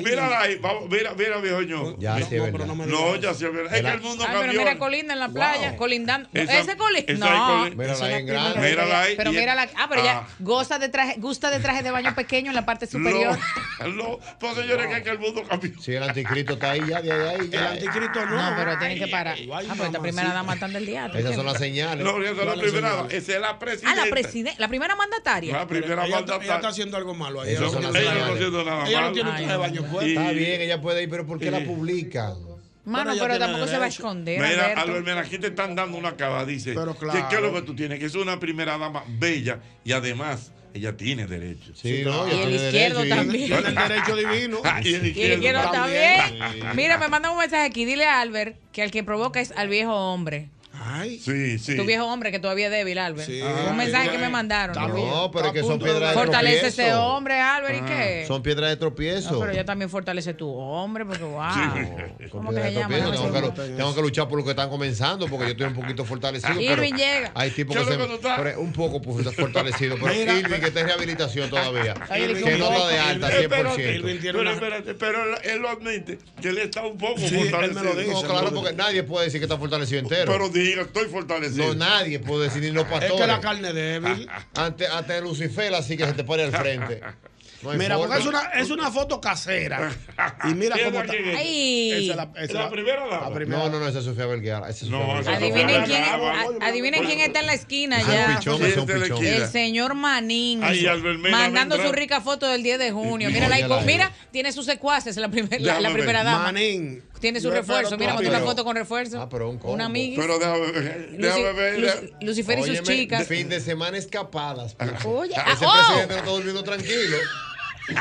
Mírala ahí, vamos, mira, mira, viejo ño.
Ya, sí, es verdad.
No, no, ya sí es verdad. Es que el mundo
Ay, Ah, pero
cambió.
mira Colinda en la playa, colindando.
Esa-
ese Colinda.
esa es
No.
Colinda. Mírala
Esa es
ahí
la
en
primera
grande.
vez que
Mírala
ella-
ahí
Pero
y-
mira la. Ah, pero ella
Ah.
goza de traje, gusta de traje de baño pequeño en la parte superior.
No, no, pues señores, que es que el mundo cambió.
Si el anticristo está ahí ya, de ahí, ahí. ya.
No, pero tienen que parar. Ah, pero esta primera dama tan del día.
Esas son las señales.
No, esa es la primera. dama, Esa es la
Ah,
presidenta.
la presidenta, la primera mandataria.
La primera
Ella,
maldad
ella está haciendo algo malo ahí.
Eso
Ella
son
no
las
tiene-
señales. Ella no tiene nada
Ella no
malo.
tiene un traje de baño fuerte.
Está bien, ella puede ir, pero ¿por qué la publican?
Mano,
ella
pero
tiene
tampoco se va a
derecho.
esconder.
Mira,
Alberto.
Albert, mira, aquí te están dando una cava, dice. Pero
claro.
¿Qué es lo que tú tienes? Que es una primera dama bella y además ella tiene derechos.
Sí,
no, ella Y el tiene izquierdo derechos y- también.
Tiene el derecho divino.
Ah, y el
Y el
izquierdo
que no está
también.
bien. Mira, me mandan un mensaje aquí. Dile a Albert que al que provoca es al viejo hombre.
Sí, sí.
Tu viejo hombre que todavía es débil, Albert.
Ah,
un mensaje
sí.
que me mandaron.
No, pero es que son piedras de
Fortalece
tropiezo.
ese hombre,
Ah.
Albert, ¿y qué?
Son piedras de
No,
tropiezo.
pero ya también fortalece tu hombre, porque wow. ¿Cómo que
Piedras
se
de tropiezo.
llama? Déjame
Tengo que,
ver.
lu- tengo que luchar por lo que están comenzando, porque yo estoy un poquito fortalecido.
Irving
pero
llega.
Hay tipos
Yo
que se.
creo que tú estás-
pero un poco pues, fortalecido, pero
Mira,
Irving, que está en rehabilitación todavía.
Ay, Irving,
que no está de alta,
Espérate,
100%.
Irving tiene una- Pero espérate, pero él, él lo admite, que él está un poco
Sí, él me
fortalecido.
lo dice, No, claro, porque nadie puede decir que está fortalecido entero.
Pero diga, estoy fortalecido.
No, nadie puede decir, ni los pastores.
Es que la carne es débil.
Ante, ante Lucifer, así que se te pare al frente. No hay
Mira,
forma.
porque es una, es una foto casera. Y mira
¿Quién
cómo
es
está.
quién es?
Ay.
La primera dama.
No, no, no, esa es Sofía Vergara. Esa es Sofía Vergara.
Adivinen quién,
Ah,
a- adivinen quién está en la esquina
Ese es un
ya.
pichón, ese este es un pichón.
El señor Manín.
Ay, Albert Mena,
mandando
vendrá.
su rica foto del 10 de junio. Mírala ahí. con- Mira, tiene sus secuaces la, primer- la- la
Déjame ver.
primera dama.
Manín.
Tiene su
Yo espero
refuerzo. Mira, mandó
todavía.
una foto con refuerzo.
Ah, pero un combo.
Una amiga.
Pero déjame ver,
Luci-
déjame ver.
Lu- Lucifer y sus
Óyeme,
chicas.
Fin de semana escapadas. puso.
Oye, ah,
Ese
oh.
presidente no está durmiendo tranquilo.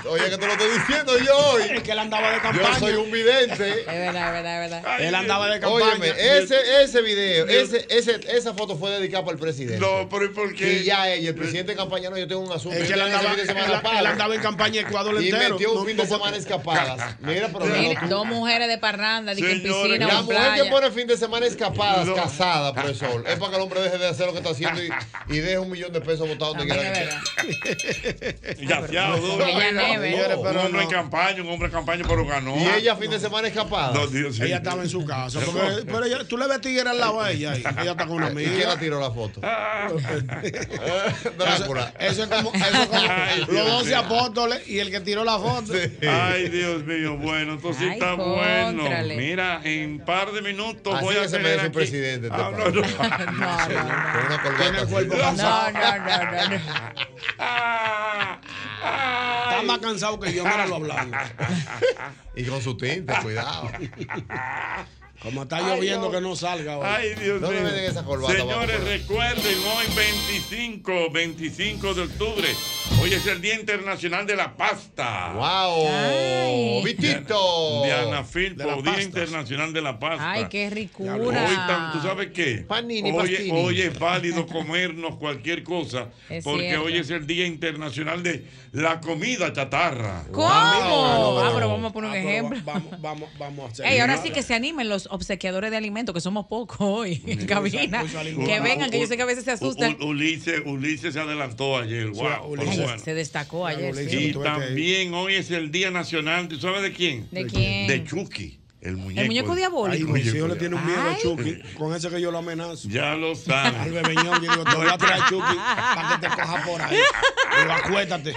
Oye, que te lo estoy diciendo yo hoy.
Es que él andaba de campaña.
Yo soy un vidente.
Es verdad, es verdad, es verdad.
Él andaba de campaña.
Óyeme, ese, ese video, ese, ese, esa foto fue dedicada para el presidente. No,
pero ¿y por
qué? Y ya ella, el presidente de campaña, no, yo tengo un asunto.
Es que
Yo
él
tengo ese
andaba,
fin de
él,
semana
él
pago.
andaba en campaña Ecuador
Y
entero.
metió un
No,
fin de
no,
semana escapadas. Mira, pero
Mira,
no.
dos mujeres de parranda, de que en
Señores,
piscina o
la
en
mujer que
playa.
pone fin de semana escapadas, casada, profesor, es para que el hombre deje de hacer lo que está haciendo y, y deje un millón de pesos botados donde quiera. que-
Yaciado, duro.
Ella
Never.
un hombre en campaña, un hombre en campaña, pero ganó.
Y ella fin de semana escapada.
No, Dios, sí.
Ella estaba en su casa. porque- pero ella- tú le ves tigre al lado a ella. y ella está con una amiga.
¿Y quién la tiró la foto? Drácula.
Eso es como, eso es como
Ay,
los
Dios
12
mío.
apóstoles y el que tiró la foto.
Ay, Dios mío, bueno, esto sí
Ay,
está bueno.
cóntrale.
Mira, en par de minutos
Así
voy
que
a
se
tener
merece un
aquí-
presidente,
Ah,
este
no, no.
Tiene el cuerpo
cansado.
No, no, no, no.
Está más cansado que yo, míralo hablando.
Y con su tinte, cuidado.
Como está
Ay,
lloviendo
Dios.
que no salga. hoy.
Ay, Dios
No me
mío.
den esa corbata,
Señores,
vamos.
recuerden, hoy 25, 25 de octubre. Hoy es el Día Internacional de la Pasta.
¡Wow! Ay. ¡Vitito!
Diana
De las
Filpo, pues, Día
pastas.
Internacional de la Pasta.
Ay, qué
Hoy tam- ¿Tú
ricura.
sabes qué?
Panini,
hoy,
pastini.
hoy es válido comernos cualquier cosa
Es
porque
cierto.
hoy es el Día Internacional de la Comida Chatarra.
¿Cómo? Ah, pero vamos a poner un
Ah, pero
ejemplo.
va- Vamos, vamos, vamos a hacer.
Ey, ahora sí que se animen los obsequiadores de alimentos, que somos pocos hoy en cabina. Que vengan, que yo sé que a veces se asustan.
U- U- Ulises, Ulises se adelantó ayer. Wow, pero
Ay,
bueno.
Se destacó ayer.
Y
sí.
también hoy es el Día Nacional, ¿tú sabes de quién?
¿De quién?
De Chucky, el muñeco. ¿eh?
muñeco diabólico?
Ay, mis
Muñeco
hijos le tienen un miedo a
Ay.
Chucky. Con ese que yo lo amenazo.
Ya lo
Al
saben.
bebeñón, yo digo, te voy a traer a Chucky para que te coja por ahí. Le digo, acuéstate.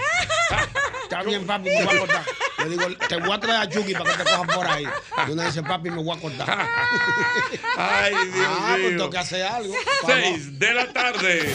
Está bien, papi, me voy a cortar. Le digo, te voy a traer a Chucky para que te coja por ahí. Y uno dice, papi, me voy a cortar.
Ay, Dios
ah, pues
mío.
tengo que hacer algo.
Seis de la tarde.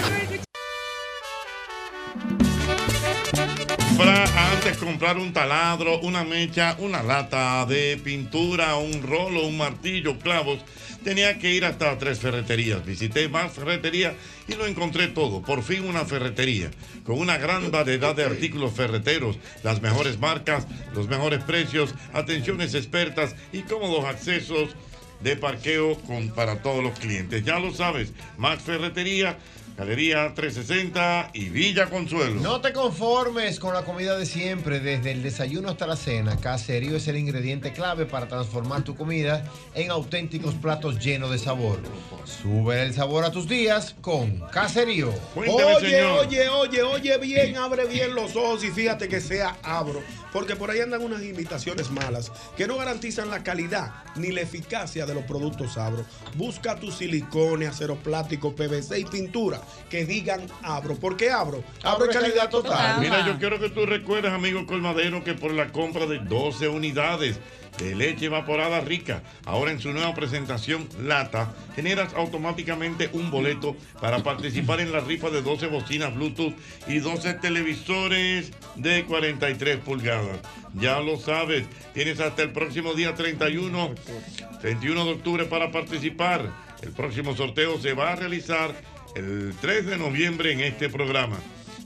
Para antes comprar un taladro, una mecha, una lata de pintura, un rolo, un martillo, clavos, tenía que ir hasta tres ferreterías. Visité más ferreterías y lo encontré todo. Por fin una ferretería con una gran variedad de artículos ferreteros, las mejores marcas, los mejores precios, atenciones expertas y cómodos accesos de parqueo con- para todos los clientes. Ya lo sabes, Max Ferretería, Galería 360 y Villa Consuelo.
No te conformes con la comida de siempre, desde el desayuno hasta la cena. Caserío es el ingrediente clave para transformar tu comida en auténticos platos llenos de sabor. Sube el sabor a tus días con Caserío.
oye, oye, oye, oye, bien, abre bien los ojos y fíjate que sea abro, porque por ahí andan unas imitaciones malas que no garantizan la calidad ni la eficacia de los productos abro. Busca tu silicone, acero plástico, PVC y pintura que digan abro, porque abro, abro es calidad total.
Mira, yo quiero que tú recuerdes, amigo Colmadero, que por la compra de 12 unidades de leche evaporada rica, ahora en su nueva presentación lata, generas automáticamente un boleto para participar en la rifa de 12 bocinas Bluetooth y 12 televisores de 43 pulgadas. Ya lo sabes, tienes hasta el próximo día 31
Pues,
31 de octubre para participar. El próximo sorteo se va a realizar el 3 de noviembre en este programa.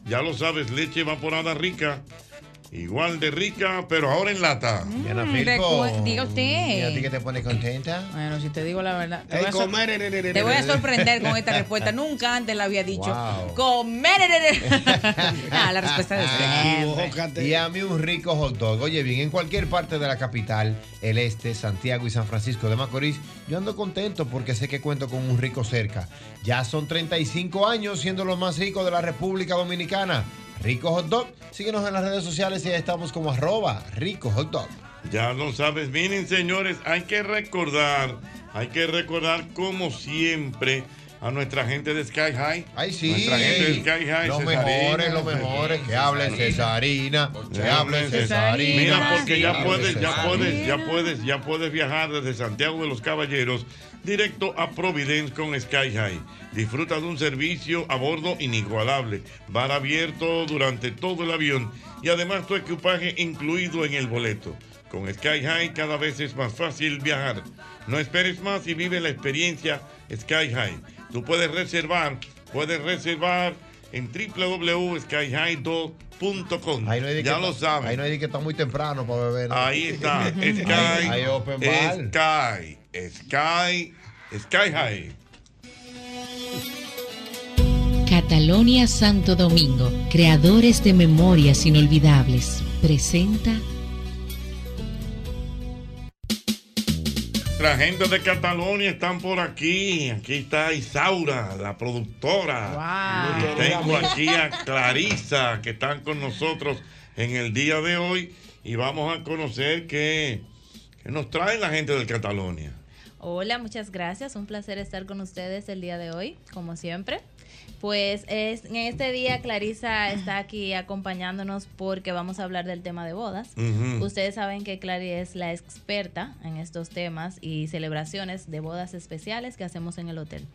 Ya lo sabes, leche evaporada rica. Igual de rica, pero ahora en lata.
Recu- Diga
¿Y a ti que
usted.
te pone contenta?
Bueno, si te digo la verdad. Te
Ey,
voy a sor-
comer,
te voy a sorprender con esta respuesta. Nunca antes la había dicho.
Wow.
Comer. Nada, la respuesta de siempre.
Y a mí un rico hot dog. Oye, bien, en cualquier parte de la capital, el este, Santiago y San Francisco de Macorís, yo ando contento porque sé que cuento con un rico cerca. Ya son 35 años siendo los más ricos de la República Dominicana. Rico hot dog. Síguenos en las redes sociales y ahí estamos como arroba rico hot dog.
Ya lo sabes, miren señores, hay que recordar, hay que recordar como siempre a nuestra gente de Sky High.
Ay, sí.
Nuestra gente de Sky High.
Los
Cesarina,
mejores, los mejores. Que hable Cesarina. Que hable Cesarina.
Mira, porque
que
ya
hable
puedes, ya
Cesarina.
puedes, ya puedes, ya puedes viajar desde Santiago de los Caballeros directo a Providence con Sky High. Disfruta de un servicio a bordo inigualable, bar abierto durante todo el avión y además tu equipaje incluido en el boleto. Con Sky High cada vez es más fácil viajar. No esperes más y vive la experiencia Sky High. Tú puedes reservar, puedes reservar en www.skyhigh2.com. ya lo sabes.
Ahí no hay que está muy temprano para beber. ¿no?
Ahí está, Sky.
Ahí- ahí open bar.
Sky. Sky. Sky High.
Catalonia Santo Domingo, creadores de memorias inolvidables, presenta
Nuestra gente de Cataluña están por aquí. Aquí está Isaura, la productora.
Wow.
Y tengo aquí a Clarisa, que están con nosotros en el día de hoy. Y vamos a conocer qué, qué nos trae la gente de Cataluña.
Hola, muchas gracias. Un placer estar con ustedes el día de hoy, como siempre. Pues es, en este día Clarisa está aquí acompañándonos porque vamos a hablar del tema de bodas.
Ujú.
Ustedes saben que Clary es la experta en estos temas y celebraciones de bodas especiales que hacemos en el hotel.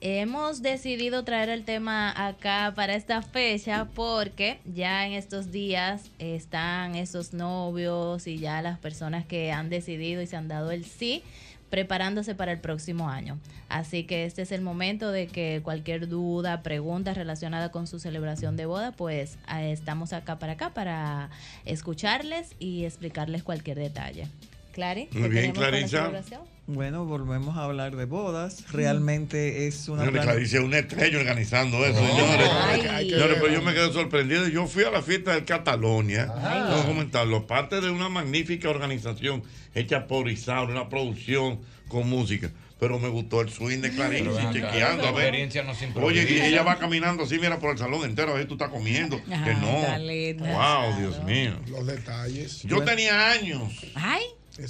Hemos decidido traer el tema acá para esta fecha porque ya en estos días están esos novios y ya las personas que han decidido y se han dado el sí preparándose para el próximo año. Así que este es el momento de que cualquier duda, pregunta relacionada con su celebración de boda, pues ah, estamos acá para acá para escucharles y explicarles cualquier detalle. Clary, ¿qué
Muy bien,
tenemos para la
Clarisa.
celebración?
Bueno, volvemos a hablar de bodas. Realmente es una.
Señores,
plani-
Clarice es una estrella organizando eso, señores.
Ay.
Señores, pero yo me quedé sorprendido. Yo fui a la fiesta de Catalonia.
Ay.
Tengo que comentarlo. Parte de una magnífica organización hecha por Isaura, una producción con música. Pero me gustó el swing de Clarice,
Pero ven acá,
chequeando. A
esa
ver.
experiencia no se
Oye, y
improvisa.
ella va caminando así, mira, por el salón entero. A ver, tú estás comiendo. que
Ay,
no.
Ah, está linda.
Wow, Dios mío.
Los detalles.
Yo tenía años.
Ay.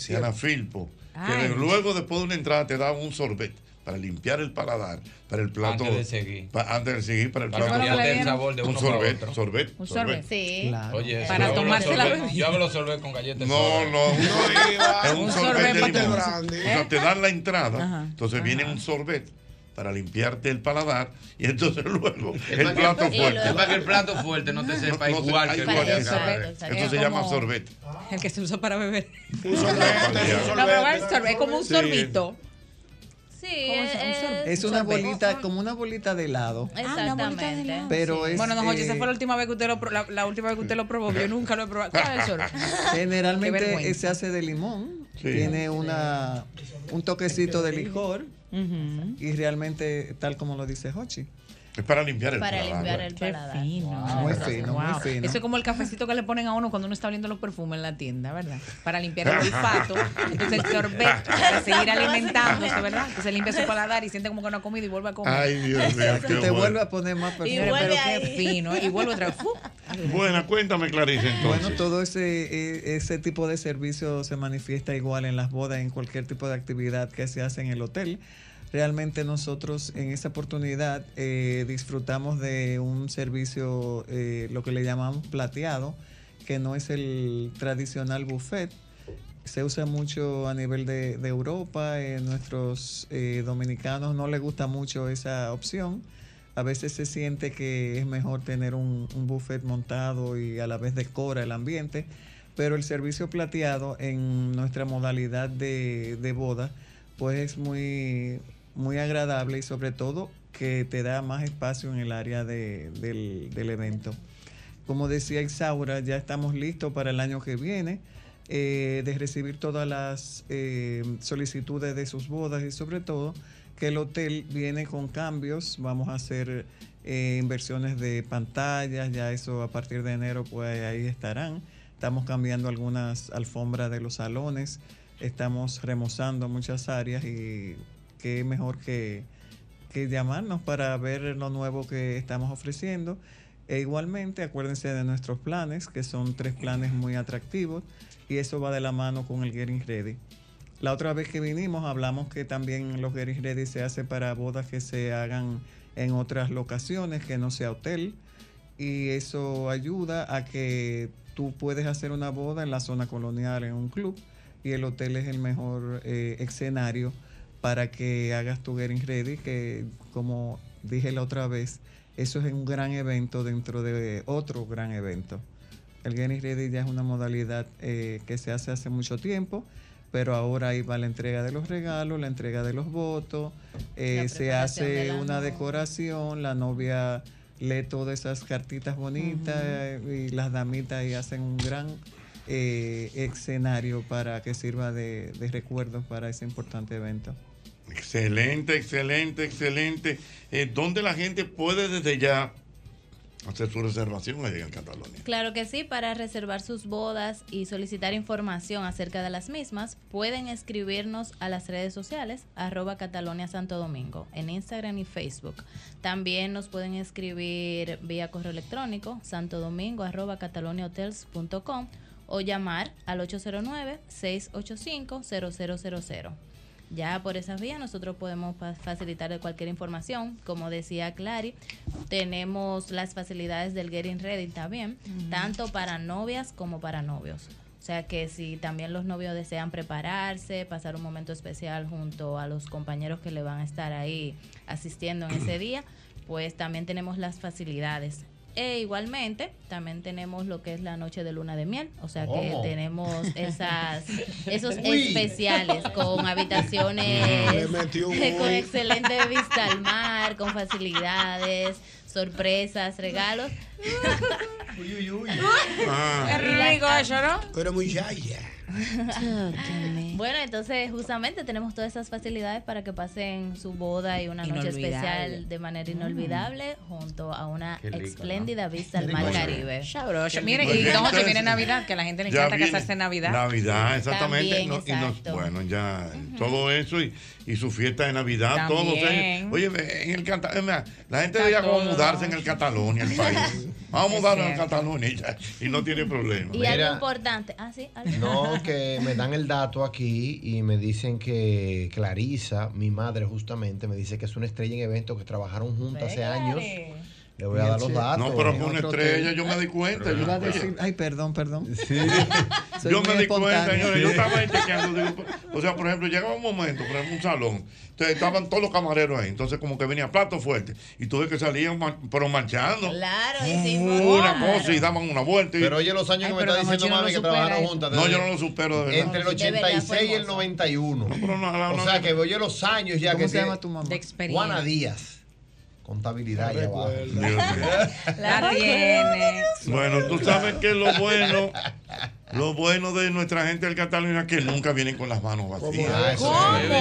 Diana Filpo, que
Ay.
de- luego después de una entrada te da un sorbet para limpiar el paladar, para el plato.
Antes de seguir.
pa- antes de seguir, para el
Para
plato.
cambiarte el sabor de
un
uno para
sorbet,
otro.
sorbet,
Un
sorbet.
sorbet. Sí.
Claro. Oye,
Para
yo hago los
tomarse la
sorbet-
bebida.
Yo hago los sorbet con galletas.
No,
soda.
no, es un
Un
sorbet de
sorbet
limón.
grande. ¿eh?
O sea, te dan la entrada,
Ajá.
entonces viene un sorbet para limpiarte el paladar y entonces luego
para
el,
que-
plato
y
fuerte.
luego- Es para que el plato fuerte no te sepa
no
igual que el
igual
sorbet.
sorbet.
Exacto,
Entonces se llama
Como
sorbet.
El que se usa para beber.
sorbete.
No, pero va el sorbete, es como un
Sí.
sorbito.
Sí,
¿Cómo
es,
se- un sorbete?
Es una bolita, como una bolita de helado.
Exactamente.
Pero es.
bueno, don Jorge, esa
eh,
fue la última vez que usted lo pro- la, la última vez que usted lo probó. Yo nunca lo he probado. ¿Cuál es el sorbete? Qué
Generalmente eh,
vergüenza.
se hace de limón,
Sí.
tiene una, un toquecito de licor
Ujú.
y realmente, tal como lo dice Hochi.
Es para limpiar
el Para paladar. limpiar el
Qué
paladar.
fino.
Muy fino, muy
Wow.
fino.
Eso es como el cafecito que le ponen a uno cuando uno está abriendo los perfumes en la tienda, ¿verdad? Para limpiar el olfato. Entonces el sorbete para seguir alimentándose, ¿verdad? Entonces limpia su paladar y siente como que no ha comido y vuelve a comer.
Ay, Dios mío, qué
Y te
bueno.
vuelve a poner más perfume.
Señores, pero qué fino. ¿eh? Y vuelve otra vez. ¡Fu!
Buena, cuéntame, Clarice, entonces.
Bueno, todo ese, eh, ese tipo de servicio se manifiesta igual en las bodas, en cualquier tipo de actividad que se hace en el hotel. Realmente nosotros en esta oportunidad eh, disfrutamos de un servicio, eh, lo que le llamamos plateado, que no es el tradicional buffet. Se usa mucho a nivel de, de Europa, eh, nuestros eh, dominicanos no les gusta mucho esa opción. A veces se siente que es mejor tener un, un buffet montado y a la vez decora el ambiente, pero el servicio plateado en nuestra modalidad de, de boda, pues es muy, muy agradable y sobre todo que te da más espacio en el área de- del, del evento. Como decía Isaura, ya estamos listos para el año que viene eh, de recibir todas las eh, solicitudes de sus bodas y sobre todo que el hotel viene con cambios. Vamos a hacer eh, inversiones de pantallas, ya eso a partir de enero pues ahí estarán. Estamos cambiando algunas alfombras de los salones, estamos remozando muchas áreas y qué mejor que, que llamarnos para ver lo nuevo que estamos ofreciendo. E igualmente, acuérdense de nuestros planes, que son tres planes muy atractivos, y eso va de la mano con el Getting Ready. La otra vez que vinimos hablamos que también los Getting Ready se hace para bodas que se hagan en otras locaciones, que no sea hotel, y eso ayuda a que tú puedes hacer una boda en la zona colonial, en un club, y el hotel es el mejor eh, escenario para que hagas tu Getting Ready, que como dije la otra vez, eso es un gran evento dentro de otro gran evento. El Getting Ready ya es una modalidad eh, que se hace hace mucho tiempo, pero ahora ahí va la entrega de los regalos, la entrega de los votos, eh,
La
se
preparación de
hace
la
una
novia.
decoración, la novia lee todas esas cartitas bonitas eh, y las damitas ahí hacen un gran eh, escenario para que sirva de, de recuerdo para ese importante evento.
Excelente, excelente, excelente. Eh, ¿Dónde la gente puede desde ya hacer su reservación allá en Cataluña.
Claro que sí, para reservar sus bodas y solicitar información acerca de las mismas, pueden escribirnos a las redes sociales, arroba Catalonia Santo Domingo, en Instagram y Facebook. También nos pueden escribir vía correo electrónico, santodomingo arroba cataloniahotels.com o llamar al 809-685-0000. Ya por esas vías nosotros podemos fa- facilitar cualquier información. Como decía Clary, tenemos las facilidades del Getting Ready también,
Ujú.
tanto para novias como para novios. O sea que si también los novios desean prepararse, pasar un momento especial junto a los compañeros que le van a estar ahí asistiendo en ese día, pues también tenemos las facilidades. E igualmente, también tenemos lo que es la noche de luna de miel, o sea que
¿Cómo?
tenemos esas, esos
Uy.
especiales con habitaciones
Le metió un
con
uy.
excelente vista al mar, con facilidades, sorpresas, regalos.
Ah.
rico eso, ¿no?
Pero muy ya, ya.
Bueno, entonces justamente tenemos todas esas facilidades para que pasen su boda y una noche
Inolvidable.
especial de manera inolvidable junto a una
Qué rico, ¿no?
espléndida vista al
Qué
mar
rico.
Caribe.
Sabroso. Miren, y don José, viene Navidad, que a la gente le
Ya
encanta
viene
casarse en Navidad.
Navidad, exactamente.
También,
no- y nos-
exacto.
bueno, ya todo eso y, y su fiesta de Navidad, todo. o sea,
También.
oye, en el Cata- es más, la gente debería como mudarse en el Cataluña, el país. Vamos a mudarnos en
cierto.
Cataluña y, ya, y no tiene problema.
Y algo importante. Ah, sí, algo.
No, que me dan el dato aquí y me dicen que Clarisa, mi madre justamente, me dice que es una estrella en eventos que trabajaron juntas hace años. Le voy a dar los datos.
No, pero fue una estrella, yo me di cuenta.
Pero
Yo,
iba a
oye,
decir-
Ay, perdón, perdón. Soy
yo
muy
me di cuenta,
espontánea.
señores. Yo estaba ahí chequeando. digo, por- o sea, por ejemplo, llegaba un momento, por ejemplo, un salón. Entonces, estaban todos los camareros ahí. Entonces, como que venía plato fuerte. Y tuve que salían, ma- pero marchando.
Claro,
Una cosa y daban una vuelta. y-
Pero oye los años que me está diciendo mami que trabajaron juntas.
No,
desde-
yo no lo supero, de verdad.
Entre el 86 y el 91. o sea que oye los años ya
¿Cómo
que
se
tiene-
llama tu mamá? De experiencia.
Juana Díaz. Contabilidad allá abajo.
La tiene.
Bueno, tú sabes que lo bueno, lo bueno de nuestra gente del Cataluña es que nunca vienen con las manos vacías.
Ah, eso ¿Cómo? debe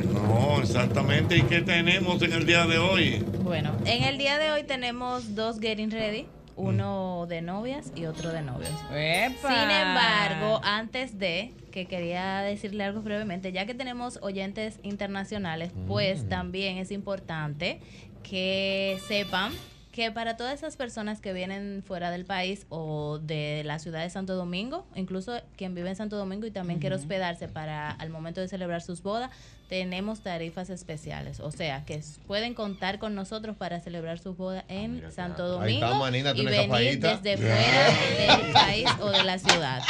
de
No, exactamente. ¿Y qué tenemos en el día de hoy?
Bueno, en el día de hoy tenemos dos Getting Ready, uno de novias y otro de novios. Sin embargo, antes de que quería decirle algo brevemente, ya que tenemos oyentes internacionales, pues también es importante que sepan que para todas esas personas que vienen fuera del país o de la ciudad de Santo Domingo, incluso quien vive en Santo Domingo y también quiere hospedarse para al momento de celebrar sus bodas, tenemos tarifas especiales, o sea, que s- pueden contar con nosotros para celebrar sus bodas en Santo Domingo
Ahí estamos, Anina, tú
y
una
venir
escapadita.
desde fuera del país o de la ciudad.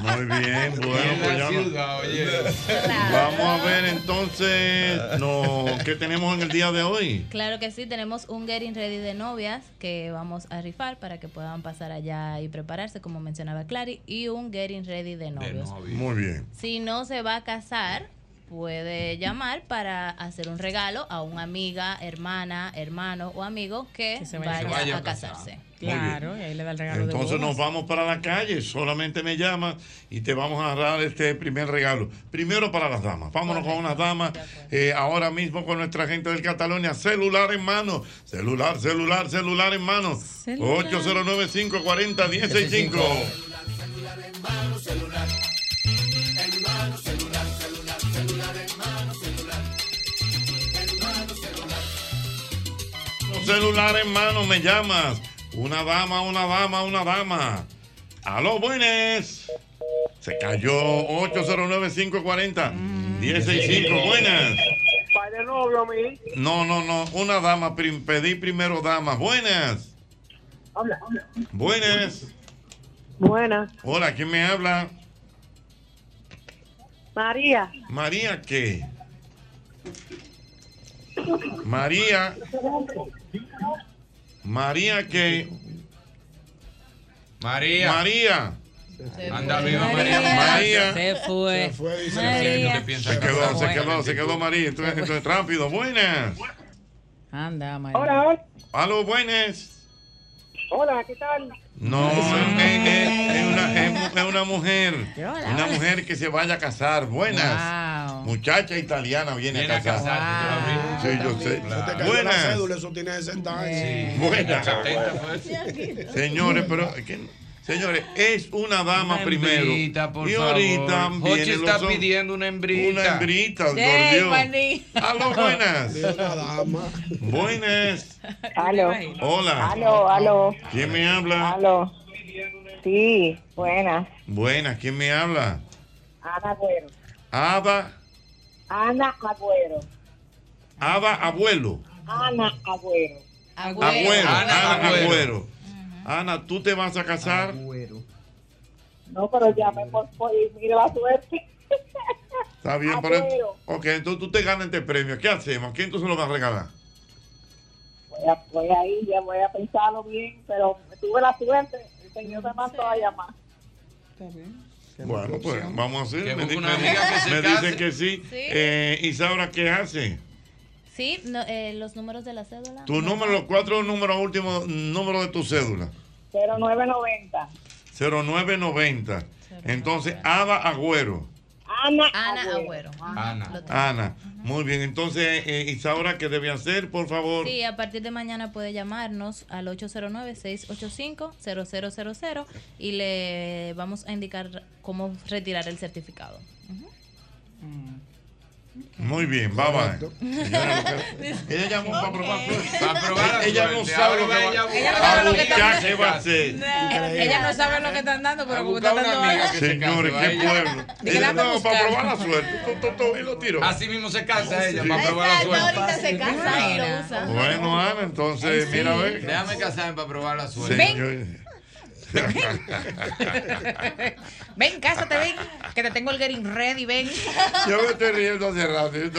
Muy bien, bueno,
En la
pues ya. no-
ciudad, oye.
Vamos a ver entonces, no, ¿qué tenemos en el día de hoy?
Claro que sí, tenemos un getting ready de novias que vamos a rifar para que puedan pasar allá y prepararse, como mencionaba Clary, y un getting ready de novios.
Muy bien.
Si no se va a casar, puede llamar para hacer un regalo a una amiga, hermana, hermano o amigo que, vaya,
vaya a
a casarse.
Muy bien.
Claro, y ahí le da el regalo de
Entonces
bodas.
nos vamos para la calle, solamente me llamas y te vamos a dar este primer regalo. Primero para las damas, vámonos con unas damas eh, ahora mismo con nuestra gente del Cataluña, celular en mano, celular, celular, celular en mano, 809-540-165.
Hermano celular, hermano celular, celular, celular, hermano celular, hermano celular.
Celular en mano, me llamas, una dama, una dama, una dama. Aló, buenas. Se cayó 809-540-165, buenas.
Padre novio a mí.
No, no, no. Una dama. prim- pedí primero dama. Buenas.
Habla, habla.
Buenas.
Buenas.
Hola, ¿quién me habla?
María.
María, ¿qué? María, María, ¿qué?
María.
María.
Anda viva María.
María.
Se
fue.
Se fue,
dice. María. Lo siento, que piensa
Se
que
quedó,
no
se
se
quedó,
muere.
se quedó María. Entonces, entonces rápido. Buenas.
Anda, María.
Aló, buenas.
Hola, ¿qué tal?
No, es, es- es- es una, es mu- es una mujer. Una mujer que se vaya a casar. Buenas.
Wow.
Muchacha italiana viene,
Viene
a
a
casarse.
casarse,
Sí, yo sé.
Te cayó la
Buenas.
cédula, eso tiene 60 años.
Buenas. Señores, pero. ¿qué? Señores, es una dama
Una
primero.
hembrita, por
y ahorita
favor.
vienen
Jochi
los
está
hombres.
pidiendo
una hembrita. Una hembrita, por
Ey,
Dios.
Juaní.
Aló, buenas. Buenas.
Aló.
Hola.
Aló, aló.
¿Quién me habla?
Aló. Sí, buenas.
Buenas, ¿quién me habla?
Ana Agüero.
Ada,
Ana Agüero.
Ada Abuelo.
Ana Agüero.
Agüero. Ana, Agüero. Ana, ¿tú te vas a casar?
No, pero llame por por- y mire la suerte.
Está bien, pero.
Agüero.
Ok, entonces tú te ganas este premio. ¿Qué hacemos? ¿Quién tú se lo vas a regalar?
Voy, a- voy ahí, ya voy a pensarlo bien, pero tuve la suerte. El señor me mandó a llamar.
Bueno, pues vamos a hacer. Me, di-
una
me-
amiga que se
me
case.
dicen que sí.
Sí.
Eh, Isaura, ¿qué hace?
Sí, no, eh, los números de la cédula.
Tu número, los cuatro números últimos, número de tu cédula.
0990.
0990. Entonces, Ada Agüero.
Ana,
Agüero.
Ana. Ana. Muy bien, entonces, eh, Isaura, ¿qué debe hacer, por favor?
Sí, a partir de mañana puede llamarnos al 809-685-0000 y le vamos a indicar cómo retirar el certificado.
Muy bien, bye bye. Ella llamó para probar Para probar Ella no sabe lo que va
Ella no sabe lo que está
Ya se va a hacer.
Ella no sabe lo que están dando, pero como están dando algo.
Señores, qué pueblo.
que la
Ella
anda
no, para
buscando.
probar la suerte. Tú, tú, tú, y lo tiró.
Así mismo se casa ella
Sí.
para probar la
Exacto,
suerte.
ahorita se casa
y lo
usa.
Bueno, Ana, entonces, mira a ver.
Déjame casarme para probar la suerte.
Señor.
Ven, cásate, ven. Que te tengo el getting ready, ven.
Yo me estoy riendo hace rato. Yo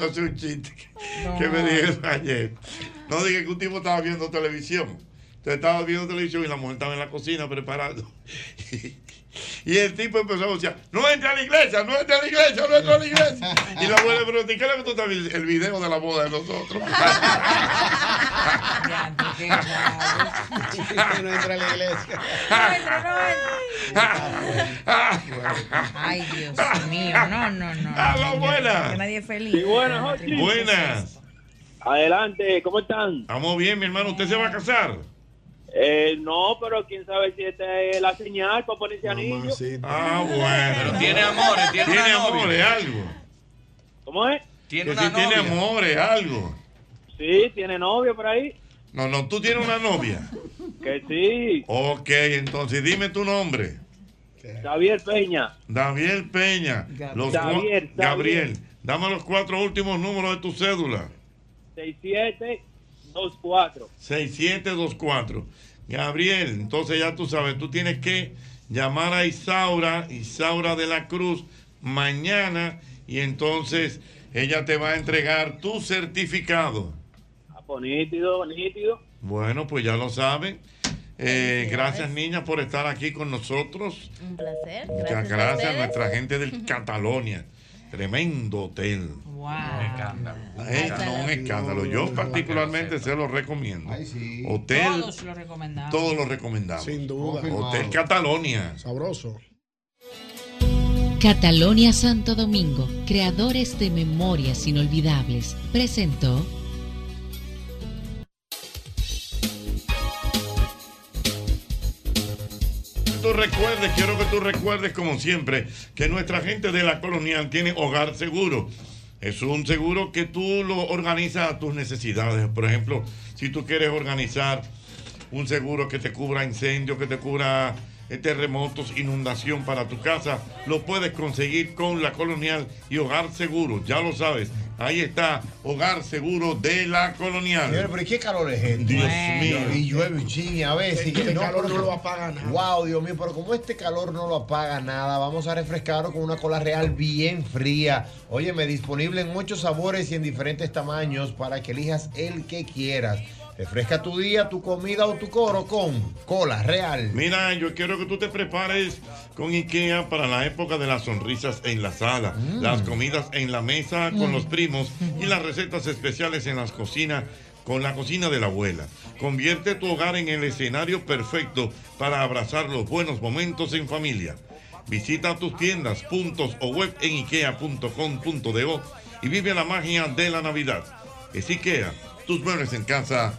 no sé un chiste que, que me dijeron ayer. No dije que un tipo estaba viendo televisión. Entonces estaba viendo televisión y la mujer estaba en la cocina preparando. Y el tipo empezó a decir, no entre a la iglesia, no entre a la iglesia, no entre a la iglesia. Y la mujer le preguntó, ¿y qué le gustó también el video de la boda de nosotros?
no entra a la iglesia.
Ay, Dios mío. No, no, no.
Aló, buenas.
Que nadie es feliz.
Buenas.
Adelante, ¿cómo están?
Estamos bien, mi hermano. ¿Usted se va a casar?
Eh, no, pero quién sabe si esta es la señal pues, para ponerse anillo.
Ah, bueno. Pero
tiene amores, tiene
Tiene
una novia.
amores, algo.
¿Cómo es?
Tiene
una
si tiene
novia.
amores, algo.
Sí, tiene novio por ahí.
No, no, tú tienes una novia.
Que sí.
Ok, entonces dime tu nombre.
Javier Peña.
Daviel Peña. Los cua-
Gabriel, Gabriel.
Gabriel. Dame los cuatro últimos números de tu cédula.
6724.
6724. Gabriel, entonces ya tú sabes, tú tienes que llamar a Isaura, Isaura de la Cruz, mañana y entonces ella te va a entregar tu certificado.
Ah, pues, nítido, nítido.
Bueno, pues ya lo saben. Eh, gracias niñas por estar aquí con nosotros.
Un placer.
Muchas gracias a nuestra gente del Catalonia. Tremendo hotel. Eh, no, un escándalo. Yo particularmente se lo recomiendo. Hotel,
Todos lo recomendamos.
todos lo recomendamos. Sin
duda.
Hotel Catalonia.
Sabroso.
Catalonia Santo Domingo, creadores de memorias inolvidables, presentó
Tú recuerdes, quiero que tú recuerdes como siempre que nuestra gente de la colonial tiene hogar seguro. Es un seguro que tú lo organizas a tus necesidades. Por ejemplo, si tú quieres organizar un seguro que te cubra incendios, que te cubra eh, terremotos, inundación para tu casa, lo puedes conseguir con la colonial y hogar seguro. Ya lo sabes. Ahí está, hogar seguro de la colonial.
Señores, pero ¿y qué calor es este?
Dios mío.
Y llueve un chin y a veces.
Este calor no lo
apaga nada. Wow, Dios mío, pero como este calor no lo apaga nada, vamos a refrescarlo con una cola real bien fría. Óyeme, disponible en muchos sabores y en diferentes tamaños para que elijas el que quieras. Refresca tu día, tu comida o tu coro con cola real.
Mira, yo quiero que tú te prepares con IKEA para la época de las sonrisas en la sala, las comidas en la mesa con los primos y las recetas especiales en las cocinas con la cocina de la abuela. Convierte tu hogar en el escenario perfecto para abrazar los buenos momentos en familia. Visita tus tiendas, puntos o web en ikea.com.do y vive la magia de la Navidad. Es IKEA, tus muebles en casa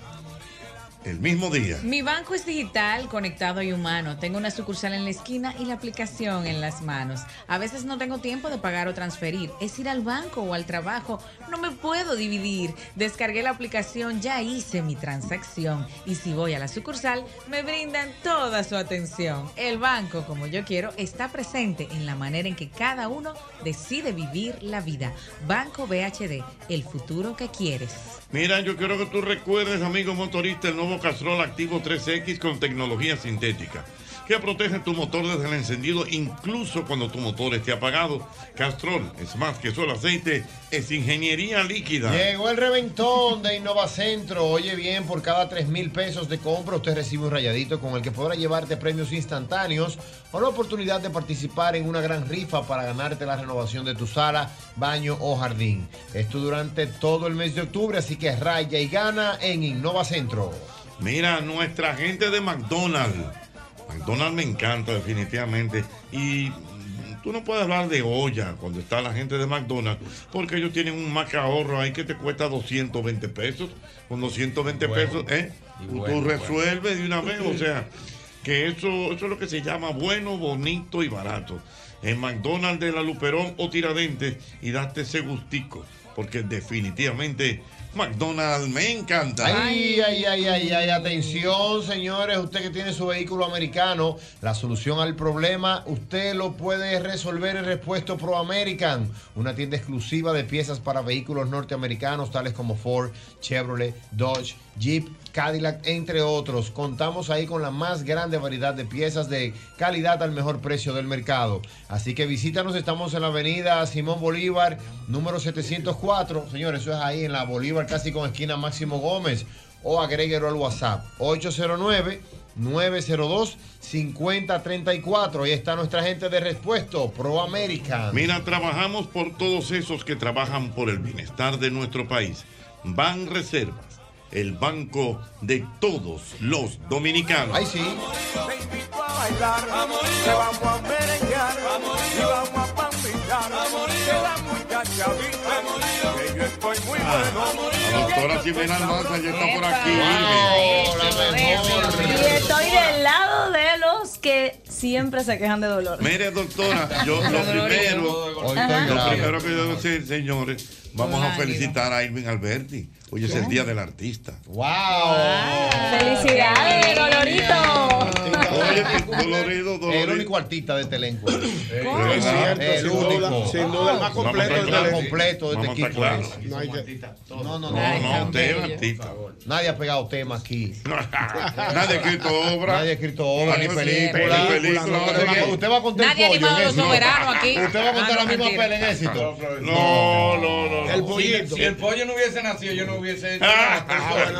el mismo día.
Mi banco es digital, conectado y humano. Tengo una sucursal en la esquina y la aplicación en las manos. A veces no tengo tiempo de pagar o transferir. Es ir al banco o al trabajo. No me puedo dividir. Descargué la aplicación, ya hice mi transacción. Y si voy a la sucursal, me brindan toda su atención. El banco, como yo quiero, está presente en la manera en que cada uno decide vivir la vida. Banco BHD, el futuro que quieres.
Mira, yo quiero que tú recuerdes, amigo motorista, el nuevo Castrol Activo 3X con tecnología sintética, que protege tu motor desde el encendido incluso cuando tu motor esté apagado. Castrol es más que solo aceite, es ingeniería líquida.
Llegó el reventón de Innovacentro. Oye bien, por cada 3 mil pesos de compra usted recibe un rayadito con el que podrá llevarte premios instantáneos o la oportunidad de participar en una gran rifa para ganarte la renovación de tu sala, baño o jardín. Esto durante todo el mes de octubre, así que raya y gana en Innovacentro.
Mira, nuestra gente de McDonald's. McDonald's me encanta definitivamente. Y tú no puedes hablar de olla cuando está la gente de McDonald's, porque ellos tienen un mac ahorro ahí que te cuesta 220 pesos. Con 220
Bueno.
pesos, ¿eh?
Y
Tú
bueno,
resuelves de una vez, o sea, que eso, eso es lo que se llama bueno, bonito y barato. En McDonald's de la Luperón o Tiradentes y date ese gustico, porque definitivamente McDonald's me encanta.
Ay, ay, ay, ay, ay, atención, señores, usted que tiene su vehículo americano, la solución al problema, usted lo puede resolver en Repuesto Pro American, una tienda exclusiva de piezas para vehículos norteamericanos tales como Ford, Chevrolet, Dodge, Jeep, Cadillac, entre otros. Contamos ahí con la más grande variedad de piezas de calidad al mejor precio del mercado. Así que visítanos, estamos en la avenida Simón Bolívar, número 704. Señores, eso es ahí en la Bolívar, casi con esquina Máximo Gómez. O agréguelo al WhatsApp 809-902-5034. Ahí está nuestra gente de respuesto, Pro American.
Mira, trabajamos por todos esos que trabajan por el bienestar de nuestro país. Ban Reservas, el banco de todos los dominicanos.
Ay, sí.
a bailar, que vamos a merengar, y vamos a pambilar, que la muchacha vive, que yo estoy muy bueno.
Ah, La doctora Ximena Almanza ya está por aquí.
Y estoy del lado de los que siempre se quejan de dolor.
Mire, doctora, yo lo primero,
Ajá.
lo primero que debo decir, señores, vamos a felicitar a Irving Alberti. Hoy es el Día del Artista.
¡Wow!
¡Felicidades,
Dolorito!
Dolorido,
El único artista de este elenco.
¿Cómo?
Es cierto,
El
sin
único.
duda, sin duda, el más completo de este
Vamos a estar
equipo.
completo de este
Vamos a
equipo.
estar
es. No hay que-
No, no, no.
Ay,
No, tan usted es bello. artista.
Nadie ha pegado tema aquí.
Nadie ha escrito obra.
Nadie ha escrito obra, ni
Ni
película.
película, ni película,
Usted
no,
va-
no.
Usted va a contar
Nadie ha
pollo
animado
en
los
éxito.
soberanos aquí.
Usted va a contar la
Ah, no,
misma
mentira.
pelea en éxito.
No, no, no. Ah,
El
Si, si el pollo no hubiese nacido, yo no hubiese hecho nada.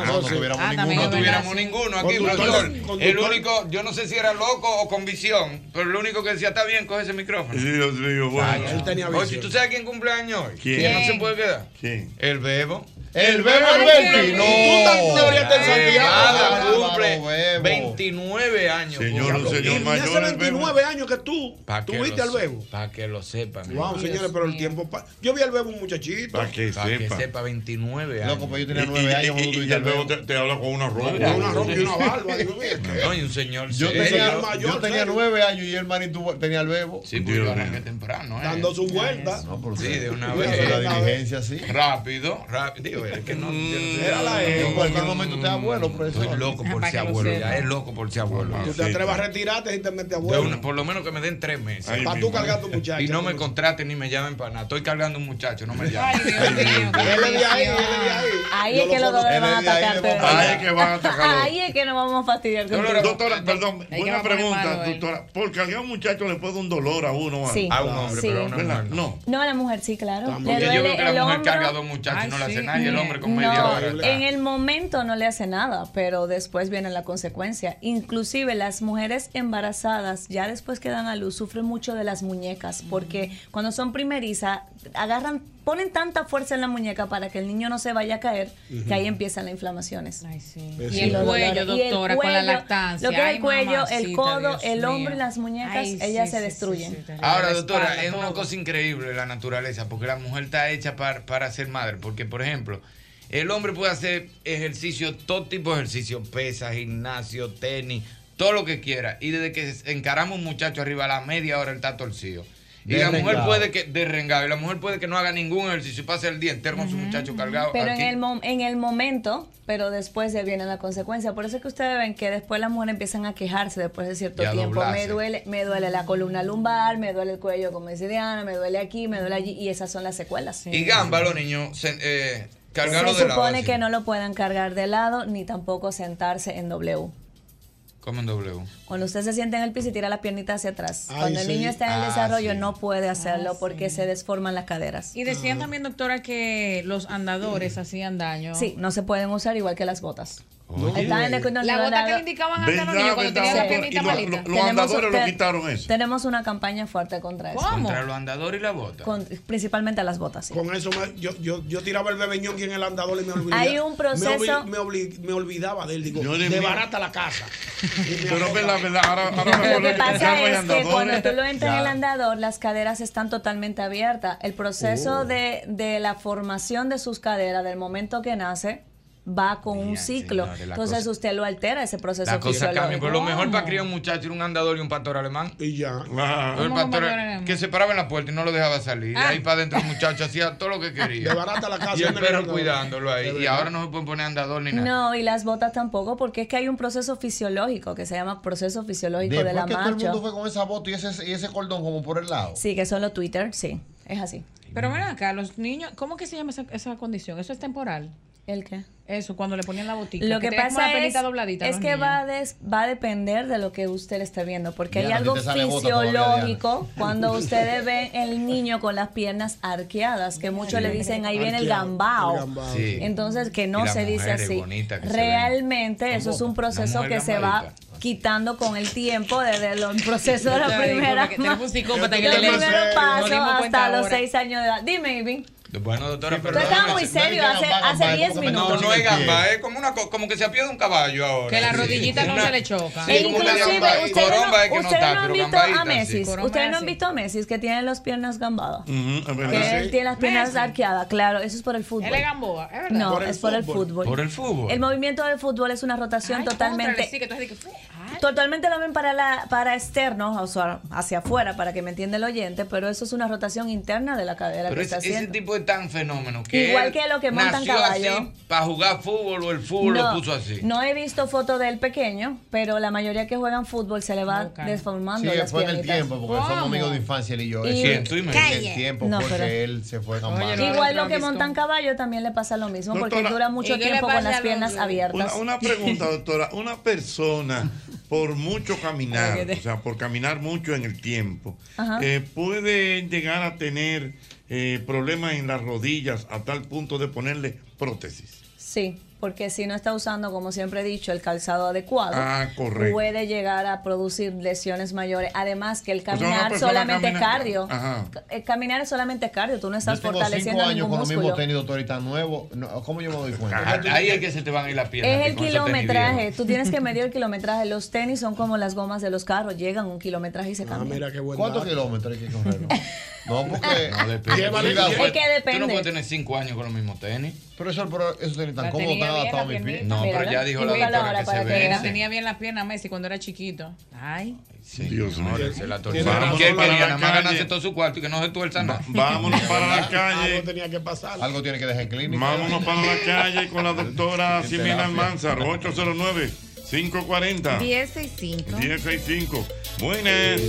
No tuviéramos
Ah,
ninguno.
también es No tuviéramos verdad, sí. ninguno aquí,
Conductor,
profesor.
conductor.
El único, yo no sé si era loco o con visión, pero el único que decía, está bien, coge ese micrófono.
Dios mío, bueno.
Él tenía visión. ¿Tú sabes quién cumpleaños hoy?
¿Quién?
¿Quién no se puede quedar?
¿Quién?
El bebo.
El Bebo Alberti, no.
Tú deberías estar
Bárbaro,
Santiago. cumple 29 años.
Señor, un señor
Y hace 29 años que tú tuviste al bebo.
Para que lo sepan.
Wow, señores, pero el tiempo. pa- Yo vi al bebo un muchachito.
Para que,
sepa.
sepa 29 años.
Loco, pues yo
tenía Y- nueve y- años y- cuando y- tuviste y el al bebo bebo. te- te habla con una ropa. Con una ropa y una barba,
digo,
No, y un señor.
Yo
serio.
tenía, yo tenía nueve años y el marín tuvo- tenía el bebo.
Sí, pues yo arranqué temprano, ¿eh?
Dando su vuelta.
No, por sí, de una
Sí,
vez.
de la diligencia, sí.
Rápido, rápido. Digo, es que no. yo no sé.
Era la
Yo
En cualquier momento usted es abuelo, profesor.
Estoy loco por
Para
ser
que lo
abuelo.
sepa.
Ya es loco por ser abuelo.
Tú te atreves a retirarte si te metes a
De
huevo.
una- por lo menos que me den tres meses.
Ahí Pa' tú mismo. cargar a tu muchacho.
Y no me contraten ni me llamen para nada. Estoy cargando un muchacho, no me llamen.
Ahí es que los dolores van a atacarte.
Ahí es que van a atacarlo.
Ahí es que nos vamos a fastidiar. con
Doctora,
todo.
doctora, perdón,
Hay que
buena
poner
pregunta,
malo ahí.
doctora. Porque a un muchacho le puede dar un dolor a uno.
Sí.
A un hombre, pero a una
¿Verdad?
mujer
No.
No, a la mujer sí, claro.
Porque yo veo que la mujer carga a dos muchachos y no le hace nada. Y el hombre con media
No,
hora. está-
en el momento no le hace nada, pero después viene la consecuencia. Inclusive las mujeres embarazadas, ya
Mm.
después que dan a luz, sufren mucho de las muñecas, porque cuando son primeriza, agarran ponen tanta fuerza en la muñeca para que el niño no se vaya a caer,
Ujú.
que ahí empiezan las inflamaciones.
Es
Y
Y el
los
cuello,
dolores. Y el
doctora, con la
cuello,
lactancia.
Lo que es
Ay,
el cuello, el
mamacita,
codo,
Dios
el hombro y
mío.
las muñecas,
Ay,
ellas
sí,
se
sí,
destruyen.
Ahora, doctora, es una cosa increíble la naturaleza, porque la mujer está hecha para, para ser madre. Porque, por ejemplo, el hombre puede hacer ejercicio, todo tipo de ejercicio, pesas, gimnasio, tenis, todo lo que quiera. Y desde que encaramos un muchacho arriba a la media hora, él está torcido. Y la mujer
Derrengado.
puede que, derrengado, y la mujer puede que no haga ningún ejercicio y pase el día entero con su muchacho cargado.
Pero en
aquí.
el, mom- en el momento, pero después ya viene la consecuencia. Por eso es que ustedes ven que después las mujeres empiezan a quejarse después de cierto
Y a
tiempo.
doblarse.
Me duele, me duele la columna lumbar, me duele el cuello, como dice Diana, me duele aquí, me duele allí. Y esas son las secuelas.
Y gamba, los niños, se- eh, cargarlo de
se
lado.
supone
así,
que no lo puedan cargar de lado ni tampoco sentarse en W.
Como en W.
Cuando usted se sienta en el piso y tira la piernita hacia atrás.
Ay,
Cuando el
sí.
niño está en el
Ah, Ah.
desarrollo
sí.
no puede hacerlo porque se desforman las caderas.
Y decían también, doctora, que los andadores hacían daño.
Sí, no se pueden usar igual que las botas.
Oye.
Estaban en el- no,
La
no,
bota
no,
que
no.
le indicaban antes a los niños cuando tenían la piernita malita.
los andadores lo
te-
quitaron eso.
Tenemos una campaña fuerte contra eso.
Contra los andadores y la bota.
Con- principalmente a las botas. sí.
Con eso me- yo, yo, yo tiraba el bebeñón en el andador y me olvidaba.
Hay un proceso-
Me, obli- me obli- me olvidaba de él. Digo,
Dios mío.
de barata la casa.
Pero es Pues la verdad, ahora, ahora me
Lo
acuerdo
que
que
pasa
pensaba en
es que
andadores.
cuando tú lo entras en el
Ya.
andador, las caderas están totalmente abiertas. El proceso
Oh.
de, de la formación de sus caderas del momento que nace va con un ciclo.
señores, la
Entonces
cosa-
usted lo altera ese proceso
La cosa cambia,
fisiológico.
pero lo mejor para criar un muchacho era un andador y un pastor alemán.
Y ya.
El
¿Cómo un
pastor
pastor alemán?
que se paraba en la puerta y no lo dejaba salir. Y
Ah.
ahí para adentro el muchacho hacía todo lo que quería.
De barata la casa,
Y el
anda
perro
andando.
cuidándolo ahí. Y ahora no se pueden poner andador ni nada.
No, y las botas tampoco, porque es que hay un proceso fisiológico que se llama proceso fisiológico
Después
de la
que todo el
marcha.
mundo fue con esa bota y ese, y ese cordón como por el lado.
Sí, que son los Twitter, sí, es así.
Pero ven acá, los niños, ¿cómo que se llama esa, esa condición? ¿Eso es temporal?
¿El qué?
Eso, cuando le ponían la botica.
Lo que,
tenían como la
pasa es,
pelita dobladita
es
los
que
niños.
va a, des- va a depender de lo que usted le esté viendo, porque
Diana,
hay algo
a ti te sale gota todavía,
fisiológico
Diana.
cuando ustedes ven el niño con las piernas arqueadas, que muchos le dicen, ahí viene el
Arqueado, el
gambao.
gambao. Sí.
Entonces, que
Y
no
las
se dice
mujeres
así.
bonitas que se ven.
Realmente eso es un
botas. La
proceso
mujer
que se va quitando con el tiempo, desde el proceso de la
Te digo,
primera.
porque tenemos un psicópata en
del
el elenco.
primer
Nos
paso
dimos cuenta
hasta los
ahora.
seis años de edad. Dime, Ivy.
Bueno, doctora, pero.
Tú estabas muy serio hace- hace 10
No,
minutos.
no es gamba, es como, una, co- como que se apiede un caballo ahora.
Que la
Sí.
rodillita no
Una-
se le choca.
Sí, como una gamba- coromba es que no está,
ustedes no han
pero
visto
gambaíta
a Messi.
sí.
Ustedes no han visto a Messi, que tiene las piernas gambadas.
Ujú, es
Que
verdad.
él tiene las piernas arqueadas, claro, eso es por el fútbol.
Él es gamboa, es verdad.
No, es por el fútbol.
Por el fútbol.
El movimiento del fútbol es una rotación totalmente
Sí, que tú has dicho que fue.
Totalmente lo ven para, la, para externos, o sea, hacia afuera, para que me entienda el oyente, pero eso es una rotación interna de la cadera
Pero
que está
ese, ese
haciendo.
tipo es tan fenómeno que
Igual
él
que lo que montan
nació
caballo.
así para jugar fútbol o el fútbol lo puso así.
no he visto fotos del pequeño, pero la mayoría que juegan fútbol se le va
Sí,
desformando las
fue en el
piernitas.
tiempo, porque somos amigos de infancia él y yo.
Y-
Es
Siento y me-
en
Calle.
el tiempo
No,
porque
pero-
él se fue gambando.
Igual lo que montan caballo también le pasa lo mismo, porque
Doctora,
dura
¿y
mucho
qué le
tiempo
pasa
con
a
las
los-
piernas
Una,
abiertas.
una pregunta, doctora. Una persona, por mucho caminar, o sea, por caminar mucho en el tiempo,
Ajá.
eh, puede llegar a tener eh, problemas en las rodillas a tal punto de ponerle prótesis.
Sí, porque si no está usando, como siempre he dicho, el calzado adecuado,
Ah, correcto.
puede llegar a producir lesiones mayores. Además que el
sea, una
caminar
persona
solamente es
camina-
cardio.
Ajá.
Eh, Caminar es solamente cardio, tú
Ah. Yo
no estás
tengo cinco
fortaleciendo
años
ningún
con los mismos
músculo.
tenis, doctor, y tan nuevo. No, ¿Cómo yo me doy cuenta?
Ahí es que se te van a ir las piernas.
Es
que
el
con esos tenis
kilometraje,
viejos.
tú tienes que medir el kilometraje. Los tenis son como las gomas de los carros, llegan un kilometraje y se cambian.
¿Cuántos kilómetros hay que correr? No, porque.
No, depende.
Llévale-
Tú no
Es
puedes-
que
Tú no
depende.
puedes tener cinco años con los mismos tenis.
Pero eso, esos tenis
tan
La cómodos, tenía tan bien, adaptados a la mis pies. piernita.
No, pero
Mírala.
ya dijo la
Igual ahora
doctora que
para
se
que
ve.
vea. Tenía bien las piernas Messi cuando era chiquito. Ay.
Dios mío.
Se la
Tiene razón,
torcieron. ¿Qué
la
quería? Nada más
calle.
ganarse todo su cuarto y que no se tuerza nada.
Vámonos para la calle.
Algo tenía que pasar.
Algo tiene que dejar en clínica.
Vámonos para la calle con la doctora
Qué
Simena
terapia.
Almanzar, 809-540.
10 y 5.
1065. Buenas.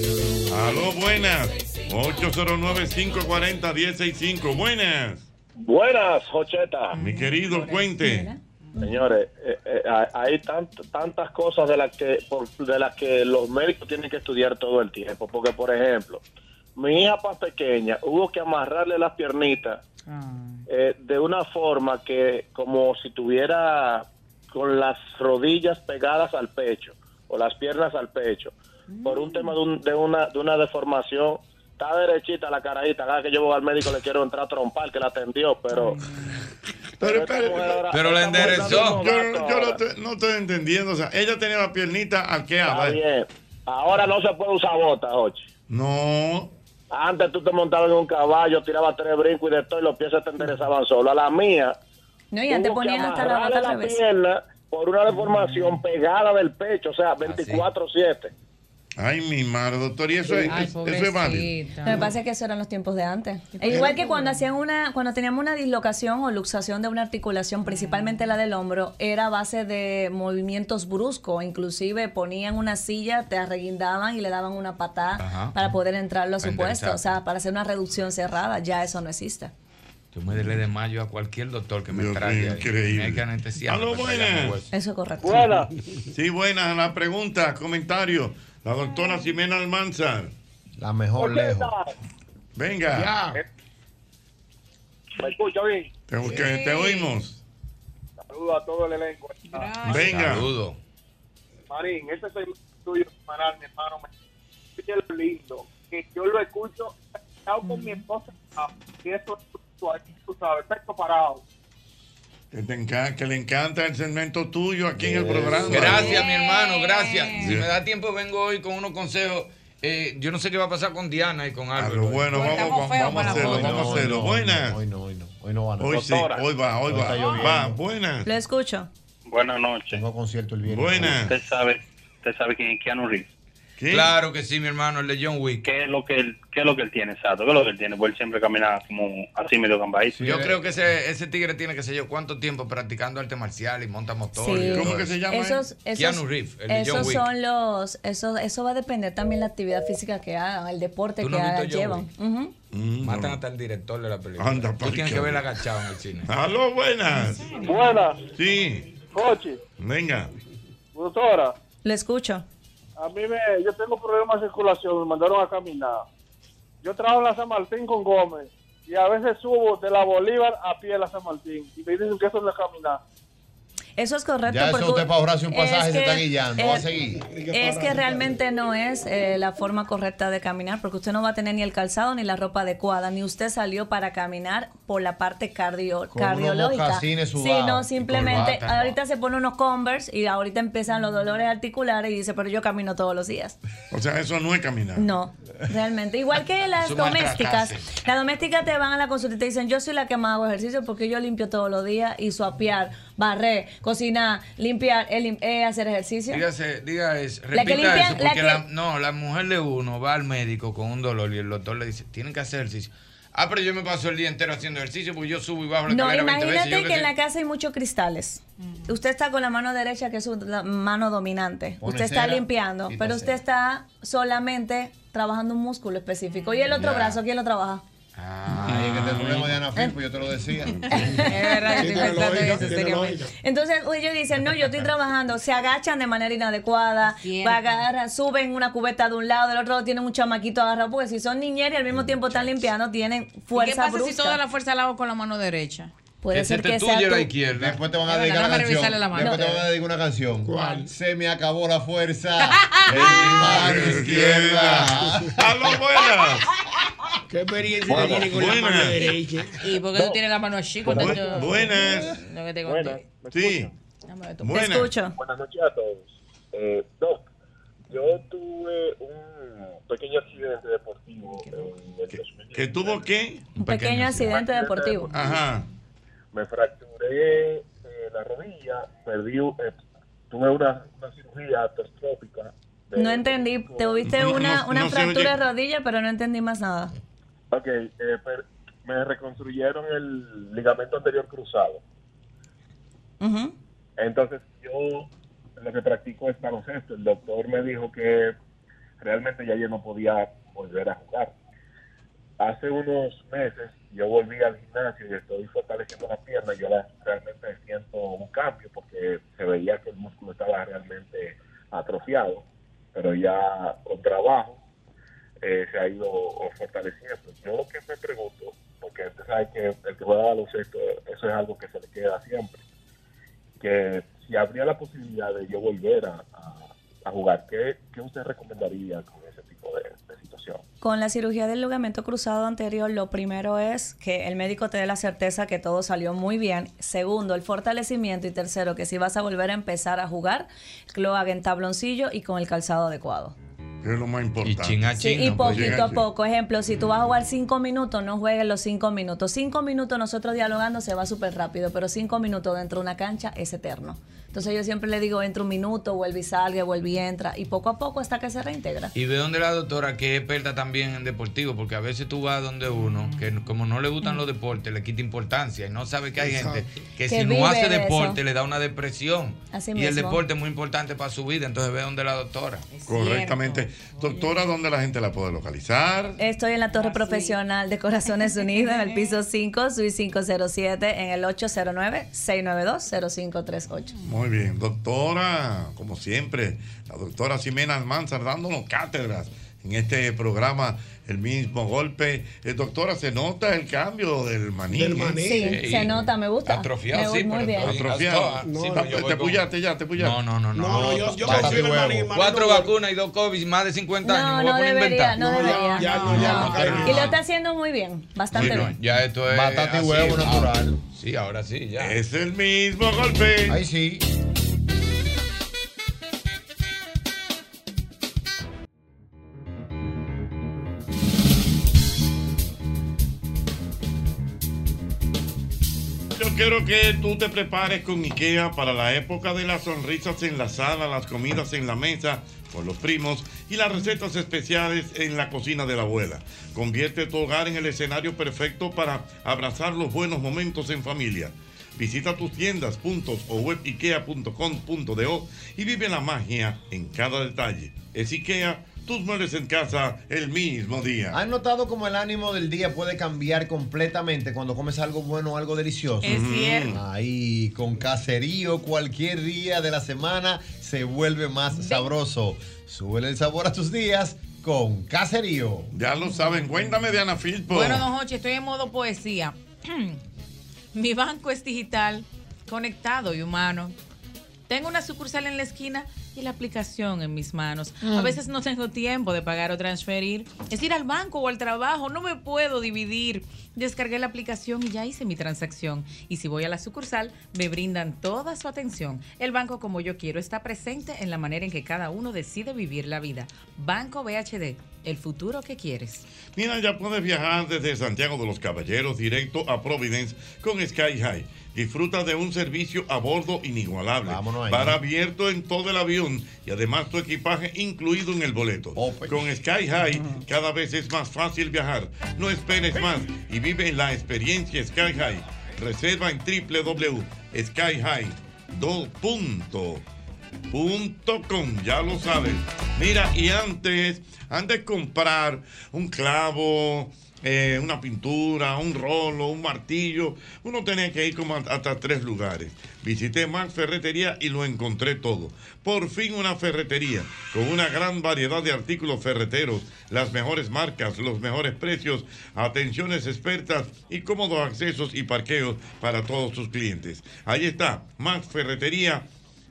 Aló, buenas. 809-540-1065. Buenas.
Buenas, Jocheta.
Mi querido, cuente.
Señores, eh, eh, hay- hay tant- tantas cosas de las que por- de las que los médicos tienen que estudiar todo el tiempo, porque por ejemplo, mi hija más pequeña hubo que amarrarle las piernitas
Ah.
eh, de una forma que como si tuviera con las rodillas pegadas al pecho o las piernas al pecho por un tema de, un- de una de una deformación Está derechita la carajita. Cada que yo voy al médico le quiero entrar a trompar, que la atendió, pero.
Pero, espere,
Pero la enderezó.
Yo, no- yo no, te- no estoy entendiendo. O sea, ella tenía la piernita arqueada.
Está bien. Ahora no se puede usar botas, Jochi.
No.
Antes tú te montabas en un caballo, tirabas tres brincos y de todo, y los pies se te enderezaban solo. A la mía,
No, ya te
Hubo que
ponían hasta la
amarrarle
bata al revés.
pierna por una deformación pegada del pecho, o sea, 24-7.
Ay, mi madre, doctor, y eso es,
Ay,
eso es válido.
Lo que pasa es que eso eran los tiempos de antes. E igual que cuando hacían una, cuando teníamos una dislocación o luxación de una articulación, principalmente la del hombro, era a base de movimientos bruscos. Inclusive ponían una silla, te arreguindaban y le daban una patada
Ajá.
para poder entrarlo a su puesto.
enderezar.
O sea, para hacer una reducción cerrada, ya eso no existe.
Yo me dele de mayo a cualquier doctor que me traiga. Hay que anestesiarme
Aló,
para sacarme
buenas.
hueso. Eso es correcto.
Sí, buenas. La pregunta, comentario. La doctora Ximena Almanzar.
La mejor lejos.
Venga.
¿Me escucha bien?
Te, que te oímos.
Saludos a todo el elenco.
Venga.
Marín, ese soy tuyo, semanal, mi hermano. Me escucha lo lindo. Que yo lo escucho, he estado con mi esposa, ah, y eso es, tú sabes, pecho parado.
Que, te enca- que le encanta el segmento tuyo aquí en el
Eso.
programa.
Gracias, mi hermano, gracias. Si
Bien.
me da tiempo, vengo hoy con unos consejos. Eh, yo no sé qué va a pasar con Diana y con Álvaro.
bueno, Pues vamos- estamos feos vamos a para hacerlo, hoy. vamos a hacerlo. Buenas.
Hoy no, hoy no. Hoy no van a
Hoy sí,
Doctora.
hoy va, hoy
No
va.
está lloviendo.
Va, buenas.
Lo escucho.
Buenas noches. Tengo
concierto el
viernes.
Buenas.
Usted sabe, usted sabe quién es Keanu Reeves.
Claro que sí, mi hermano, el de John Wick.
¿Qué es lo que él, qué es lo que él tiene, exacto? ¿Qué es lo que él tiene? Porque él siempre camina como así medio cambaíto.
eh.
yo creo que ese, ese tigre tiene, que sé yo, cuánto tiempo practicando arte marcial y monta motor.
Sí.
y todo
¿Cómo que
eso?
se
¿eh?
llama Esos- él? esos-
Keanu Reeves, el de John
Esos
Wick.
son los, eso, eso va a depender también la actividad física que hagan, el deporte
¿Tú
que
no has
hagan,
visto John
llevan. Ujú.
Matan hasta el director de la película.
Anda,
pues,
Tú tienes
pa'l
que
carajo.
ver agachado en el cine.
Aló, buenas.
Buenas.
Sí.
Coche,
Venga.
doctora,
Lo escucho.
a mí me, yo tengo problemas de circulación, me mandaron a caminar. Yo trabajo en la San Martín con Gómez y a veces subo de la Bolívar a pie de la San Martín y me dicen que eso no es caminar.
Eso es correcto.
Ya eso
porque
usted para ahorrarse un pasaje
es
se está
que-
guillando. Va a
eh,
seguir.
Es que realmente no es eh, la forma correcta de caminar, porque usted no va a tener ni el calzado ni la ropa adecuada, ni usted salió para caminar por la parte cardio
Con unos
cardiológica.
mocasines
Sí,
sudados
no,
y
simplemente
corbata.
ahorita se pone unos Converse y ahorita empiezan los dolores articulares y dice, pero yo camino todos los días.
O sea, eso no es caminar.
No, realmente. Igual que las
Eso
domésticas.
maltratarse.
Las domésticas te van a la consulta y te dicen, yo soy la que más hago ejercicio porque yo limpio todos los días y suapear, barrer, cocinar, limpiar, eh, lim- eh, hacer ejercicio.
Dígase, diga es,
La que
repita
limpia-
eso,
la
porque
que-
la, no, la mujer de uno va al médico con un dolor y el doctor le dice, tienen que hacer ejercicio. Ah, pero yo me paso el día entero haciendo ejercicio porque yo subo y bajo la
No,
escalera 20 veces.
imagínate
yo
que, en la casa hay muchos cristales. Usted está con la mano derecha, que es su la mano dominante.
Pone
usted está
cera,
limpiando,
quita
pero usted está solamente trabajando un músculo específico. ¿Y el otro
Ya.
brazo quién lo trabaja?
Ahí es que está el problema de Ana Firpo, pues yo te lo decía. es
verdad,
que
estoy pensando eso pues. seriamente. Entonces ellos dicen, no, yo estoy trabajando. Se agachan de manera inadecuada, agarran, suben una cubeta de un lado, del otro tienen un chamaquito agarrado, porque si son niñeras y al mismo tiempo están limpiando, tienen fuerza
¿Qué pasa si
brusca.
toda la fuerza la hago con la mano derecha?
Puede
Ese
ser
te
que
tuyo
sea
y la
tu-
izquierda. Después te van a
Es verdad,
dedicar una
déjame
canción.
revisarle la mano.
Después te van a dedicar una canción. ¿Cuál? Se me acabó la fuerza. En mi mano izquierda.
A lo buenas.
¿Qué experiencia
Buenas.
tiene con la mano
Buenas.
derecha?
¿Y por qué tú tienes la mano así cuando
Bu-
tú-
buenas.
Lo que te
Buenas.
conté.
Sí.
Dame tu-
Buenas.
escucho.
Buenas noches a todos. Eh, Doc, yo tuve un pequeño accidente deportivo en el 2010.
¿Que tuvo qué?
Un pequeño accidente deportivo.
Ajá.
Me fracturé eh, la rodilla, perdí, un- eh, tuve una, una cirugía artrópica.
No entendí, tuviste
No,
una,
no,
una
no se
fractura de
oye.
rodilla, pero no entendí más nada.
Ok, eh, per- me reconstruyeron el ligamento anterior cruzado.
Ujú.
Entonces yo lo que practico es baloncesto. El doctor me dijo que realmente ya Pues yo no podía volver a jugar. Hace unos meses yo volví al gimnasio y estoy fortaleciendo la pierna. Yo la- realmente siento un cambio porque se veía que el músculo estaba realmente atrofiado, pero ya con trabajo eh, se ha ido fortaleciendo. Yo lo que me pregunto, porque usted sabe que el que juega baloncesto, eso es algo que se le queda siempre que si habría la posibilidad de yo volver a, a- a jugar, ¿qué, qué usted recomendaría con ese tipo de, de situación?
Con la cirugía del ligamento cruzado anterior, lo primero es que el médico te dé la certeza que todo salió muy bien. Segundo, el fortalecimiento. Y tercero, que si vas a volver a empezar a jugar, lo haga en tabloncillo y con el calzado adecuado.
Es lo más importante.
Y chin a
Sí,
chin,
y
no Pues
pues,
puede
poquito a
llegar.
poco. Ejemplo, si tú vas a jugar cinco minutos, no juegues los cinco minutos. Cinco minutos nosotros dialogando se va súper rápido, pero cinco minutos dentro de una cancha es eterno. Entonces yo siempre le digo, entra un minuto, vuelve y salga, vuelve y entra. Y poco a poco hasta que se reintegra.
Y ve donde la doctora, que es experta también en deportivo, porque a veces tú vas donde uno, que no- como no le gustan los deportes, le quita importancia y no sabe que hay gente que,
Que
si
vive
no hace
de
deporte
eso.
le da una depresión.
Así
y
mismo.
el deporte es muy importante para su vida, entonces ve donde la doctora.
Correctamente. Doctora, ¿dónde la gente la puede localizar?
Estoy en la Torre Profesional de Corazones Unidos, en el piso 5, suite 507, en el 809-692-0538.
Muy bien, doctora, como siempre, la doctora Ximena Almanzar dándonos cátedras en este programa, el mismo golpe. Eh, doctora, se nota el cambio del maní. ¿eh?
Del maní. Sí, se nota, me gusta. Atrofiado, Me sí, gusta, muy pero bien. estoy-
Atrofiado.
Sí,
No,
pero
te-
yo voy
te
con-
puyaste ya, te puyaste.
No, no, no, no.
No, no, yo- yo
Chacho,
confío en el
huevo.
maní, el maní
Cuatro
no vuelve.
vacunas y dos COVID, más de 50
No,
años. me
no
voy a poner a
debería,
inventar.
no debería.
no, pero-
Y lo está haciendo muy bien, bastante
Sí, no,
bien.
ya esto es.
Batata y
así,
huevo
ah,
natural.
Sí, ahora sí, ya.
Es el mismo golpe.
Ahí sí.
Yo quiero que tú te prepares con IKEA para la época de las sonrisas en la sala, las comidas en la mesa con los primos y las recetas especiales en la cocina de la abuela. Convierte tu hogar en el escenario perfecto para abrazar los buenos momentos en familia. Visita tus tiendas, puntos o web ikea.com.do y vive la magia en cada detalle. Es IKEA, tus muebles en casa el mismo día.
¿Han notado cómo el ánimo del día puede cambiar completamente cuando comes algo bueno o algo delicioso?
Es
Mm.
cierto.
Ahí, con caserío, cualquier día de la semana se vuelve más sabroso. Súbele el sabor a tus días con caserío.
Ya lo saben, cuéntame de Ana Filpo.
Bueno, don Hochi, estoy en modo poesía. Mi banco es digital, conectado y humano. Tengo una sucursal en la esquina y la aplicación en mis manos. A
Mm.
veces no tengo tiempo de pagar o transferir. Es ir al banco o al trabajo, no me puedo dividir. Descargué la aplicación y ya hice mi transacción. Y si voy a la sucursal, me brindan toda su atención. El banco como yo quiero está presente en la manera en que cada uno decide vivir la vida. Banco BHD, el futuro que quieres.
Mira, ya puedes viajar desde Santiago de los Caballeros directo a Providence con Sky High. Disfruta de un servicio a bordo inigualable.
ahí.
Para abierto en todo el avión y además tu equipaje incluido en el boleto. Con Sky High cada vez es más fácil viajar. No esperes más y vive la experiencia Sky High. Reserva en www.skyhigh.com. Punto com, ya lo sabes. Mira, y antes, antes de comprar un clavo, eh, una pintura, un rolo, un martillo, uno tenía que ir como a- hasta tres lugares. Visité Max Ferretería y lo encontré todo. Por fin una ferretería con una gran variedad de artículos ferreteros, las mejores marcas, los mejores precios, atenciones expertas y cómodos accesos y parqueos para todos sus clientes. Ahí está, Max Ferretería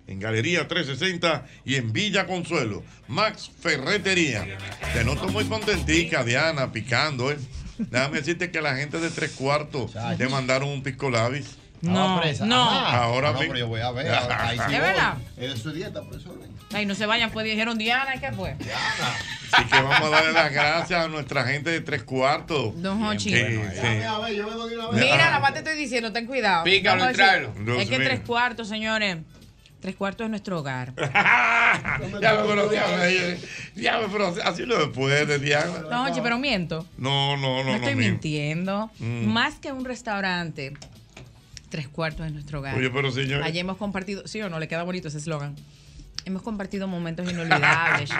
en Galería 360 y en Villa Consuelo. Max Ferretería. Te noto muy contentica, Diana, picando, ¿eh? Déjame decirte que la gente de tres cuartos te mandaron un pisco labis.
No, Ah, presa. no. Ah,
Ahora
ah, no,
mi-
pero yo voy a ver, ahora- ahí sí
¿De verdad?
Es su dieta, profesor.
Ay, no se vayan, pues dijeron Diana, ¿qué fue?
Así que vamos a darle las gracias a nuestra gente de tres cuartos.
Don Hochi.
Que-
Bueno,
sí.
Mira, nada más te estoy diciendo, ten cuidado.
Pícalo
Vamos
y
a decir-
tráelo. Dios
Es que
mío.
tres cuartos, señores. Tres cuartos es nuestro hogar.
Ya me conocía, ya me conocí. Así no se puede, Diana.
Don Hochi, pero miento.
No, no, no.
No estoy
mira.
mintiendo.
Mm.
Más que un restaurante, tres cuartos es nuestro hogar.
Oye, pero señor-
Allí hemos compartido, sí o no, le queda bonito ese eslogan. Hemos compartido momentos inolvidables,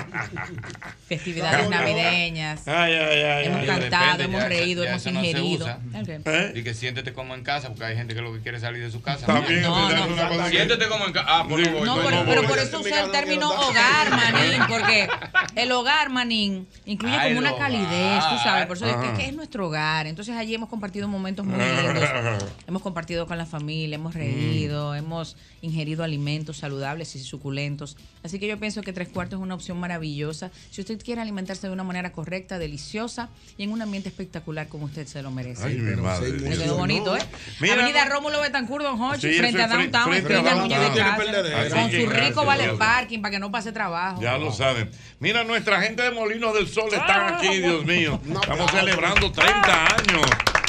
festividades
No, no.
navideñas.
Ay, ay, ay.
Hemos
ay.
cantado,
De repente
hemos
ya-
reído,
ya
hemos
eso no se
ingerido.
usa.
Ok.
¿Eh?
Y que siéntete como en casa, porque hay gente que lo que quiere es salir de su casa.
También,
¿no?
es verdad, es una cosa que-
Siéntete como en casa. Ah, pues no voy.
No,
pues
pero,
no
pero
voy.
por eso usa el término hogar, manín, porque el hogar, manín, incluye
Ah, el
como una
hogar.
calidez, tú sabes, por eso es que-
Ajá.
que es nuestro hogar. Entonces allí hemos compartido momentos muy lindos,
Mm.
hemos compartido con la familia, hemos reído, hemos ingerido alimentos saludables y suculentos. cuartos. Así que yo pienso que tres cuartos es una opción maravillosa. Si usted quiere alimentarse de una manera correcta, deliciosa y en un ambiente espectacular como usted se lo merece.
Ay, mi madre.
Me quedó bonito, ¿eh?
Mira,
Avenida Rómulo Betancourt, Don Jorge,
Sí, eso
frente a
es fre-
Downtown,
frente
frente
a
al Muñe de
Downtown.
Casa,
Así
Con
que
su rico
gracias,
vale
gracias.
parking para que no pase trabajo.
Ya lo saben. Mira, nuestra gente de Molinos del Sol están aquí, Dios mío. Estamos celebrando 30 años.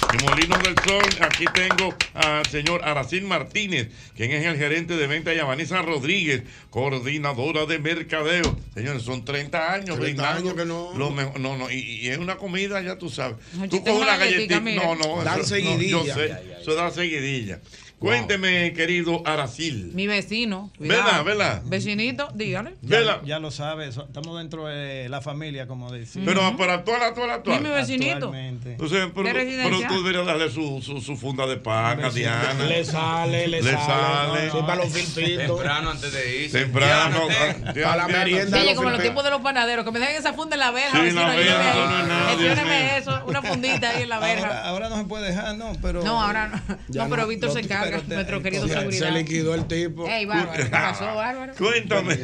de Molinos del Sol, aquí tengo al señor Aracil Martínez, quien es el gerente de venta, y a Vanessa Rodríguez, coordinadora de mercadeo. Señores, son 30 años
30 años
que no. no, no, y, y es una comida, ya tú sabes.
Ay,
Tú
yo tengo
coges
una
una
galletita,
galletita.
mire.
No, no,
Dan
eso- no,
seguidilla.
yo sé, eso da seguidilla. Cuénteme, querido Aracil.
Mi vecino.
¿Verdad,
cuidado.
verdad?
Vecinito, dígale.
Ya, ya lo sabes, so- estamos dentro de la familia, como decía.
Pero para actual, actual, actual.
Dime, vecinito. Actualmente.
Entonces, pero,
¿De residencia?
pero tú deberías darle su, su, su funda de pan a
Sí.
Diana.
Le
sale, le sale. Sí, para los filtritos.
Temprano antes de irse.
Temprano. ah,
Diana, ten-
Para la merienda.
Oye, como los tipos de los panaderos, que me dejen esa funda en la verja.
Sí,
vecino,
la
ayúdeme
verja,
ahí.
no, no, no, Dios
Mencióneme
mío.
eso, una fundita ahí en la verja.
Ahora, ahora no se puede dejar, no, pero.
No, ahora no.
Ya
no, pero
no,
Víctor
lo-
se encarga,
pero te-
nuestro querido
se- se
seguridad.
liquidó el tipo.
Ey, bárbaro, ¿qué pasó, bárbaro?
Cuéntame.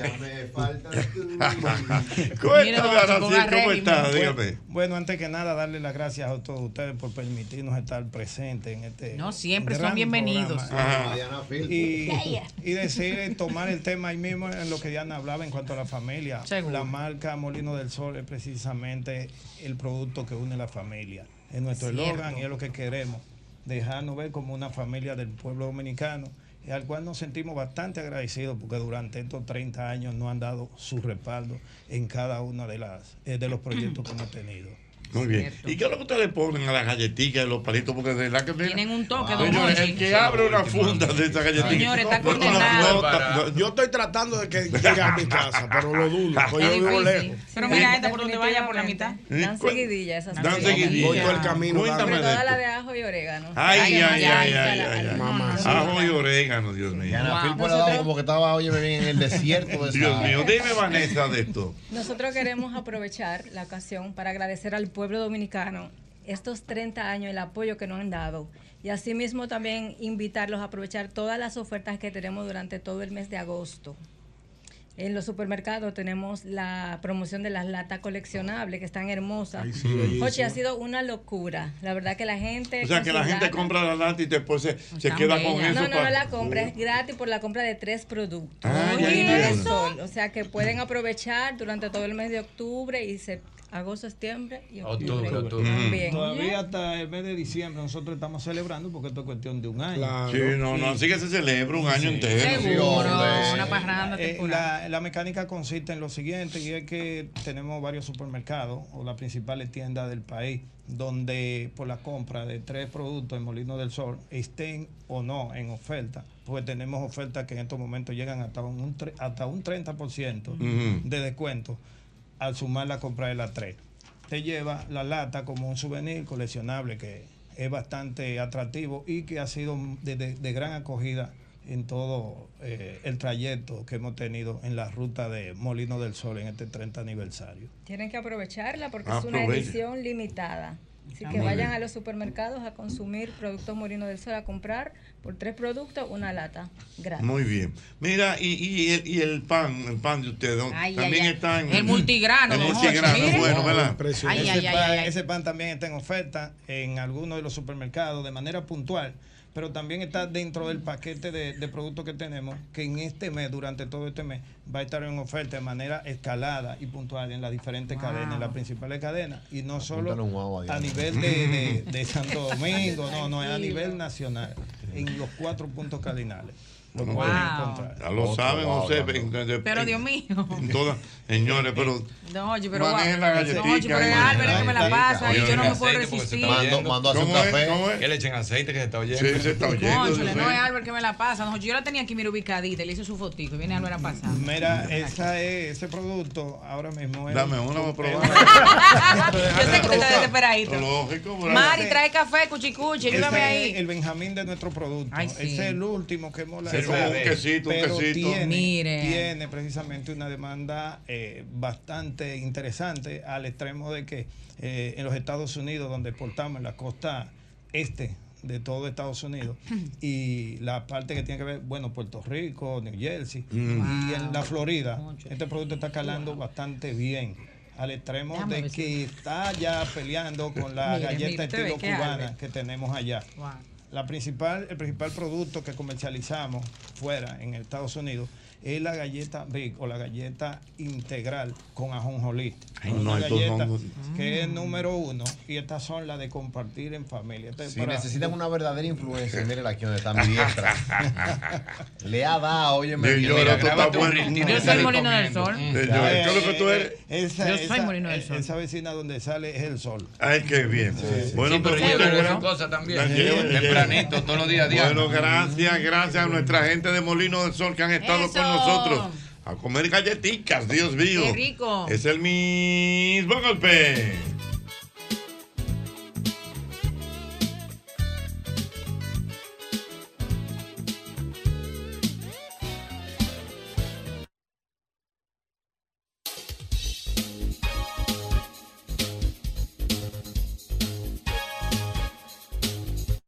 Mira,
Cuéntame,
don Chico,
Aracil, ¿cómo
régimen.
estás?
Bueno,
Dígame.
Bueno, antes que nada, darle las gracias a todos ustedes por permitirnos estar presentes en este.
No, siempre son
gran
bienvenidos.
programa.
Ajá.
Diana Filpo. Y, y decir, eh, tomar el tema ahí mismo en lo que Diana hablaba en cuanto a la familia. La marca Molino del Sol es precisamente el producto que une la familia. Es nuestro
Cierto.
eslogan y es lo que queremos. Dejarnos ver como una familia del pueblo dominicano. y Al cual nos sentimos bastante agradecidos porque durante estos 30 años nos han dado su respaldo en cada uno de, las, eh, de los proyectos que hemos tenido.
Muy bien. ¿Y qué es lo que ustedes ponen a las galletitas y los palitos? Porque de verdad que mira,
Tienen un toque, don
señores,
Jorge.
el que abre una funda de esa galletita.
Señores, está
no, no,
condenado.
no, no,
Yo estoy tratando de que llegue a mi casa, pero lo dudo. porque yo
Es
vivo
difícil.
lejos.
Pero mira esta por donde vaya por la mitad.
Dan
seguidilla esas
Dan
cosas.
seguidilla. Voy todo el camino,
Sobre
Cuéntame
todo
de
la
esto.
de ajo y orégano.
Ay, ay, ay,
ya,
ay,
ya,
ay,
ya,
ay, ay.
Mamá.
Ajo y orégano, Dios mío.
Diana
pues
Filpo le ha dado como que estaba, oye, bien en el desierto. De
Dios
Sahara.
mío, dime Vanessa de esto.
Nosotros queremos aprovechar la ocasión para agradecer al pueblo dominicano estos 30 años, el apoyo que nos han dado. Y asimismo también invitarlos a aprovechar todas las ofertas que tenemos durante todo el mes de agosto. En los supermercados tenemos la promoción de las latas coleccionables que están hermosas.
Ay, sí, bellísimo.
Jochi, ha sido una locura. La verdad que la gente...
O sea,
con
que
sus
la gente
ganas-
compra la lata y después se, se queda con eso.
Ah, no, no,
para-
no la compra, es gratis por la compra de tres productos.
Ah, ya
Uy,
entiendo.
el sol, o sea que pueden aprovechar durante todo el mes de octubre y se, agosto, septiembre y octubre. También.
Todavía hasta el mes de diciembre nosotros estamos celebrando porque esto es cuestión de un año.
Sí, no, no, así que se celebra un año entero.
Eh, eh, la, la mecánica consiste en lo siguiente, y es que tenemos varios supermercados o las principales tiendas del país donde por la compra de tres productos en Molino del Sol estén o no en oferta, porque tenemos ofertas que en estos momentos llegan hasta un, tre- hasta un 30%
Ujú.
de descuento al sumar la compra de las tres. Te lleva la lata como un souvenir coleccionable que es bastante atractivo y que ha sido de, de- de gran acogida en todo eh, el trayecto que hemos tenido en la ruta de Molino del Sol en este 30 aniversario.
Tienen que aprovecharla porque es una
Aprovechen.
edición limitada. Así
Ah,
que
muy
vayan
bien.
a los supermercados a consumir productos Morino del Sol, a comprar por tres productos una lata gratis.
Muy bien. Mira, y, y, el, y el pan, el pan de ustedes, ¿no?
Ay,
también
ay, ay.
está en...
El multigrano,
El
don Jorge,
multigrano,
mire.
bueno, ¿verdad?
Ese,
Ay, ay, ay,
pan,
ay, ay.
ese pan también está en oferta en algunos de los supermercados de manera puntual, pero también está dentro del paquete de, de productos que tenemos, que en este mes, durante todo este mes, va a estar en oferta de manera escalada y puntual en las diferentes
Wow.
cadenas, en las principales cadenas, y no
Apúntale
solo
un guau a
a
Diana.
nivel de, de- de Santo Domingo, no, no, es a nivel nacional, en los cuatro puntos cardinales. lo
Bueno,
pueden
bueno,
encontrar.
Ya lo saben, José. en- en- en-
Pero Dios mío.
en todas- señores, pero...
Don Jorge, pero guau.
Manejen la
Don Jorge,
galletita.
pero es Álvarez que me la pasa y yo no me puedo resistir.
¿Cómo es? ¿Cómo es?
Que le echen aceite que se está oyendo.
Sí, se está oyendo.
Cónchale, no es Álvarez que me la pasa. No, yo la tenía aquí, mira, ubicadita, y le hice su fotico y viene Álvarez a pasar.
Mira, esa es- ese producto ahora mismo es. Dame
una para probar.
Yo sé que usted está desesperadito.
Lógico,
Mari, trae café, cuchicuchi, ayúdame
Es
ahí.
el Benjamín de nuestro producto. Ese es el último que hemos
Sí, como un quesito, un
pero
quesito.
Tiene,
Mire.
tiene precisamente una demanda eh, bastante interesante al extremo de que eh, en los Estados Unidos, donde exportamos en la costa este de todo Estados Unidos y la parte que tiene que ver, bueno, Puerto Rico, New Jersey
Mm.
y en la
Wow.
Florida. Este producto está calando bastante bien, al extremo
Déjame
de
ver
que está ya peleando con la
Mire, mire,
galleta
usted ve
estilo
que
cubana
Albert.
que tenemos allá. La principal, el principal producto que comercializamos fuera en Estados Unidos es la galleta Big o la galleta integral con ajonjolí.
Ay,
Una
no, estos
galleta
hongos.
que es número uno y estas son las de compartir en familia. Esta es
Si
para-
necesitan una verdadera influencia, mírela aquí donde está mi diestra. Le ha dado, oye, me
Yo lloro, tú estás bueno. Yo soy Molino del Sol. Yo lloro. ¿Qué es lo que tú eres?
Esa,
Yo soy
esa- e,
Molino del Sol.
Esa vecina donde sale es el sol.
Ay, qué bien. Bueno,
Sí, pero yo
pues, muchas
creo que
gracias.
son cosas también.
Gracias.
Sí, tempranito, todos los días, diario.
Bueno, gracias, gracias a nuestra gente de Molino del Sol que han estado
Eso.
con nosotros a comer galletitas, Dios mío.
Qué rico.
Es el mismo golpe.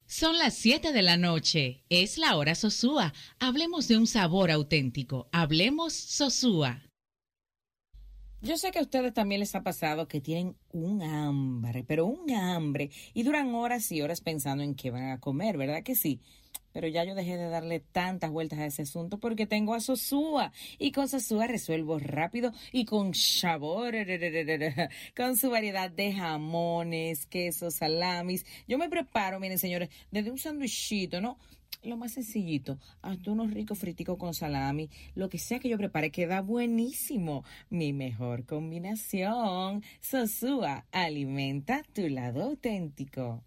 Son las 7 de la noche. Es la hora Sosúa. Hablemos de un sabor auténtico. Hablemos Sosúa.
Yo sé que a ustedes también les ha pasado que tienen un hambre, pero un hambre, y duran horas y horas pensando en qué van a comer, ¿verdad que sí? Pero ya yo dejé de darle tantas vueltas a ese asunto porque tengo a Sosúa y con Sosúa resuelvo rápido y con sabor, con su variedad de jamones, quesos, salamis. Yo me preparo, miren señores, desde un sanduichito, ¿no? lo más sencillito, hasta unos ricos friticos con salami, lo que sea que yo prepare queda buenísimo. Mi mejor combinación. Sosúa, alimenta tu lado auténtico.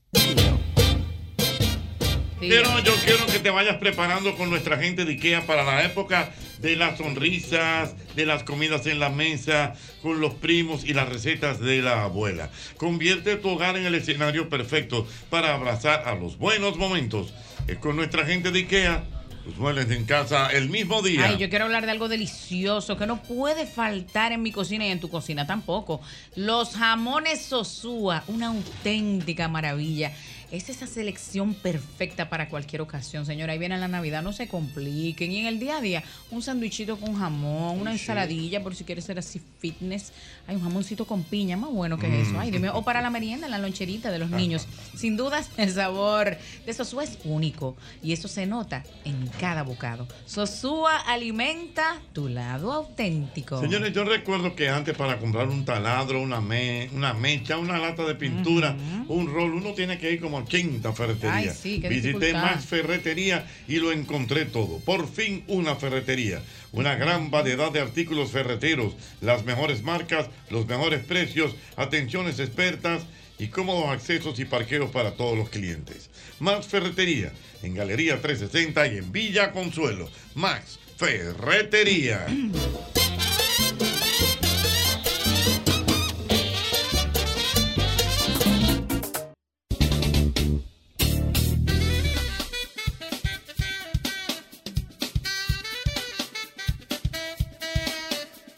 Pero yo quiero que te vayas preparando con nuestra gente de IKEA para la época de las sonrisas, de las comidas en la mesa, con los primos y las recetas de la abuela. Convierte tu hogar en el escenario perfecto para abrazar a los buenos momentos. Es con nuestra gente de IKEA, los muebles en casa el mismo día.
Ay, yo quiero hablar de algo delicioso que no puede faltar en mi cocina y en tu cocina tampoco. Los jamones Sosúa, una auténtica maravilla. Es esa selección perfecta para cualquier ocasión, señora. Ahí viene la Navidad, no se compliquen. Y en el día a día, un sandwichito con jamón, una ensaladilla, por si quieres ser así fitness. Hay un jamoncito con piña, más bueno
Mm,
que eso. Ay, dime, o para la merienda, la loncherita de los niños. Sin dudas, el sabor de Sosúa es único y eso se nota en cada bocado. Sosúa alimenta tu lado auténtico.
Señores, yo recuerdo que antes para comprar un taladro, una, me- una mecha, una lata de pintura, un rol, uno tiene que ir como a 80 ferreterías.
Ay, sí, qué
Visité
dificultad.
más ferreterías y lo encontré todo. Por fin una ferretería. Una gran variedad de artículos ferreteros, las mejores marcas, los mejores precios, atenciones expertas y cómodos accesos y parqueos para todos los clientes. Max Ferretería, en Galería 360 y en Villa Consuelo. Max Ferretería.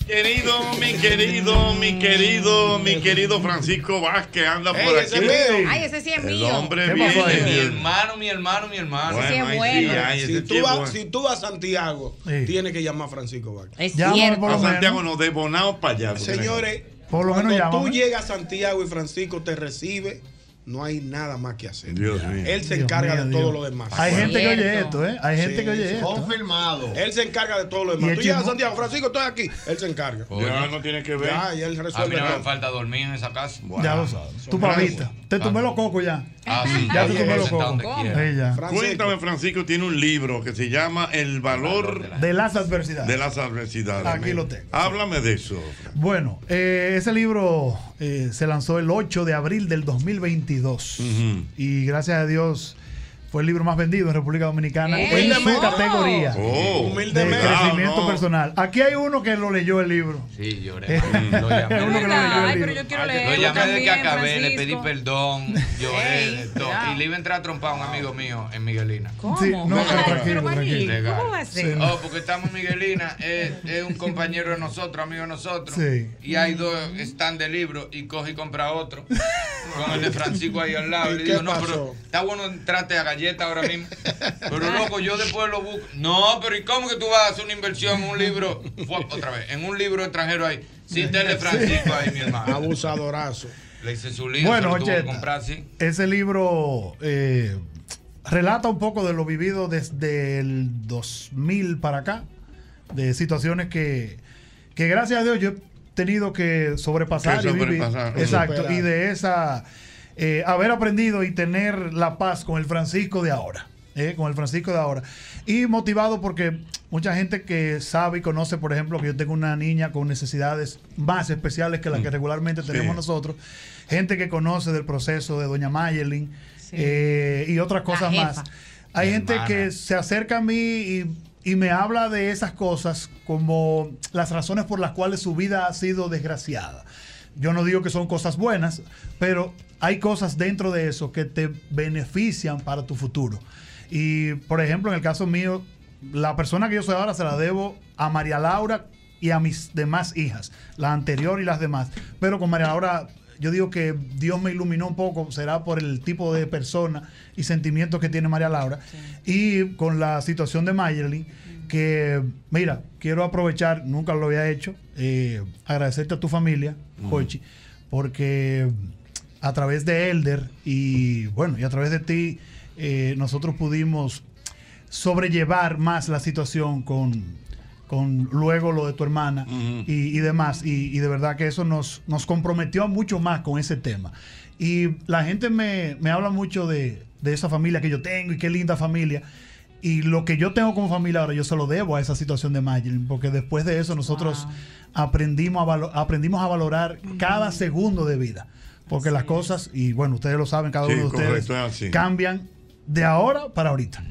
Querido, mi querido, mi querido, mi querido Francisco Vázquez anda por
ese
aquí.
es mío.
Ay, ese sí es
El
mío.
hombre
¿Qué
viene.
pasó ahí? Mi
hermano, mi hermano, mi hermano.
Ese sí es
bueno. ay,
si,
ese
tú
sí es
vas,
bueno.
si tú vas a Santiago, tienes que llamar a Francisco Vázquez.
Es
A Santiago no, de Bonao para allá. tú tienes que-
Señores,
Por lo menos
cuando
llámame.
tú llegas a Santiago y Francisco te recibe, no hay nada más que hacer.
Dios mío.
Él se
Dios
encarga
mío,
de
Dios.
todo lo demás.
Hay gente que oye esto, ¿eh? Hay gente
Sí,
que oye
sí.
esto.
Confirmado. Él se encarga de todo lo
Y
demás.
el
Tú llegas a
chismo-
Santiago, Francisco, estoy aquí. Él se encarga.
Ya no tiene que ver.
Ya, y él
A mí
resuelve
no me
todo.
falta dormir en esa casa.
Ya lo sabes. Tu pavita. Te tomé los cocos ya.
Ah, sí,
Ya te
Oye,
tomé
ese
los
está
cocos.
donde quiera.
Sí, ya.
Cuéntame, Francisco tiene un libro que se llama El valor
De las adversidades.
de las adversidades.
Aquí lo
tengo. Háblame de eso.
Bueno, eh, ese libro eh, se lanzó el 8 de abril del 2022 y gracias a Dios Fue el libro más vendido en República Dominicana
¡Ey!
en su
Humildemente.
categoría
Oh.
de
Humildemente.
crecimiento
Wow, no.
personal. Aquí hay uno que lo leyó el libro.
Sí, lloré. Mm, Lo llamé.
Es uno que lo leyó el
Ay,
libro.
pero yo
quiero
Lo
leerlo
llamé de que
también,
acabé, le pedí
Francisco.
perdón, lloré de todo. Y le iba a entrar a trompar a un amigo mío en Miguelina.
¿Cómo? Sí, no, pero
Legal.
tranquilo, tranquilo.
Legal.
¿Cómo va a ser? Sí.
Oh, porque estamos en Miguelina, es, es un compañero de nosotros, amigo de nosotros.
Sí.
Y hay dos stand de libros y coge y compra otro. Con el de Francisco ahí al lado.
¿Y
Y le
qué
digo, no,
pasó?
pero está bueno entrarte a galleta ahora mismo. Pero loco, yo después lo busco. No, pero ¿y cómo que tú vas a hacer una inversión en un libro? Fue otra vez, en un libro extranjero ahí. Sí, está el de Francisco ahí, mi hermano.
Abusadorazo.
Le hice su libro,
Bueno,
se lo tuvo que
Ocheta.
comprar, sí.
Ese libro eh, relata un poco de lo vivido desde el 2000 para acá, de situaciones que, que gracias a Dios yo he tenido que sobrepasar
Que
y vivir.
sobrepasar.
Exacto,
Superar.
y de esa, eh, haber aprendido y tener la paz con el Francisco de ahora. eh, con el Francisco de ahora. Y motivado porque mucha gente que sabe y conoce, por ejemplo, que yo tengo una niña con necesidades más especiales que las
Mm.
que regularmente tenemos nosotros, gente que conoce del proceso de Doña Mayelin eh, y otras cosas
jefa.
más. Hay
Mi
gente
hermana.
que se acerca a mí y, y me habla de esas cosas como las razones por las cuales su vida ha sido desgraciada. Yo no digo que son cosas buenas, pero hay cosas dentro de eso que te benefician para tu futuro. Y, por ejemplo, en el caso mío, la persona que yo soy ahora se la debo a María Laura y a mis demás hijas, la anterior y las demás. Pero con María Laura, yo digo que Dios me iluminó un poco, será por el tipo de persona y sentimientos que tiene María Laura. Y con la situación de Mayerly, que, mira, quiero aprovechar, nunca lo había hecho, eh, agradecerte a tu familia, Jochi, porque mm, a través de Elder y, bueno, y a través de ti, eh, nosotros pudimos sobrellevar más la situación con, con luego lo de tu hermana y, y demás. Y, y de verdad que eso nos, nos comprometió mucho más con ese tema. Y la gente me, me habla mucho de, de esa familia que yo tengo y qué linda familia. Y lo que yo tengo como familia ahora, yo se lo debo a esa situación de Maylin, porque después de eso nosotros aprendimos, a valo- aprendimos a valorar cada segundo de vida. Porque las cosas, y bueno, ustedes lo saben, cada
Sí,
uno de ustedes,
correcto, es así.
cambian de ahora para ahorita.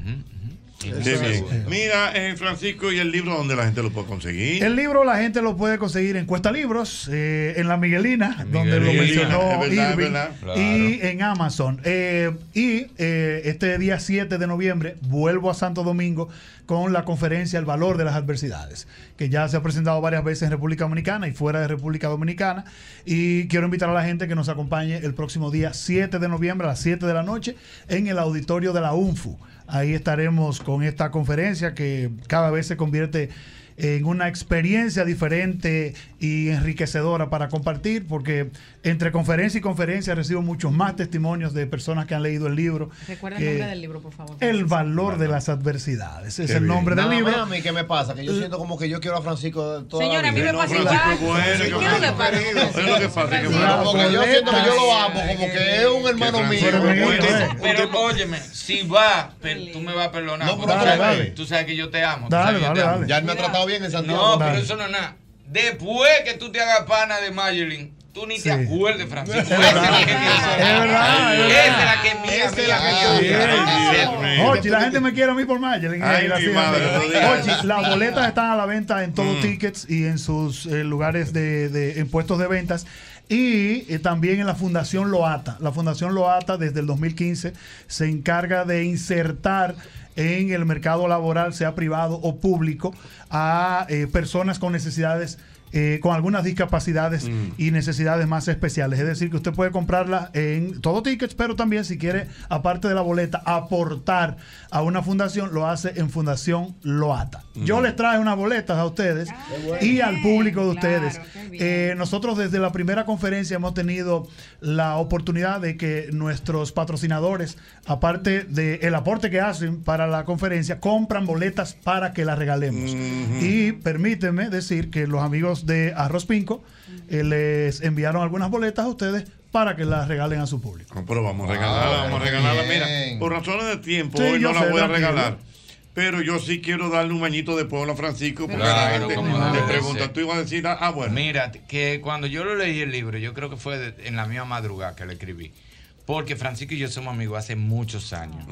Qué bien. Mira, eh, Francisco, y el libro donde la gente lo puede conseguir.
El libro la gente lo puede conseguir en Cuesta Libros, eh, en La Miguelina, donde lo
Miguelina,
mencionó
es verdad, es
Irving,
verdad.
y en Amazon. Eh, y eh, este día 7 de noviembre vuelvo a Santo Domingo con la conferencia El Valor de las Adversidades, que ya se ha presentado varias veces en República Dominicana y fuera de República Dominicana. Y quiero invitar a la gente que nos acompañe el próximo día 7 de noviembre a las 7 de la noche en el auditorio de la UNFU. Ahí estaremos con esta conferencia que cada vez se convierte en una experiencia diferente y enriquecedora para compartir, porque entre conferencia y conferencia recibo muchos más testimonios de personas que han leído el libro.
Recuerda
que-
el
Eh,
nombre del libro, por favor.
El valor de las adversidades. Es
Qué
el
bien.
nombre del
Nada
libro. Eh,
más a mí, ¿qué me pasa? Que yo siento como que yo quiero a Francisco toda
Señora,
la
a mí
vida.
me pasa igual. ¿Qué es lo que pasa?
Es lo que pasa. que
Claro, porque yo siento que yo lo amo,
Ay,
como
qué
que es un hermano mío.
Pero óyeme, si va, per- tú me vas a perdonar.
No, pero
porque tú
dale,
sabes-
dale.
Tú sabes que yo te amo. tú
Dale,
sabes que yo
dale,
te amo.
dale. Ya él me ha tratado bien en Santiago.
No, pero
Dale.
eso no es nada. Después que tú te hagas pana de Mayelin, tú ni te acuerdes, Francisco. Esa es la que
Es verdad, es verdad.
Esa es la que es mía, mía, mía.
Ochi, la gente me quiere a mí por Mayelin.
Ay, mi madre, no digas. Mm.
Ochi, las boletas están a la venta en todo tickets y en sus eh, lugares de, de- en puestos de ventas. Y eh, también en la Fundación Loata. La Fundación Loata desde el 2015 se encarga de insertar en el mercado laboral, sea privado o público, a eh, personas con necesidades eh, con algunas discapacidades y necesidades más especiales. Es decir, que usted puede comprarla en todo tickets, pero también si quiere, aparte de la boleta, aportar a una fundación, lo hace en Fundación Loata. Yo les traje unas boletas a ustedes y al público de ustedes. Eh, nosotros desde la primera conferencia hemos tenido la oportunidad de que nuestros patrocinadores, aparte del aporte que hacen para la conferencia, compran boletas para que las regalemos. Y permíteme decir que los amigos de Arroz Pinco eh, les enviaron algunas boletas a ustedes para que las regalen a su público.
No, pero vamos a regalarla,
Ah,
vamos a
qué
regalarla.
bien.
Mira, por razones de tiempo,
Sí,
hoy
yo
no la
sé,
voy a
tranquilo.
regalar. Pero yo sí quiero darle un bañito de pueblo a Francisco, porque la
Claro,
gente
como
le
debe
pregunta,
ser.
tú ibas a decir, ah, bueno.
Mira, que cuando yo lo leí el libro, yo creo que fue de- en la misma madrugada que lo escribí. Porque Francisco y yo somos amigos hace muchos años.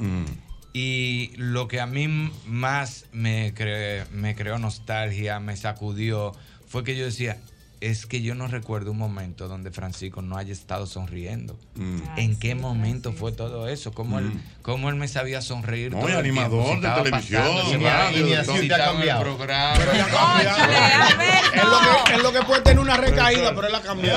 Y lo que a mí más me, cre- me creó nostalgia, me sacudió, fue que yo decía, es que yo no recuerdo un momento donde Francisco no haya estado sonriendo. ¿En qué momento fue todo eso? ¿Cómo, él, cómo él me sabía sonreír?
No,
todo
y
el tiempo?
animador
Si
de
estaba
televisión,
pasando, si
radio,
estaba-
de todo.
si
Sí te ha
estaba en el
cambiado.
programa.
Es lo, que, es lo que puede tener una recaída, pero él la cambió.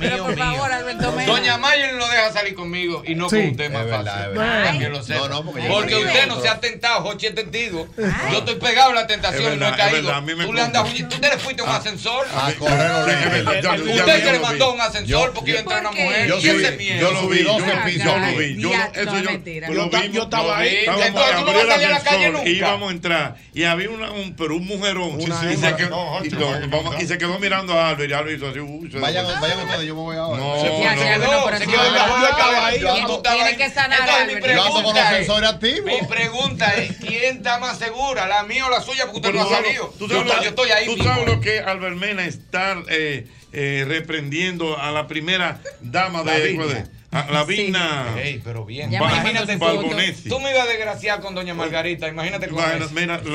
Pero por favor,
Alberto
Mena. Doña Mayen lo deja salir conmigo y no
Sí.
con un tema fácil.
verdad.
También lo sepa.
No, no, porque
porque
yo soy
usted no
otro.
se ha tentado, Jochi es testigo. Yo estoy pegado a la tentación
Es
y no
verdad,
he
es
caído.
verdad, a mí me
tú, le andas huyendo. tú te le fuiste a un ascensor.
A correr olé. Es verdad, yo- yo
usted que
lo
le
vi.
mandó un ascensor
Yo-
porque iba
yo-
a entrar una
¿Por qué?
mujer.
Yo
¿Quién
subí-
se pierde?
yo lo vi, yo lo vi, yo lo vi. Yo lo- eso yo-
mentira.
lo
Yo ta-
vimos,
yo estaba
lo
ahí.
vimos,
Entonces,
porque
¿tú no vas
abrió
a salir a la
el ascensor
calle nunca?
y íbamos a entrar y había una- un, pero un mujerón y, se quedó, y, lo- vamos- y se quedó mirando a Álvaro y Álvaro hizo así. uy, se-
Vayan, vayan ustedes, yo me voy ahora.
No, Ya, no. Ah, ya, bueno, pero
Se quedó en la
Yo estaba ahí,
Yo
yo-
estaba ahí.
que sanar,
Entonces, mi
Albert.
Yo ando con los
pregunta es,
sensores activos.
mi pregunta es, ¿quién está más segura? ¿La mía o la suya? Porque usted no
Pero
ha
tú sabes-
salido.
tú
Yo
sabes
ta-
lo-
yo estoy ahí.
Tú
mismo. eh.
sabes lo que es Albermena estar eh, eh, reprendiendo a la primera dama
La
de
Vigna.
Ecuador. A ah, la Vigna.
Ey, pero bien.
Val-
Imagínate
Valbonesi.
tú. Tú me ibas a desgraciar con Doña Margarita. Imagínate con
La-
eso.
mira,
¿Tú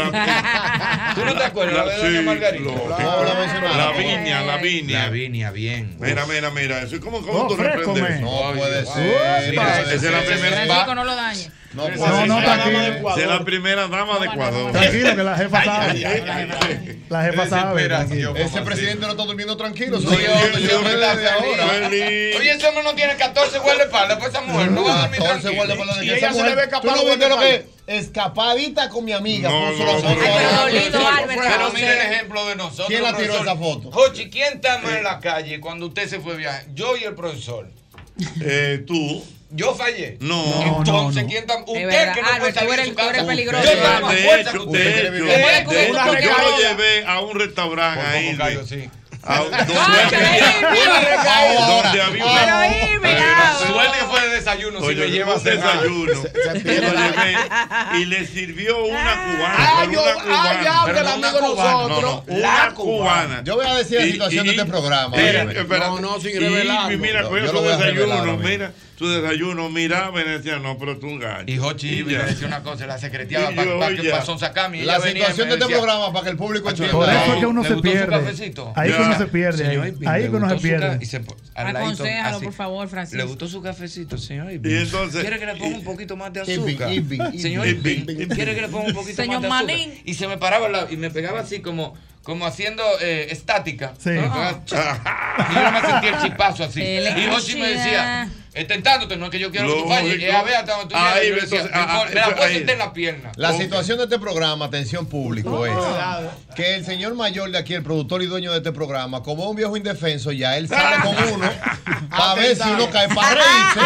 no te acuerdas
La-
la de Doña
sí,
Margarita?
lo-
la
La Vigna, la Vigna. La
Vigna, bien.
Mira, mira, mira. Eso, ¿Cómo, cómo
No,
tú
fresco, man.
reprendes? No puede
ser, no
Esa
puede
es la
ser.
primera.
Francisco, no lo dañe.
No,
puede No, ser. no,
es la dama de
tranquilo.
Ecuador. Es la primera dama de Ecuador.
Tranquilo, que la jefa
ay,
sabe. La jefa sabe. tranquilo.
Ese presidente no está durmiendo tranquilo.
No,
soy
yo-
yo, yo
yo
me
está
desde
feliz.
ahora.
Oye, ese hombre no tiene 14 guardaespaldas, pues esa mujer no va a dormir
14
tranquila.
guardaespaldas de que esa mujer- ¿Tú no viste lo que escapadita con mi amiga?
No,
puso
no,
los
no,
ojos.
no, no,
Pero
no,
mira
Pero mire el ejemplo de nosotros.
¿Quién la tiró
profesor?
esa foto?
Jochi, ¿quién está más en la calle cuando usted se fue de viaje? Yo y el profesor.
tú.
Yo fallé.
No. Ah,
Entonces, ¿quién está? Usted
verdad,
que no puede
Albert, tú
salir de
eres-
su
tú
casa.
eres peligroso.
Usted está más
De
fuerte que
hecho,
usted.
de
Usted
hecho,
quiere
de
vivir
hecho,
una
yo lo
recaída.
llevé a un restaurante a Irving. A- donde-
recaída.
donde había una-
Suerte que fue de desayuno. si
Oye,
me lleva a
un
cenar.
desayuno. Lo llevé y le sirvió una cubana. pero
yo-
una
ah,
cubana.
ya,
Pero
del
no una
amigo de
cubana,
nosotros.
no, no,
La
una cubana.
Yo voy a decir la situación de este programa.
Mira,
Óyeme.
espérate.
No, no, sin
Y-
revelarlo.
Y mira, con
Yo
su
lo voy a revelar
desayuno,
ahora
mira, su desayuno, mira, Venecia, no, pero tú un gallo.
Y Jochi me
ya.
decía una cosa, la secreteaba
Y
para
yo
que
ya.
pasó sacame.
La situación de este programa, para que el público entienda.
Por eso es que uno se pierde.
cafecito?
Ahí que
Ya.
uno se pierde.
Señor
ahí.
Irving,
Ahí
¿le
que uno se
gustó su
pierde.
ca- y se po- al ladito,
Aconsejalo,
así.
por favor,
¿Le
Francisco.
gustó su cafecito, señor Irving?
Y entonces-
¿Quiere que le ponga un poquito más de
Irving,
azúcar?
Irving, Irving,
Señor
Irving,
Irving, ¿quiere que le ponga un poquito
Señor
más de
Manín.
azúcar? Y se me paraba al lado y me pegaba así como, como haciendo eh, estática.
Sí. Ah.
Me pegaba, y yo no me sentía el chipazo así.
Electricidad.
Y Jochi me decía, "Eh, tentándote, no es que yo quiero que tú
Lógico.
falles, que ya vea hasta donde tú llegas".
Ahí,
Y yo decía,
entonces, ah,
"Mejor, Me la
eso-
puedo
ahí.
sentar en la pierna.
La situación de este programa, atención público,
Oh.
Pues.
es que el señor mayor de aquí, el productor y dueño de este programa, como es un viejo indefenso, ya él sale con uno a ver si uno cae para reírse.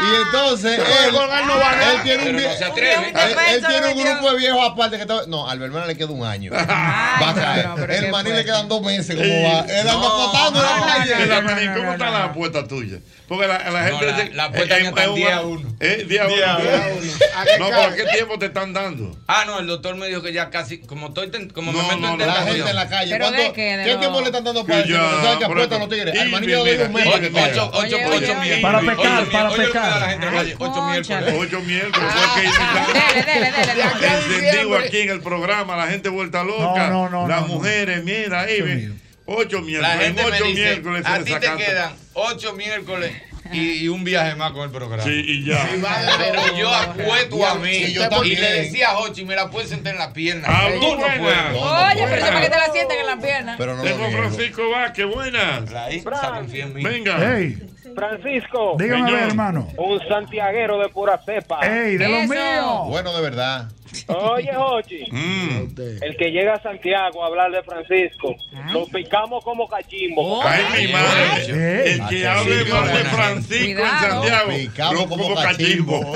Y entonces él, él tiene un,
Pero
vie-
no se atreve.
él- él tiene un grupo de viejos aparte que está. No, al Belmán le queda un año. va a caer. el maní le quedan dos meses. ¿Cómo va? Eh, Él anda acotando en la calle.
Mira, Manín, ¿Cómo está la apuesta tuya? Porque la, la gente
la-
dice.
la apuesta mía está en pues día uno.
¿Eh? Día uno.
Día
¿A qué No, ¿por cabe? qué tiempo te están dando?
Ah, no, el doctor me dijo que ya casi, como estoy, ten- como
No,
me meto
no,
en
la
tentación.
gente en la
calle, ¿Pero ¿cuánto- de qué? ¿De qué lo- tiempo le están dando para
este
Que
eso?
ya,
Porque saben que
por
apuestan
ejemplo,
los tigres. Al
y
Manín yo le doy un mes
mira,
para que
ocho-
caiga.
ocho- ocho
Oye, oye,
miércoles.
para
Oye,
pecar,
oye,
para
oye lo que da
pecar.
la gente en la calle, Ocho miércoles.
Ocho miércoles. fue que Encendido aquí en el programa, la gente vuelta loca.
No, no, no,
Las
no, no.
mujeres, mira, ahí
Dios
ven. Ocho
La
miércoles.
gente me
ocho
dice,
miércoles. se
a ti te
desacata.
quedan ocho miércoles y, y un viaje más con el programa.
Sí, y ya. Sí, vaya.
Pero yo acuesto
Y a-
a mí.
y
Y,
yo también.
le decía a Hochi, me la puedes sentar en la pierna.
Ah,
Tú no
buena.
puedes.
No,
Oye, pero eso para que te la sientan en la pierna.
Tengo Francisco Vázquez, buenas. Venga.
Ey,
Francisco.
Dígame a ver, Señor. hermano.
Un santiaguero de pura cepa.
ey, de los míos.
Bueno, de verdad.
Oye, Jochi.
Mm.
El que llega a Santiago a hablar de Francisco, lo picamos como cachimbo.
Ah. Ay, mi madre. El que hable más de Francisco en
Cuidado.
Santiago.
Picamos
lo
como
pongo cachimbo.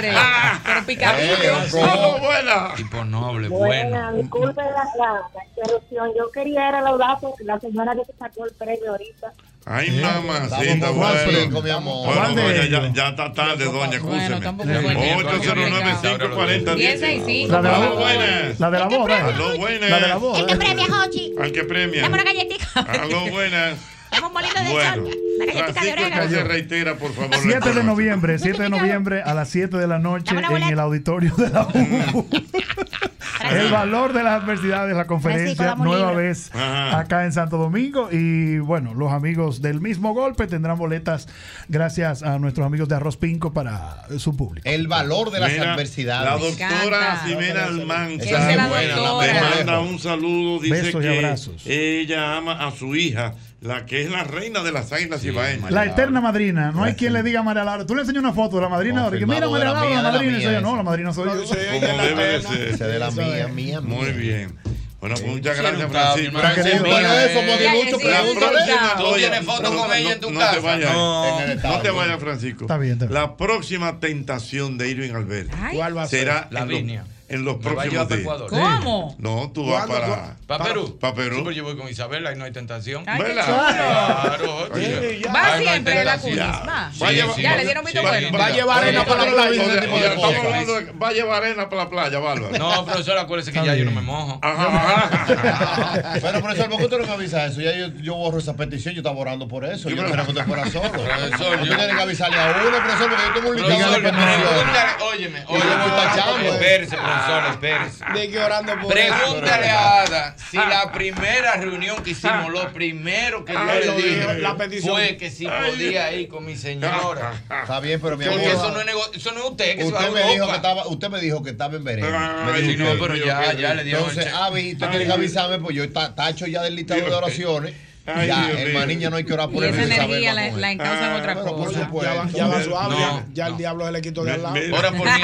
Pero picadillo.
¿Cómo buena?
Tipo noble,
Buena, disculpe la, la, la interrupción. Yo quería ir a los datos, la señora que se sacó el premio ahorita.
Ay, mamacita,
Estamos con Francisco,
bueno.
mi amor.
Bueno,
¿Cuál de
doña,
ellos?
ya, ya está tarde, doña, escúcheme.
Diez,
809-540-10.
seis, cinco.
La de la
Aló,
voz.
buenas.
La de la voz, ¿eh?
Aló, buenas.
La de la voz.
El que premia, Jochi.
Al que premia.
Ah,
Dame una galletita.
Aló, buenas.
Estamos moliendo de
Bueno,
sol. Una galletita de
Francisco
orégano.
Escalé, reitera, por favor. la
7 de
información.
noviembre, 7 de noviembre a las 7 de la noche en el auditorio de la U. El valor de las adversidades, la conferencia,
dame un
nueva
libro.
vez
Ajá.
acá en Santo Domingo. Y bueno, los amigos del mismo golpe tendrán boletas gracias a nuestros amigos de Arroz Pinco para eh, su público.
El valor de las
Mira,
adversidades.
La doctora Jimena
Esa es la
Almanza
doctora.
le manda un saludo, dice
Besos y
que
abrazos.
ella ama a su hija, la que es la reina de las águilas ibaeñas.
La eterna madrina, no hay quien le diga a María Laura. Tú le enseñas una foto de la madrina ahora y que mira
Confirmado,
María Laura,
de la mía,
la
de la
madrina. Y
mía
yo,
esa.
no, la madrina soy yo.
Como debe de ser.
Esa de la
Eso
mía,
es.
mía,
Muy bien. Bueno, pues muchas
Sí,
gracias,
Gustavo,
Francisco.
mi hermano, Para que sí, le diga. bueno, somos de mucho,
La
pero mucho
próxima-
Gustavo.
Tú tienes
Oye,
foto
no,
con
no,
ella en tu
no
casa.
te vayas.
No,
En el
no te
establo.
vayas, Francisco.
Está bien, está bien.
La próxima tentación de Irving Alberto
Ay. ¿Cuál va a ser?
será en los,
Lavinia.
en los
Me va a llevar
próximos
para Ecuador.
días.
¿Cómo?
No, tú vas
¿Cuándo?
para...
¿Para Perú?
Para Perú.
Sí, pero yo voy con Isabela y no hay tentación.
Ay, qué
¿Verdad?
chulo.
Claro, oye.
Sí, ya.
Ay,
Va
no hay
siempre de la
tentación.
cuñas, va. Sí, sí, ya, le dieron visto
Sí,
bueno.
Va a llevar arena para la playa. ese tipo de
Estamos
cosas.
hablando de- Va a llevar arena para la playa, Bárbara.
No, profesor, acuérdese que ya yo no me mojo.
Pero profesor, ¿por qué usted no me avisa eso? Ya yo, yo borro esa petición, yo estaba orando por eso. Yo, no quería que usted fuera solo.
Profesor,
usted
yo-
tiene que avisarle a uno, profesor, porque yo tengo un listado
Profesor,
de peticiones.
pregúntale, óyeme,
yo voy pa'
óyeme.
Chambo, eh.
Espérese, profesor, espérese.
De que orando por
Pregúntale
eso.
a Ada si la primera reunión que hicimos, lo primero que yo
Ah, lo dijo,
le dije
la petición.
fue que si
Ay.
podía ir con mi señora.
Está bien, pero mi
Porque
amor.
eso no es nego- eso no es usted que se va a
Usted me,
Europa.
dijo que estaba, usted me dijo que estaba en vereda.
Ay,
Me dijo
sí, no,
usted.
pero ya- ya le dieron
Entonces,
el check.
Avi, tú
Ay,
tienes que
Dios.
avisarme, pues yo ta- tacho ya del listado de
Dios.
oraciones.
Ay,
ya,
Dios mío.
hermanín, ya no hay que orar por
Y
él.
esa
ni saber va
energía la-
pues.
con él.
la encausa en otra
pero por
cosa.
supuesto.
Ya va, ya va
No,
suave. ya,
no.
ya el diablo se le quitó de al lado.
Ora por mí,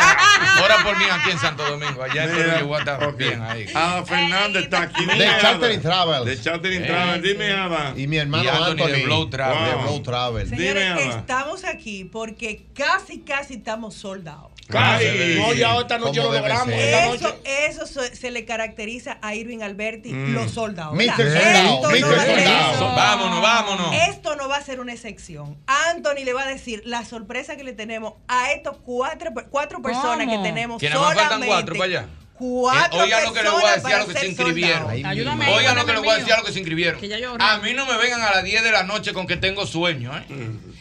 ora por mí aquí en Santo Domingo. Allá en Perú llegó a estar bien ahí.
Ada Fernández está aquí.
De
Mira, Ada.
Chartering Travel.
De Chartering
Eh.
Travel. Dime, Ada.
Y mi hermano
Y Anthony de
Anthony.
Blow Travel.
De Blow Travel.
Dime,
Señores,
Ada.
estamos aquí porque casi, casi estamos soldados.
Ay,
No, ya esta noche lo
¿cómo debe
logramos.
ser?
Esta noche.
Eso, eso se, se le caracteriza a Irving Alberti,
Mm.
los soldados.
Mr.
¿verdad?
Soldado,
Esto no
Mr.
va a ser-
Soldado. Eso. Vámonos, vámonos.
Esto no va a ser una excepción. Anthony le va a decir la sorpresa que le tenemos a estos cuatro, cuatro personas que tenemos
Que nada más faltan
solamente.
cuatro para allá.
Cuatro
Eh, Oigan lo que le voy a
personas
decir a los
para
que se
ser
inscribieron.
soldados. Ayúdame ahí,
Oigan lo que
poneme
le
el
voy a
mío.
decir a los que se inscribieron. A mí no me vengan a las 10 de la noche con que tengo sueño. ¿eh?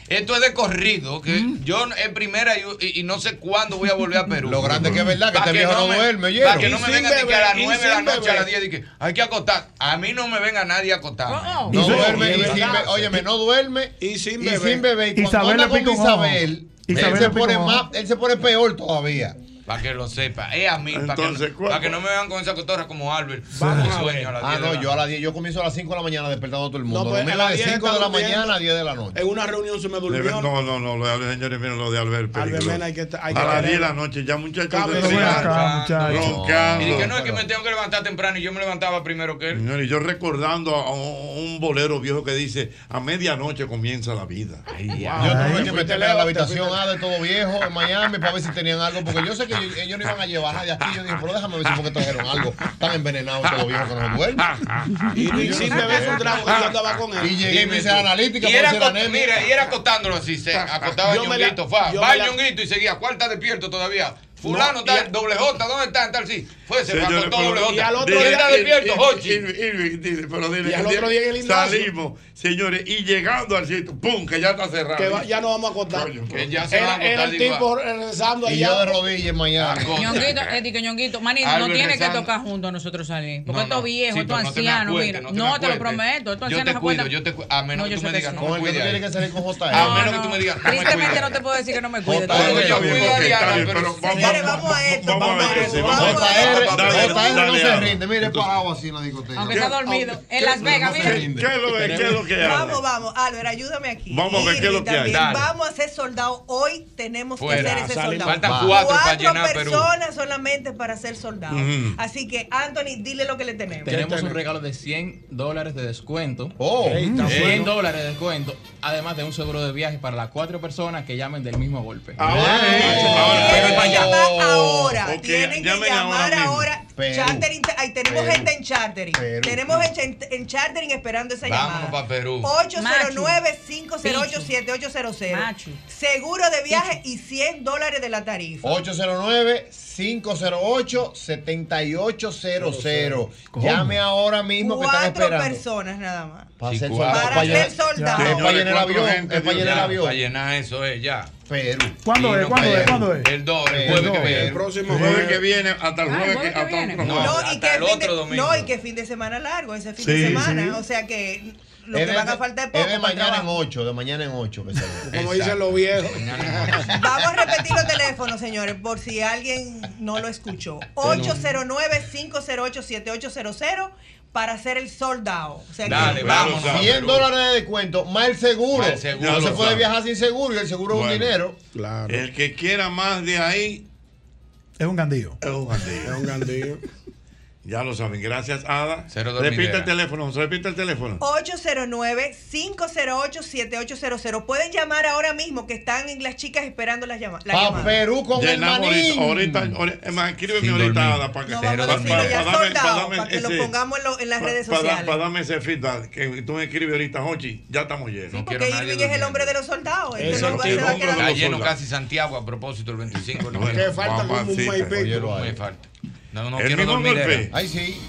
Esto es de corrido. que Yo es primera y, y- y no sé cuándo voy a volver a Perú.
Lo grande que es verdad que
Pa'
este viejo no
me-
duerme,
Para
¿oyeron?
que no
Y
me
sin
vengan de que a las
beber, y
9 de la
sin
noche, a
beber.
las 10 de que hay que acotar. A mí no me venga nadie a acotar.
No duerme, y sin be- óyeme, no duerme y sin beber. Y sin beber. Y cuando
Isabel
anda
le pica
con
un ojo.
Isabel,
Isabel
él
le
se,
pica
pone
un ojo.
más, él se pone peor todavía.
Para que lo sepa. Es a mí. Para que,
Entonces,
no, pa' que no me vean con esa cotorra como Albert.
Vamos
con sueño a las
Ah,
10 de
no,
la
yo a las 10, yo comienzo a las 5 de la mañana despertando a todo el mundo.
pues,
Domingo
a las
de
10
5 de la
está durmiendo.
mañana a 10 de la noche.
En una reunión se me
De ver-
durmió.
No, no, no, lo de Albert, señores, miren lo de Albert.
Albert
peligroso.
Mena hay que- hay que
a las
tener-
10 de la noche, ya muchachos.
Cabe-
de
Pero ven acá,
Roncando.
muchachos.
Roncando.
Y dije, no, es que me tengo que levantar temprano y yo me levantaba primero que él.
Señores, yo recordando a un un bolero viejo que dice, a medianoche comienza la vida.
Yo tuve que meterle a la habitación A de todo viejo en Miami para ver si tenían algo, porque yo sé que ellos- ellos no iban a llevar nada de aquí. Yo dije, pero déjame ver si fue que trajeron algo. Están envenenados todo viejo que no duerme.
Y sin beber fue un trago que yo andaba con él.
Y llegué y me hice analítica.
Y
porque
era,
si era
acot-
anemia.
mira, y era acotándolo así, se acotaba
ah, Yo me la-
ñonguito, fa,
yo
va
me la-
ñonguito y seguía, ¿cuál está despierto todavía? Fulano
No,
está,
y a-
doble J, ¿dónde está? En tal sí. Fue, se fue,
Señores,
acotó
pero-
doble J.
y al otro
¿Quién
día-
está
y-
despierto?
y-
Jochi.
y- y- y- dile, pero dile,
Y al
dile,
otro día en el gimnasio.
Salimos, señores, y llegando al sitio, ¡pum! que ya está cerrado.
Que va- ya no vamos a contar.
que ya
Era, era el tipo regresando allá.
Y yo de rodillas en Miami.
Ah,
Ñonguito, eh, digo, Ñonguito, Mani, no
Albert
tiene que
rezando.
tocar juntos a nosotros salir. Porque
No,
estos
no.
viejos,
Sí, pero
estos
no te me
ancianos,
acuestes,
mira.
no
No,
te
te,
me
lo
acuestes.
prometo. Estos
Yo
ancianos
te
no
cuido, yo
cuentan.
te cuido. A menos
No,
que
yo
tú me
sé que
digas,
sí.
no me
Con el que tú
cuides.
tienes que salir con J.R.
A
No,
menos que
no.
tú me digas, no me
Tristemente
cuides.
no te puedo decir que no me
J.R.
cuido.
Yo te
Yo
cuido,
cuido a
Diana,
Diana,
pero
Señores, vamos a esto.
Vamos a ver que sí, vamos a
JR,
ver. Dale,
JR no
dale,
se
Ana.
rinde. Mire, es parado así en la discoteca.
Aunque está dormido. En Las Vegas, mira.
¿Qué qué es lo que- qué es lo que hace?
Vamos, vamos, Albert, ayúdame aquí.
Vamos a ver qué es lo que hay.
También,
Dale.
Vamos a ser soldados. Hoy tenemos
Fuera.
que ser ese
Sale-
soldado.
faltan cuatro para llenar Perú.
personas solamente para ser soldados.
Ujú.
Así que, Anthony, dile lo que le tenemos.
Tenemos un regalo de 100 dólares de descuento.
Oh,
Ey,
está
100
bueno.
dólares de descuento. Además de un seguro de viaje para las cuatro personas que
Ah,
llamen del mismo golpe.
Ahora, ahora,
Tienen que
ahora.
llamar ahora.
Ok,
Tienen que
llamen
llamar
ahora
ahora
Perú,
chartering. Ahí tenemos
Perú,
gente en chartering.
Perú.
tenemos gente en, en chartering esperando esa
Vámonos
llamada.
para Perú.
809-508-7800. Seguro de viaje y 100 dólares de la tarifa.
809-508-7800. Llame ahora mismo que están
Cuatro
esperando.
personas nada más.
Para ser
cuatro.
soldado.
Para
para
ser
llenar-
soldado.
No, para llenar el
Cuatro
avión.
gente,
Es para
Dios,
llenar el
ya,
avión.
Para llenar eso es ya.
Perú.
¿Cuándo
Sí,
es?
no,
¿Cuándo es?
Perú.
¿Cuándo es?
El 2, el jueves que viene.
El próximo jueves que viene, hasta el jueves
Ah, el
que,
jueves que
hasta
viene.
otro
No,
jueves.
y que fin de- no, y que fin de semana largo, ese fin
Sí,
de semana.
sí.
O sea que lo
Es
que
de-
van a faltar es
Es
poco.
de
para el
mañana en
trabajo.
8, de mañana en 8.
Como dicen los viejos.
Vamos a repetir los teléfonos, señores, por si alguien no lo escuchó. 809-508-7800 para hacer el soldado. O sea que-
Dale, vamos.
100 dólares de descuento, más el seguro.
Más el seguro.
No
Ya
se
lo
puede
sabe.
viajar sin seguro y el seguro es un
Bueno.
dinero.
El que quiera más de ahí
Es un gandillo.
es un gandillo.
es un gandillo.
Ya lo saben. Gracias, Ada.
dormidera.
Repite el teléfono, repite el teléfono.
809-508-7800. Pueden llamar ahora mismo que están las chicas esperando las llama- la llamada.
Llenamos Ahorita, ahorita, ahorita- es más, escríbeme ahorita Ada, para que
No, vamos a decirlo ya soldado, para que lo pongamos en, lo- en las redes
Para,
sociales.
darme ese feedback que tú me escribes ahorita, Jochi, ya estamos llenos. No
Porque Irving es el hombre de los soldados. Este
Eso
no va-
sí,
se va a
hombre,
quedar-
no.
Está lleno
Soldados.
casi Santiago a propósito el 25. ¿no?
Que falta
Vamos,
como un
sí,
mes y pico.
oye, lo- me falta. No, no
El
quiero
mismo
dormir.
golpe.
Ay, sí.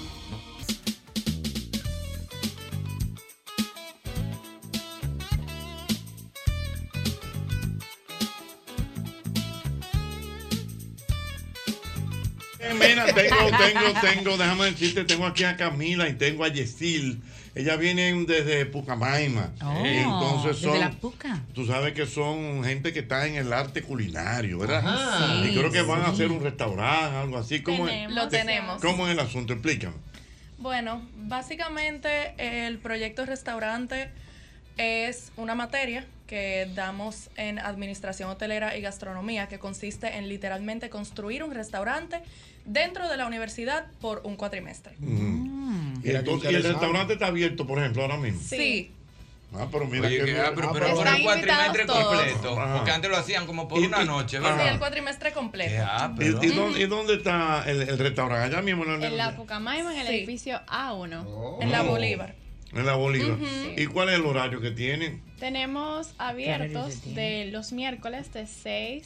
Eh, Mira, tengo, tengo, tengo, déjame decirte, tengo aquí a Camila y tengo a Yesil. Ellas vienen desde Pucamaima.
Oh,
Y entonces
desde
son,
la puca.
tú sabes que son gente que está en el arte culinario, ¿verdad?
Ajá.
y creo que van a
Sí,
hacer
sí.
un restaurante, algo así. ¿Cómo
Tenemos.
es?
Lo tenemos.
¿Cómo es el asunto? Explícame.
Bueno, básicamente el proyecto restaurante es una materia que damos en administración hotelera y gastronomía que consiste en literalmente construir un restaurante dentro de la universidad por un cuatrimestre.
Mm.
Y, entonces, y el restaurante está abierto, por ejemplo, ahora mismo.
Sí,
Ah, pero mira
Oye,
que
que- ah, pero- pero por
Están
el cuatrimestre
invitados todos.
completo.
Ajá.
Porque antes lo hacían como por
Y-
una
y-
noche,
ajá.
sí, el
¿verdad? Ah,
cuatrimestre completo.
¿Y, y dónde, y dónde está el, el restaurante? Allá mismo en la,
En la Pucamaima, en el edificio A1, en la
Oh.
Bolívar.
en la Bolívar.
Ujú.
¿Y cuál es el horario que tienen?
Tenemos abiertos de los miércoles de 6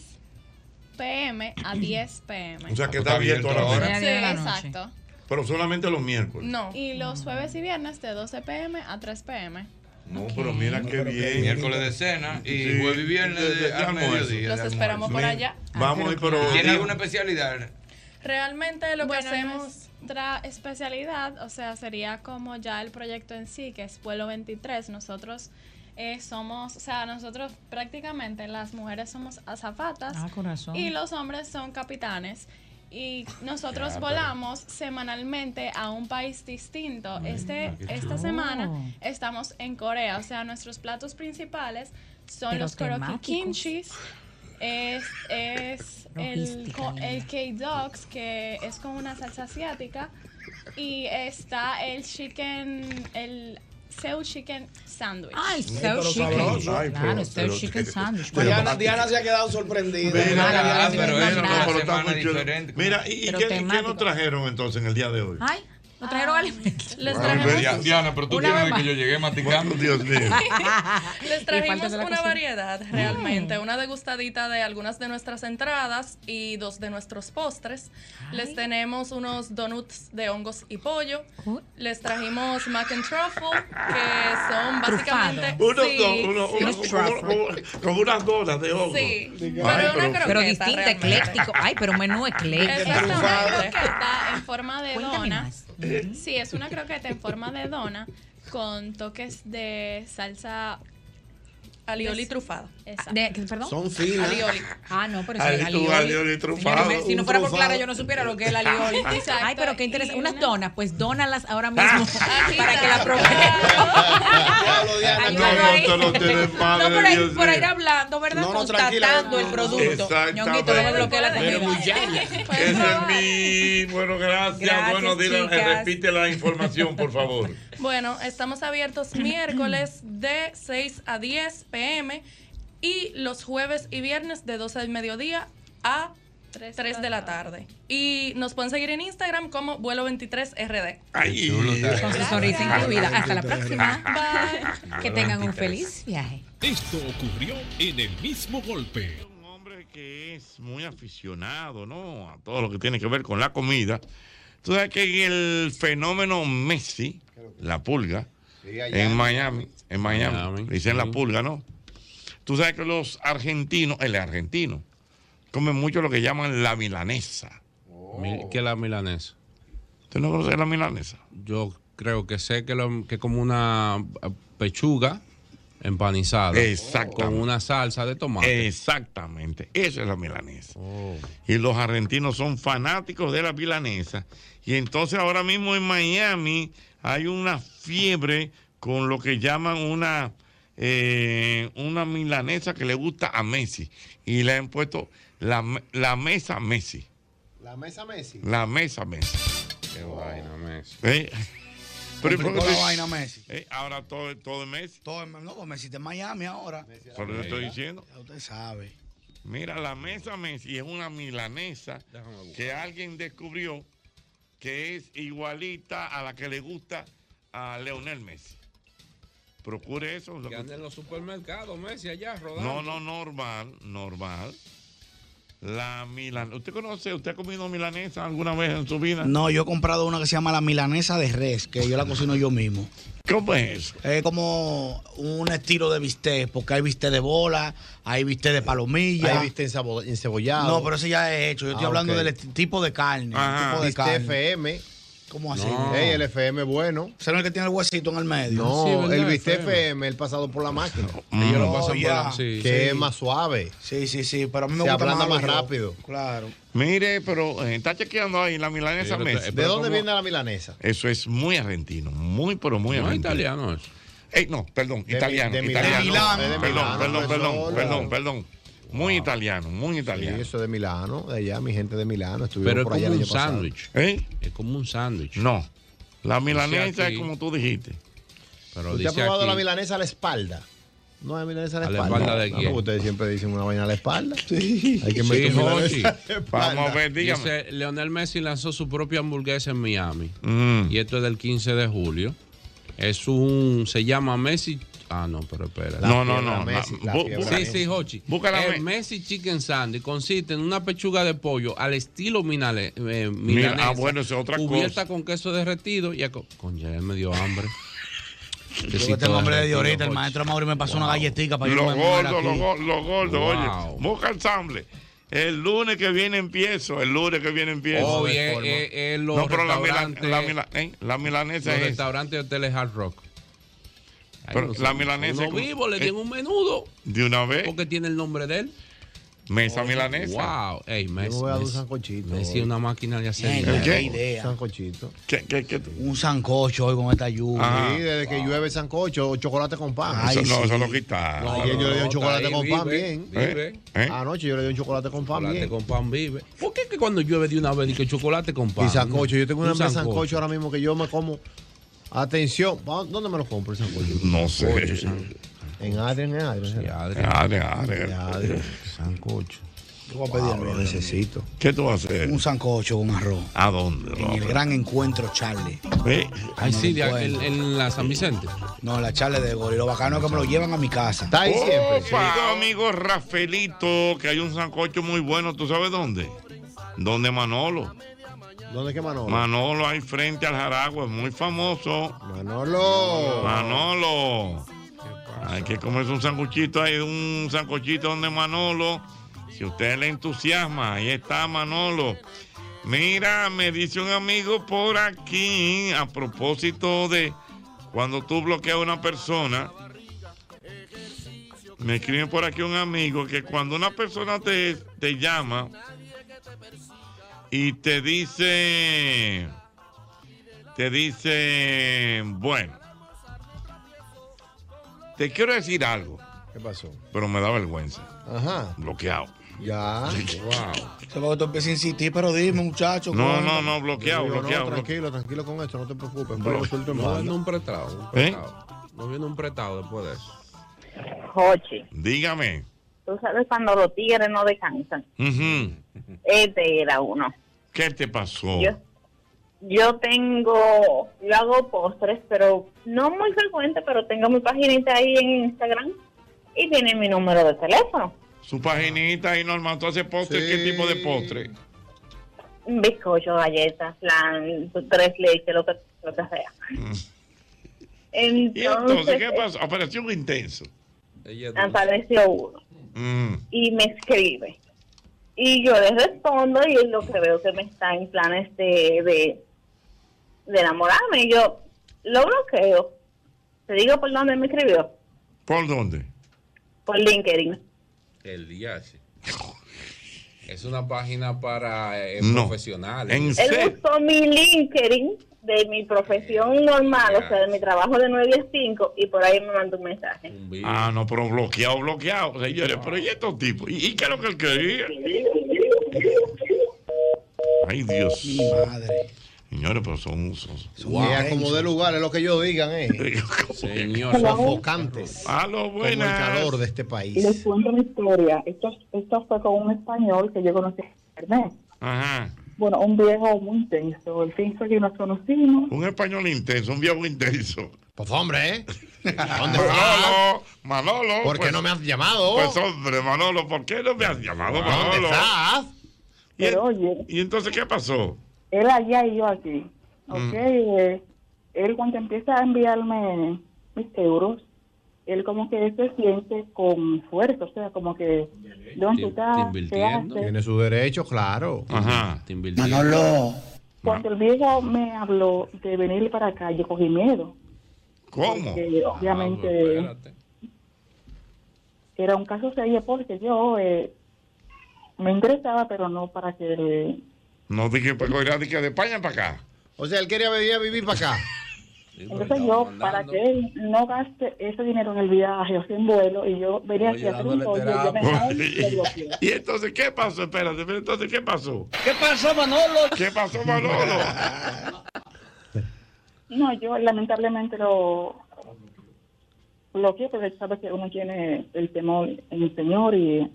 pm a 10 pm.
O sea que está abierto
abierto
ahora.
Sí, exacto.
Pero solamente los miércoles.
No. Y los jueves y viernes de 12 pm a 3 pm.
No, pero mira qué bien.
Miércoles de cena y
Sí,
jueves y viernes
de-
de,
de
al
almuerzo.
mediodía.
Los
de
esperamos por
almuerzo.
allá.
Vamos, y pero.
¿Tiene
digo,
alguna especialidad?
Realmente lo que hacemos otra especialidad, o sea, sería como ya el proyecto en sí, que es Pueblo 23. Nosotros eh, somos, o sea, nosotros prácticamente las mujeres somos azafatas
Ah, con razón.
y los hombres son capitanes. Y nosotros
Ya, pero-
volamos semanalmente a un país distinto. este,
qué
esta
chulo.
semana
Oh.
estamos en Corea, o sea, nuestros platos principales son
Pero
los koroki
temáticos.
kimchis, es, es el,
Logística,
co- el K-Dogs, que es con una salsa asiática. Y está el chicken, el Seoul Chicken Sandwich.
Ay,
Sí,
Seoul
pero
Chicken.
sabroso. Ay,
Claro,
pero-
Seoul
pero-
Chicken Sandwich.
Diana, Diana se ha quedado sorprendida.
Mira, ah, pero
Diana,
eso,
Diana,
pero está
semana
muy chulo.
diferente,
Mira, ¿y, y
Pero
qué, y qué
temático.
nos trajeron entonces en el día de hoy?
Ay, nos trajeron alimentos.
Les
Bueno,
trajimos-
Diana, Diana, pero tú
Una
tienes
vez
que yo llegué maticando. Dios mío.
Les
falta
trajimos
de la
una
cocina. Mm.
variedad realmente, una degustadita de algunas de nuestras entradas y dos de nuestros postres. Les tenemos unos donuts de hongos y pollo. Les trajimos mac and truffle, que son básicamente
Uno,
Sí,
no, uno,
sí.
uno, uno, uno, con unas donas de hongo.
Sí,
Ay,
pero una croqueta
Pero distinto,
realmente.
ecléctico. Ay, pero un menú
Es
ecléctico.
una croqueta en forma de
Cuéntame
dona. Sí, es una croqueta en forma de dona con toques de salsa alioli trufada.
De- ¿Perdón?
Son finas.
Alioli. Ah, no, pero
Ali-
es alioli.
alioli trufado.
Señores, si no fuera por
Trufado.
Clara, yo no supiera lo que es el alioli.
Exacto.
Ay, pero qué interesante. Unas donas, pues dónalas ahora
Ah.
mismo para que
está.
la probemos.
Diana,
Ay,
no,
bueno,
no,
ahí-
esto no tiene madre,
No, por ahí-
Dios
por ahí
mío.
hablando, ¿verdad?
No, no, tranquila.
Constatando el producto. Ñonguito, no me bloquea la
Pero
comida.
Ese es mi. Bueno, gracias.
Gracias,
bueno, dile-
chicas.
repite la información, por favor.
Bueno, estamos abiertos miércoles de 6 a 10 pm y los jueves y viernes de 12 del mediodía a 3, de la tarde. Y nos pueden seguir en Instagram como vuelo23rd.
Ay,
Con su sonrisa incluida. Hasta la próxima.
Bye. Que tengan un feliz viaje.
Esto ocurrió en el mismo golpe.
que es muy aficionado, ¿no? A todo lo que tiene que ver con la comida. Tú sabes que en el fenómeno Messi, la pulga,
Sí, allá.
en Miami, en Miami, dicen la pulga, ¿no? Tú sabes que los argentinos, el argentino, comen mucho lo que llaman la milanesa.
Mil- ¿Qué es la milanesa?
¿Usted no conoce la milanesa?
Yo creo que sé que lo- que es como una eh, pechuga empanizada.
Exactamente.
Con una salsa de tomate.
Exactamente. Esa es la milanesa.
Oh.
Y los argentinos son fanáticos de la milanesa. Y entonces ahora mismo en Miami hay una fiebre con lo que llaman una, eh, una milanesa que le gusta a Messi. Y le han puesto la, me- la mesa Messi.
La mesa Messi.
La mesa Messi.
Qué vaina, Messi.
¿Eh? Pero ¿y por qué
Complicó la
te-
vaina Messi.
Eh, ahora todo, todo es Messi.
Todo es, no, Messi está en Miami ahora.
Por eso estoy diciendo.
Ya usted sabe.
Mira, la mesa Messi es una milanesa que alguien descubrió que es igualita a la que le gusta a Leonel Messi. Procure eso. lo
Que
que-
anda en los supermercados, Messi, allá rodando.
No, no, normal, normal. La milanesa. ¿Usted conoce, usted ha comido milanesa alguna vez en su vida?
No, yo he comprado una que se llama la milanesa de res, que yo la cocino yo mismo.
¿Cómo es eso?
Es como un estilo de bistec, porque hay bistec de bola, hay bistec de palomilla.
Ahí viste encebo- encebollado.
No, pero ese ya es hecho. Yo estoy
Ah,
hablando
ok.
del esti- tipo de carne.
Ajá.
tipo de
Bistec
carne.
FM.
¿Cómo así?
No. Ey, el FM bueno.
¿Será el que tiene el huesito en el medio?
No, el bistec FM, el pasado por la máquina.
Mm.
Ellos lo pasan por la- sí.
Que
Sí.
es más suave.
Sí, sí, sí, pero a mí me
Se
gusta
ablanda más
lo yo.
rápido.
Claro.
Mire, pero eh, está chequeando ahí la milanesa
Sí, pero-
este,
Messi.
¿De dónde viene la milanesa?
Eso es muy argentino, muy pero muy
No,
argentino.
italiano eso.
Eh, no, perdón,
De mi-
italiano.
de Milán.
italiano.
De Milán. Ah, de
Perdón,
Milán,
perdón,
profesor.
perdón, perdón, perdón. Muy italiano, muy
Sí,
italiano.
eso de Milano, de allá, mi gente de Milano. Estuvieron
Pero es
por allá
como
el
un
año pasado.
sándwich.
Es
como un sándwich.
¿Eh? No. La milanesa
Dice aquí-
es como tú dijiste.
Pero
¿Usted ha
dice
probado
aquí-
la milanesa a la espalda? No, hay milanesa a la
¿A la
espalda.
espalda de
No,
quién?
porque ustedes siempre dicen una vaina a la espalda. Sí. Hay que
Sí,
meter
Jochi.
milanesa a la espalda.
Dice, Leonel Messi lanzó su propia hamburguesa en Miami.
Mm.
Y esto es del 15 de julio. Es un. Se llama Messi. Ah, no, pero espera.
La No, no, fiebre no, Messi, la- la bu- fiebre busca-
sí, sí, Hochi.
busca la
El Messi Chicken Sandy consiste en una pechuga de pollo al estilo minale, eh,
Mira,
milanesa.
ah, bueno, eso es otra cosa.
Cubierta con queso derretido y. aco- Coño, ya me dio hambre.
Yo que tengo hambre de ahorita, el maestro Mauri me pasó una galletita para yo
Los
no me muera
gordos, los
aquí.
gordos, los gordos,
Wow.
oye. Busca ensamble. El lunes que viene empiezo, el lunes que viene empiezo.
Obvio, eh, eh, los
no, pero la, mila-
restaurantes-
la mila- eh, la milanesa
Los
es. esa.
restaurantes de hoteles Hard Rock. Ahí
Pero
no
la
son-
milanesa
uno
es como-
vivo le
eh,
tienen un menudo.
De una vez.
Porque tiene el nombre de él.
Mesa milanesa.
Wow. Ey,
Yo
Messi.
voy a dar un
Messi.
sancochito.
Messi es una máquina de hacer.
Ey, qué idea.
Sancochito.
Un sancocho hoy con esta lluvia.
Ah.
Sí, desde que llueve sancocho o chocolate con pan.
Ay, Eso no, sí. eso
no quita.
No,
Ayer
no,
yo le di
no,
un chocolate
está ahí,
con pan
vive,
bien.
vive.
¿Eh? Anoche yo le di un chocolate con pan
Chocolate
bien.
con pan vive. ¿Por qué que cuando llueve de una vez y que chocolate con pan?
Y sancocho. Yo tengo
Un
una mesa de sancocho ahora mismo que yo me como. Atención, ¿pa- ¿dónde me lo compro el sancocho?
No sé.
Sancocho, san- En Adrián, en Adrián. será.
Adrián, Adrián.
En Adrián. Sancocho.
Yo voy a pedir
Wow, lo Ah, necesito.
¿Qué tú vas a hacer?
Un sancocho con arroz.
¿A dónde?
En el gran encuentro, Charlie.
Ay, sí, de
Bueno.
aquel- en la San Vicente.
No, la Charlie de Gori. Lo bacano es que me lo llevan a mi casa.
Está
Querido amigo Rafaelito, que hay un sancocho muy bueno, ¿tú sabes dónde? ¿Dónde Manolo?
¿Dónde es que Manolo?
Manolo ahí frente al Jaragua, es muy famoso.
Manolo.
Manolo. Hay que comerse un sancochito ahí, un sancochito donde Manolo. Si a usted le entusiasma, ahí está Manolo. Mira, me dice un amigo por aquí, a propósito de cuando tú bloqueas a una persona, me escribe por aquí un amigo que cuando una persona te, te llama y te dice, te dice, bueno, te quiero decir algo,
¿Qué pasó?
pero me da vergüenza,
Ajá.
bloqueado.
Ya.
Se va que tú empiezas a insistir, pero dime, muchacho.
No,
cuéntame.
no, no, bloqueado,
Yo digo, no,
bloqueado.
tranquilo, tranquilo con esto, no te preocupes.
Bro.
Pero suelto en
No
banda.
viene un pretado. un
¿Eh?
pretado. No viene un pretado después de eso.
Jochi,
Dígame.
tú sabes cuando los tigres no descansan.
Ujú.
Este era uno.
¿Qué te pasó?
Yo, yo tengo, yo hago postres, pero no muy frecuente, pero tengo mi paginita ahí en Instagram y tiene mi número de teléfono.
Su paginita y Norma, ¿tú haces postres? ¿Qué tipo de postre?
Bizcocho, galletas, flan, tres leches, lo que, lo que sea. Entonces, eh,
¿Y entonces qué pasó? Apareció un intenso.
Apareció uno
Mm.
y me escribe. Y yo le respondo y es lo que veo que me está en planes de, de, de enamorarme. Y yo lo bloqueo. Te digo por dónde me escribió.
¿Por dónde?
Por LinkedIn.
El DH. Es una página para eh, profesionales.
Él buscó mi LinkedIn de mi profesión normal, o sea, de mi trabajo de 9 a 5 y por ahí me mandó un mensaje.
Ah, no, pero bloqueado, bloqueado, señores. Pero ¿y estos tipos? ¿Y, y qué es lo que él quería? Ay, Dios. madre. Señores, pero son... son, son-
Y a como de lugar, es lo que ellos digan, ¿eh?
Señor.
Sofocantes.
A lo
Como el
buenas.
calor de este país.
Y les cuento mi historia. Esto, esto fue con un español que yo conocí en internet.
Ajá.
Bueno, un viejo muy intenso. El fin fue que nos conocimos.
Un español intenso, un viejo intenso.
Pues hombre, ¿eh?
¿Dónde Manolo, Manolo.
¿Por qué no me has llamado?
Pues hombre, Manolo, ¿por qué no me has llamado, Manolo?
estás?
Y, ¿Y entonces qué pasó?
Él allá y yo aquí. ¿Ok?
Mm.
eh, él cuando empieza a enviarme mis euros, él como que se siente con fuerza. O sea, como que... ¿Dónde está? ¿Qué hace?
Tiene su derecho, claro.
Ajá.
Manolo.
Cuando el viejo me habló de venir para acá, yo cogí miedo.
¿Cómo?
Porque obviamente era un caso serio porque yo eh, me ingresaba, pero no para que...
No dije, pues era de que de España para acá.
O sea, él quería venir a vivir para acá.
Entonces yo, para que él no gaste ese dinero en el viaje o sin vuelo, y yo venía aquí a hacer un tollo, yo me
y entonces, ¿qué pasó? Espérate, pero entonces, ¿qué pasó? ¿Qué pasó, Manolo? ¿Qué pasó, Manolo?
No, yo lamentablemente lo bloqueé porque sabes que uno tiene el temor en el Señor y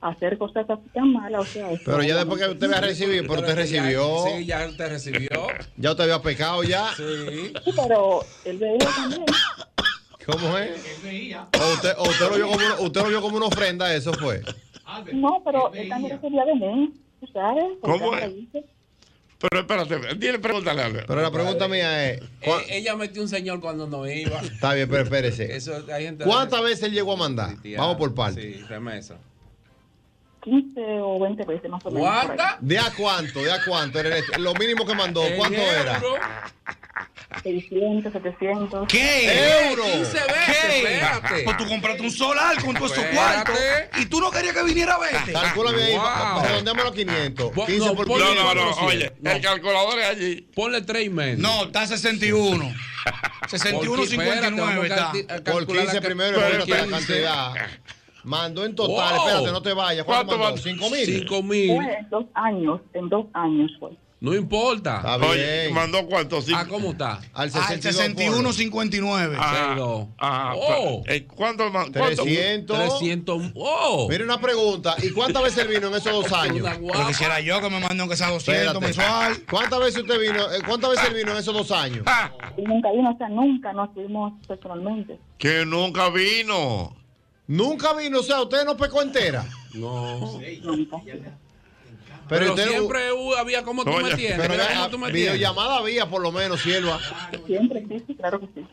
hacer cosas así tan malas. O sea,
Pero ya después que usted me ha recibido, pero usted recibió.
Sí, ya te recibió.
Ya usted había pecado ya.
Sí, pero él veía también.
¿Cómo es? O usted, o usted lo vio como una, usted lo vio como una ofrenda, eso fue.
No, pero él también recibía de mí, ¿tú ¿sabes? Porque
¿Cómo
ahora
es?
dice,
Pero espérate, dile, pregúntale algo.
Pero la pregunta mía es, ¿cuá-
Eh, ella metió un señor cuando no iba.
está bien, pero espérese.
Eso, hay gente
¿Cuántas veces él llegó a mandar? Vamos por partes.
Sí, remesa.
15 o 20 veces más o menos. por ahí.
¿De a cuánto? ¿De a cuánto? Era el- Lo mínimo que mandó, ¿cuánto era?
600, 700.
¿Qué?
¡Euro!
15
¿Qué?
Pues tú compraste un solar con todos esos cuartos y tú no querías que viniera a verte.
Calcúlame ahí,
Wow.
redondeamos los
Ah,
500.
Bo-
15
no,
por
ponle
15.
400. No.
calculador es allí.
Ponle 3 y medio.
No, está 61. 61,
Por qué? Espérate,
59 está.
vamos a calti- a
Por
calcular
15
ca-
primero
por
y por la
15.
cantidad. Mandó en total,
Wow.
espérate, no te vayas. Oh. ¿Cuánto,
¿Cuánto
mandó?
mandó?
5 mil.
Cinco
Fue en dos años, en dos años fue.
No importa.
Oye, bien.
¿mandó cuánto?
¿Ah, cómo está?
Al
61, 59.
Ah, ah,
Oh.
eh, ¿Cuánto más?
300.
300. Oh.
Mira una pregunta. ¿Y cuántas veces él vino en esos dos años?
Yo quisiera yo que me manden que sea 200
Espérate.
mensual. Ah.
¿Cuántas veces usted vino? eh, ¿Cuántas veces él vino en esos dos años?
Y nunca vino, o sea, nunca nos vimos personalmente.
Que nunca vino.
Nunca vino, o sea, usted no pecó entera.
No.
Pero
Pero,
usted-
siempre hubo- había como tú me tienes.
Pero
mira
vea,
cómo tú me tienes.
videollamada había por lo menos, sierva.
Siempre, sí, sí, claro que sí.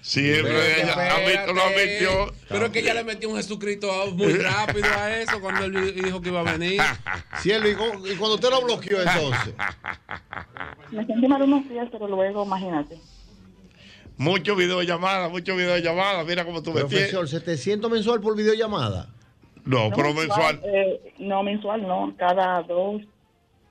Siempre ella
Espérate.
admit- lo admitió.
Eh, Pero es que ella le metió un Jesucristo a- muy rápido a eso cuando él dijo que iba a venir.
Cielo, ¿y cu- y cuando usted lo bloqueó entonces?
Me sentí mal unos días, pero luego, imagínate.
Mucho videollamada, mucho videollamada. Mira cómo tú me tienes.
Profesor, 700 mensual por videollamada.
No, pero mensual.
eh, no, mensual, no. Cada dos,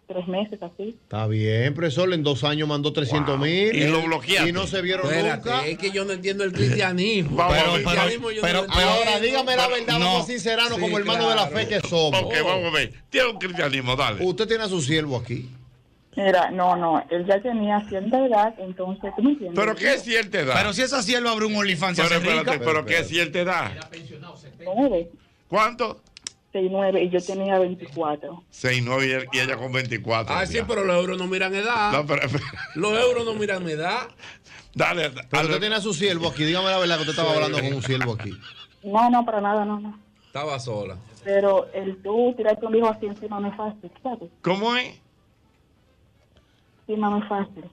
tres meses, así.
Está bien, profesor, en dos años mandó 300 mil.
Y lo
bloqueaste. Y no se vieron
Espérate,
nunca.
es que yo no entiendo el cristianismo.
Vamos a ver.
El cristianismo yo no lo
Ah,
entiendo.
ahora dígame la verdad, vamos a ser sincerano
Sí,
como hermano de la
claro.
fe que somos.
Ok, vamos a ver. Tiene un cristianismo, dale.
Usted tiene a su siervo aquí.
Mira, no, no. Él ya tenía cierta edad, entonces, ¿tú me entiendes?
Pero ¿qué si él te da?
Pero si esa sierva abre un OnlyFans, se
Pero
hace rica.
espérate, pero ¿qué si él te da?
Nueve.
¿Cuánto?
69 y yo tenía 24.
6, 9 y, él- y ella con 24.
Ah, sí, pero los euros no miran edad.
No, pero-
Los euros no miran edad.
Dale,
Pero usted tiene a su siervo aquí. Dígame la verdad que usted estaba
Sí.
hablando con un siervo aquí.
No, no, para nada, no, no.
Estaba sola.
Pero el tú tirarte un hijo así encima no es fácil, ¿sabes?
¿Cómo es?
Encima no es fácil.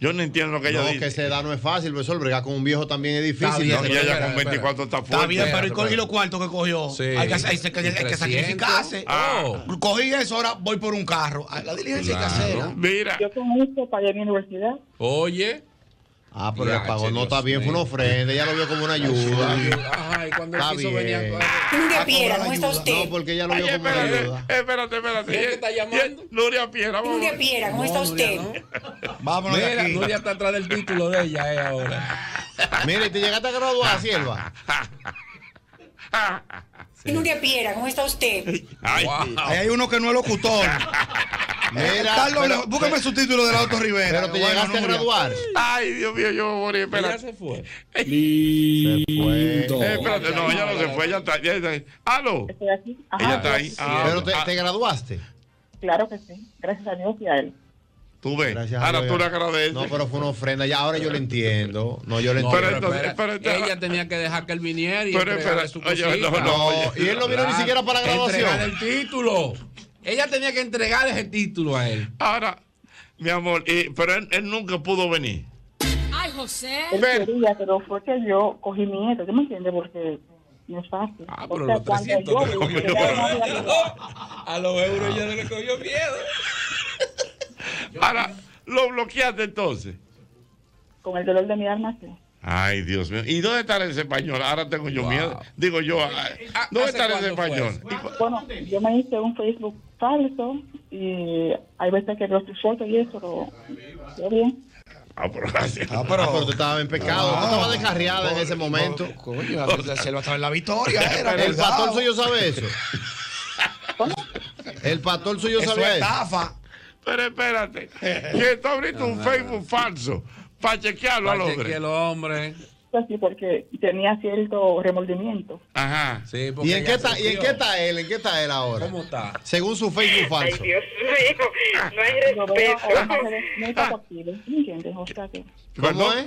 Yo no entiendo lo que ella
no,
dice.
que esa edad no es fácil, profesor. Bregar con un viejo también es
Está
difícil.
bien, No, y ella espera, con espera. 24 está fuerte.
bien,
pero ¿y co-
pero
y los cuartos que cogió?
Sí.
Hay que, hay que- hay que
300.
sacrificarse.
Ah.
Cogí eso, ahora voy por un carro. Ah, La diligencia
Claro.
hay que hacerla.
Mira.
Yo con esto pagué mi universidad.
Oye.
Ah, pero
Ya,
le pagó. No
che, Dios
está bien, fue una
mío.
ofrenda. Ella lo vio como una ayuda.
Ajá, y cuando
Ah,
Está
él quiso venir
bien.
a
A
piedra,
cobrar
¿cómo está
ayuda.
usted?
No, porque ella lo
Ay,
vio como una
espérate.
ayuda.
Espérate, espérate.
¿Quién está llamando?
Nuria Piera, vamos.
Nuria
Piera, ¿cómo está usted?
Vámonos de
Mira,
aquí.
Nuria está atrás del título de ella eh, ahora.
Mire, te llegaste a graduar, sierva.
Nuria Piera, ¿cómo está usted?
Ahí hay uno que no es locutor.
Mira,
Carlos,
pero-
le- búscame su título del Auto Rivera.
Pero te
Bueno,
llegaste a
Nuria.
graduar.
Ay, Dios mío, yo me morí. Espérate.
se fue.
Eh, espérate, no, ella no se fue. Ella está. Ella está ahí. ¡Aló!
Estoy aquí. Ajá,
Ella está ahí. Ah,
Pero te,
ah,
te graduaste.
Claro que sí. Gracias a Dios y a él.
Tú ves.
Gracias a
Ahora
Dios.
tú le agradeces.
No, pero fue una ofrenda. Ya ahora yo lo entiendo. No, yo lo
No,
entiendo.
pero entonces-
ella tenía que dejar que él viniera y
Pero
entregarle
espera,
su
oye,
cosita.
no, no, oye. No, y él no vino ni siquiera para la graduación.
Entregarle el título. Ella tenía que entregar ese título a él.
Ahora, mi amor, eh, pero él, él nunca pudo venir.
Ay, José. quería, pero fue que yo cogí miedo. ¿Tú me entiendes? Porque no es fácil. Ah,
pero los 300 que cogió. A los euros ya no le cogió miedo.
Ahora, lo bloqueaste entonces.
Con el dolor de mi alma, sí.
Ay, Dios mío. ¿Y dónde estará ese español? Ahora tengo yo miedo. Digo yo, ah, ¿dónde
¿hace
estará ese
cuándo fue
español?
Bueno, yo me hice un Facebook falso y hay veces que veo tus fotos y eso, pero yo bien.
Ah, pero gracias.
Ah, pero, tú estabas en pecado.
No.
tú estabas descarriada en ese momento.
Coño, la- la selva estaba en la victoria. era,
el
cuidado.
pastor suyo sabe eso. El pastor suyo
Eso
sabe
es
eso.
estafa.
Pero espérate, que tú abriste un Facebook falso para chequearlo al hombre.
el hombre.
Así pues porque tenía cierto remordimiento.
Ajá.
Sí,
¿Y en, qué está, ¿Y en qué está él? ¿En qué está él ahora?
¿Cómo está?
Según su Facebook falso.
No hay
respeto.
Muy poco activo, ¿me entiendes? O sea que...
¿Cómo es?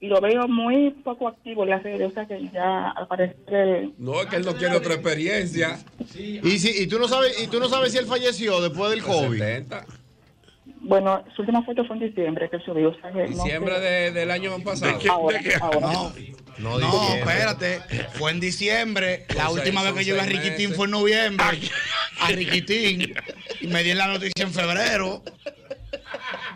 Y lo veo muy poco activo en las redes, o sea que ya al parecer...
No, es que él no quiere otra experiencia.
¿Y, si, y, tú no sabes, y tú no sabes si él falleció después del
Pues
COVID.
Bueno, su última foto fue en diciembre que él subió, o sea que... no
Diciembre
sé.
de- del año pasado.
qué- Ahora, de qué? ahora.
No,
no,
espérate. Fue en diciembre. La
Pues
Son
última vez
seis-
que
son
yo vi a
seis
Riquitín
meses.
fue en noviembre. A Riquitín. Y me di en la noticia en febrero.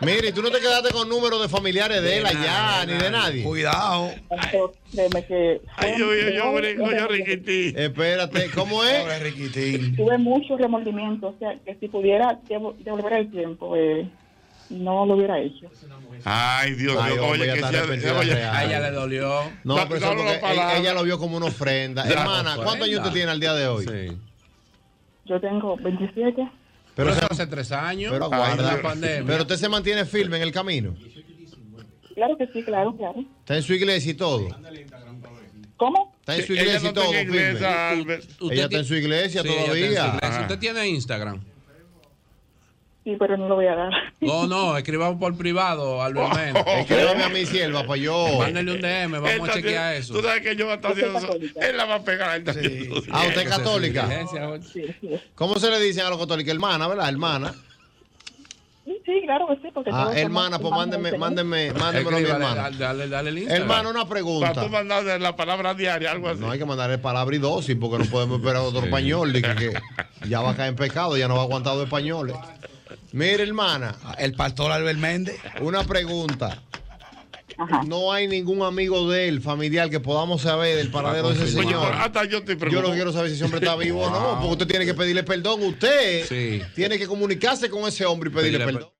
Mire, y tú no te quedaste con números de familiares de, él allá, ni de nadie.
Cuidado.
Entonces, créeme que...
Ay, yo, yo, yo, brinco, yo,
Riquitín.
Espérate, ¿cómo es? Pobre
Riquitín.
Tuve mucho remordimiento, o sea que si pudiera devo- devolver el tiempo, eh, no lo hubiera hecho.
Ay, Dios
Ay,
mío.
hombre,
Oye,
ya
que
está
sea-
arrepentida
oye,
real.
a ella
le dolió.
No,
Da-
pero eso
dale
porque
una
e-
palabra.
ella lo vio como una ofrenda.
Ya,
Hermana,
ofrenda.
¿cuántos años tú tienes al día de hoy?
Yo tengo 27.
Pero eso hace tres años.
Pero
Ay,
aguarda.
la pandemia.
Pero usted se mantiene firme en el camino.
Claro que sí, claro, claro.
Está en su iglesia y todo.
¿Cómo?
Está en su
Ella
iglesia
no
y todo,
tiene iglesia,
firme.
Albert. Usted
Ella está
tiene-
en su iglesia
Sí, ella está en su
todavía.
iglesia.
Ajá.
¿Usted tiene Instagram?
Sí, pero no lo voy a dar.
No, no, escribamos por privado, Albert Mena.
Escríbame a mi sierva para yo.
Mándale un DM, vamos
Esta
a chequear
tiene-
eso.
Tú sabes que yo hasta haciendo eso. Él la va a pegar. él está haciendo eso.
Ah, usted es católica.
Sí, sí.
¿Cómo se le dicen a los católicos? Hermana, ¿verdad? Hermana.
Sí, sí, claro que sí. Porque
Ah,
todos
hermana, pues
somos hermanos del
mándeme,
Señor.
mándeme, mándemelo a mi
Escríbale,
hermana.
Dale, dale, dale el Instagram.
Hermano, una
Para tú
pregunta.
mandarle la palabra diaria, algo así.
No hay que mandarle palabra y dosis porque no podemos esperar otro español. de que, que ya va a caer en pecado, ya no va a aguantar dos españoles. Mire, hermana.
El pastor Albert Méndez.
Una pregunta. No hay ningún amigo de él, familiar, que podamos saber del paradero de ese
Oye,
señor.
pero hasta yo estoy
Yo
preocupado.
lo que quiero saber si ese hombre está vivo o no,
Ah,
Wow.
porque usted tiene que pedirle perdón. Usted
Sí.
tiene que comunicarse con ese hombre y pedirle
Pedirle
perdón.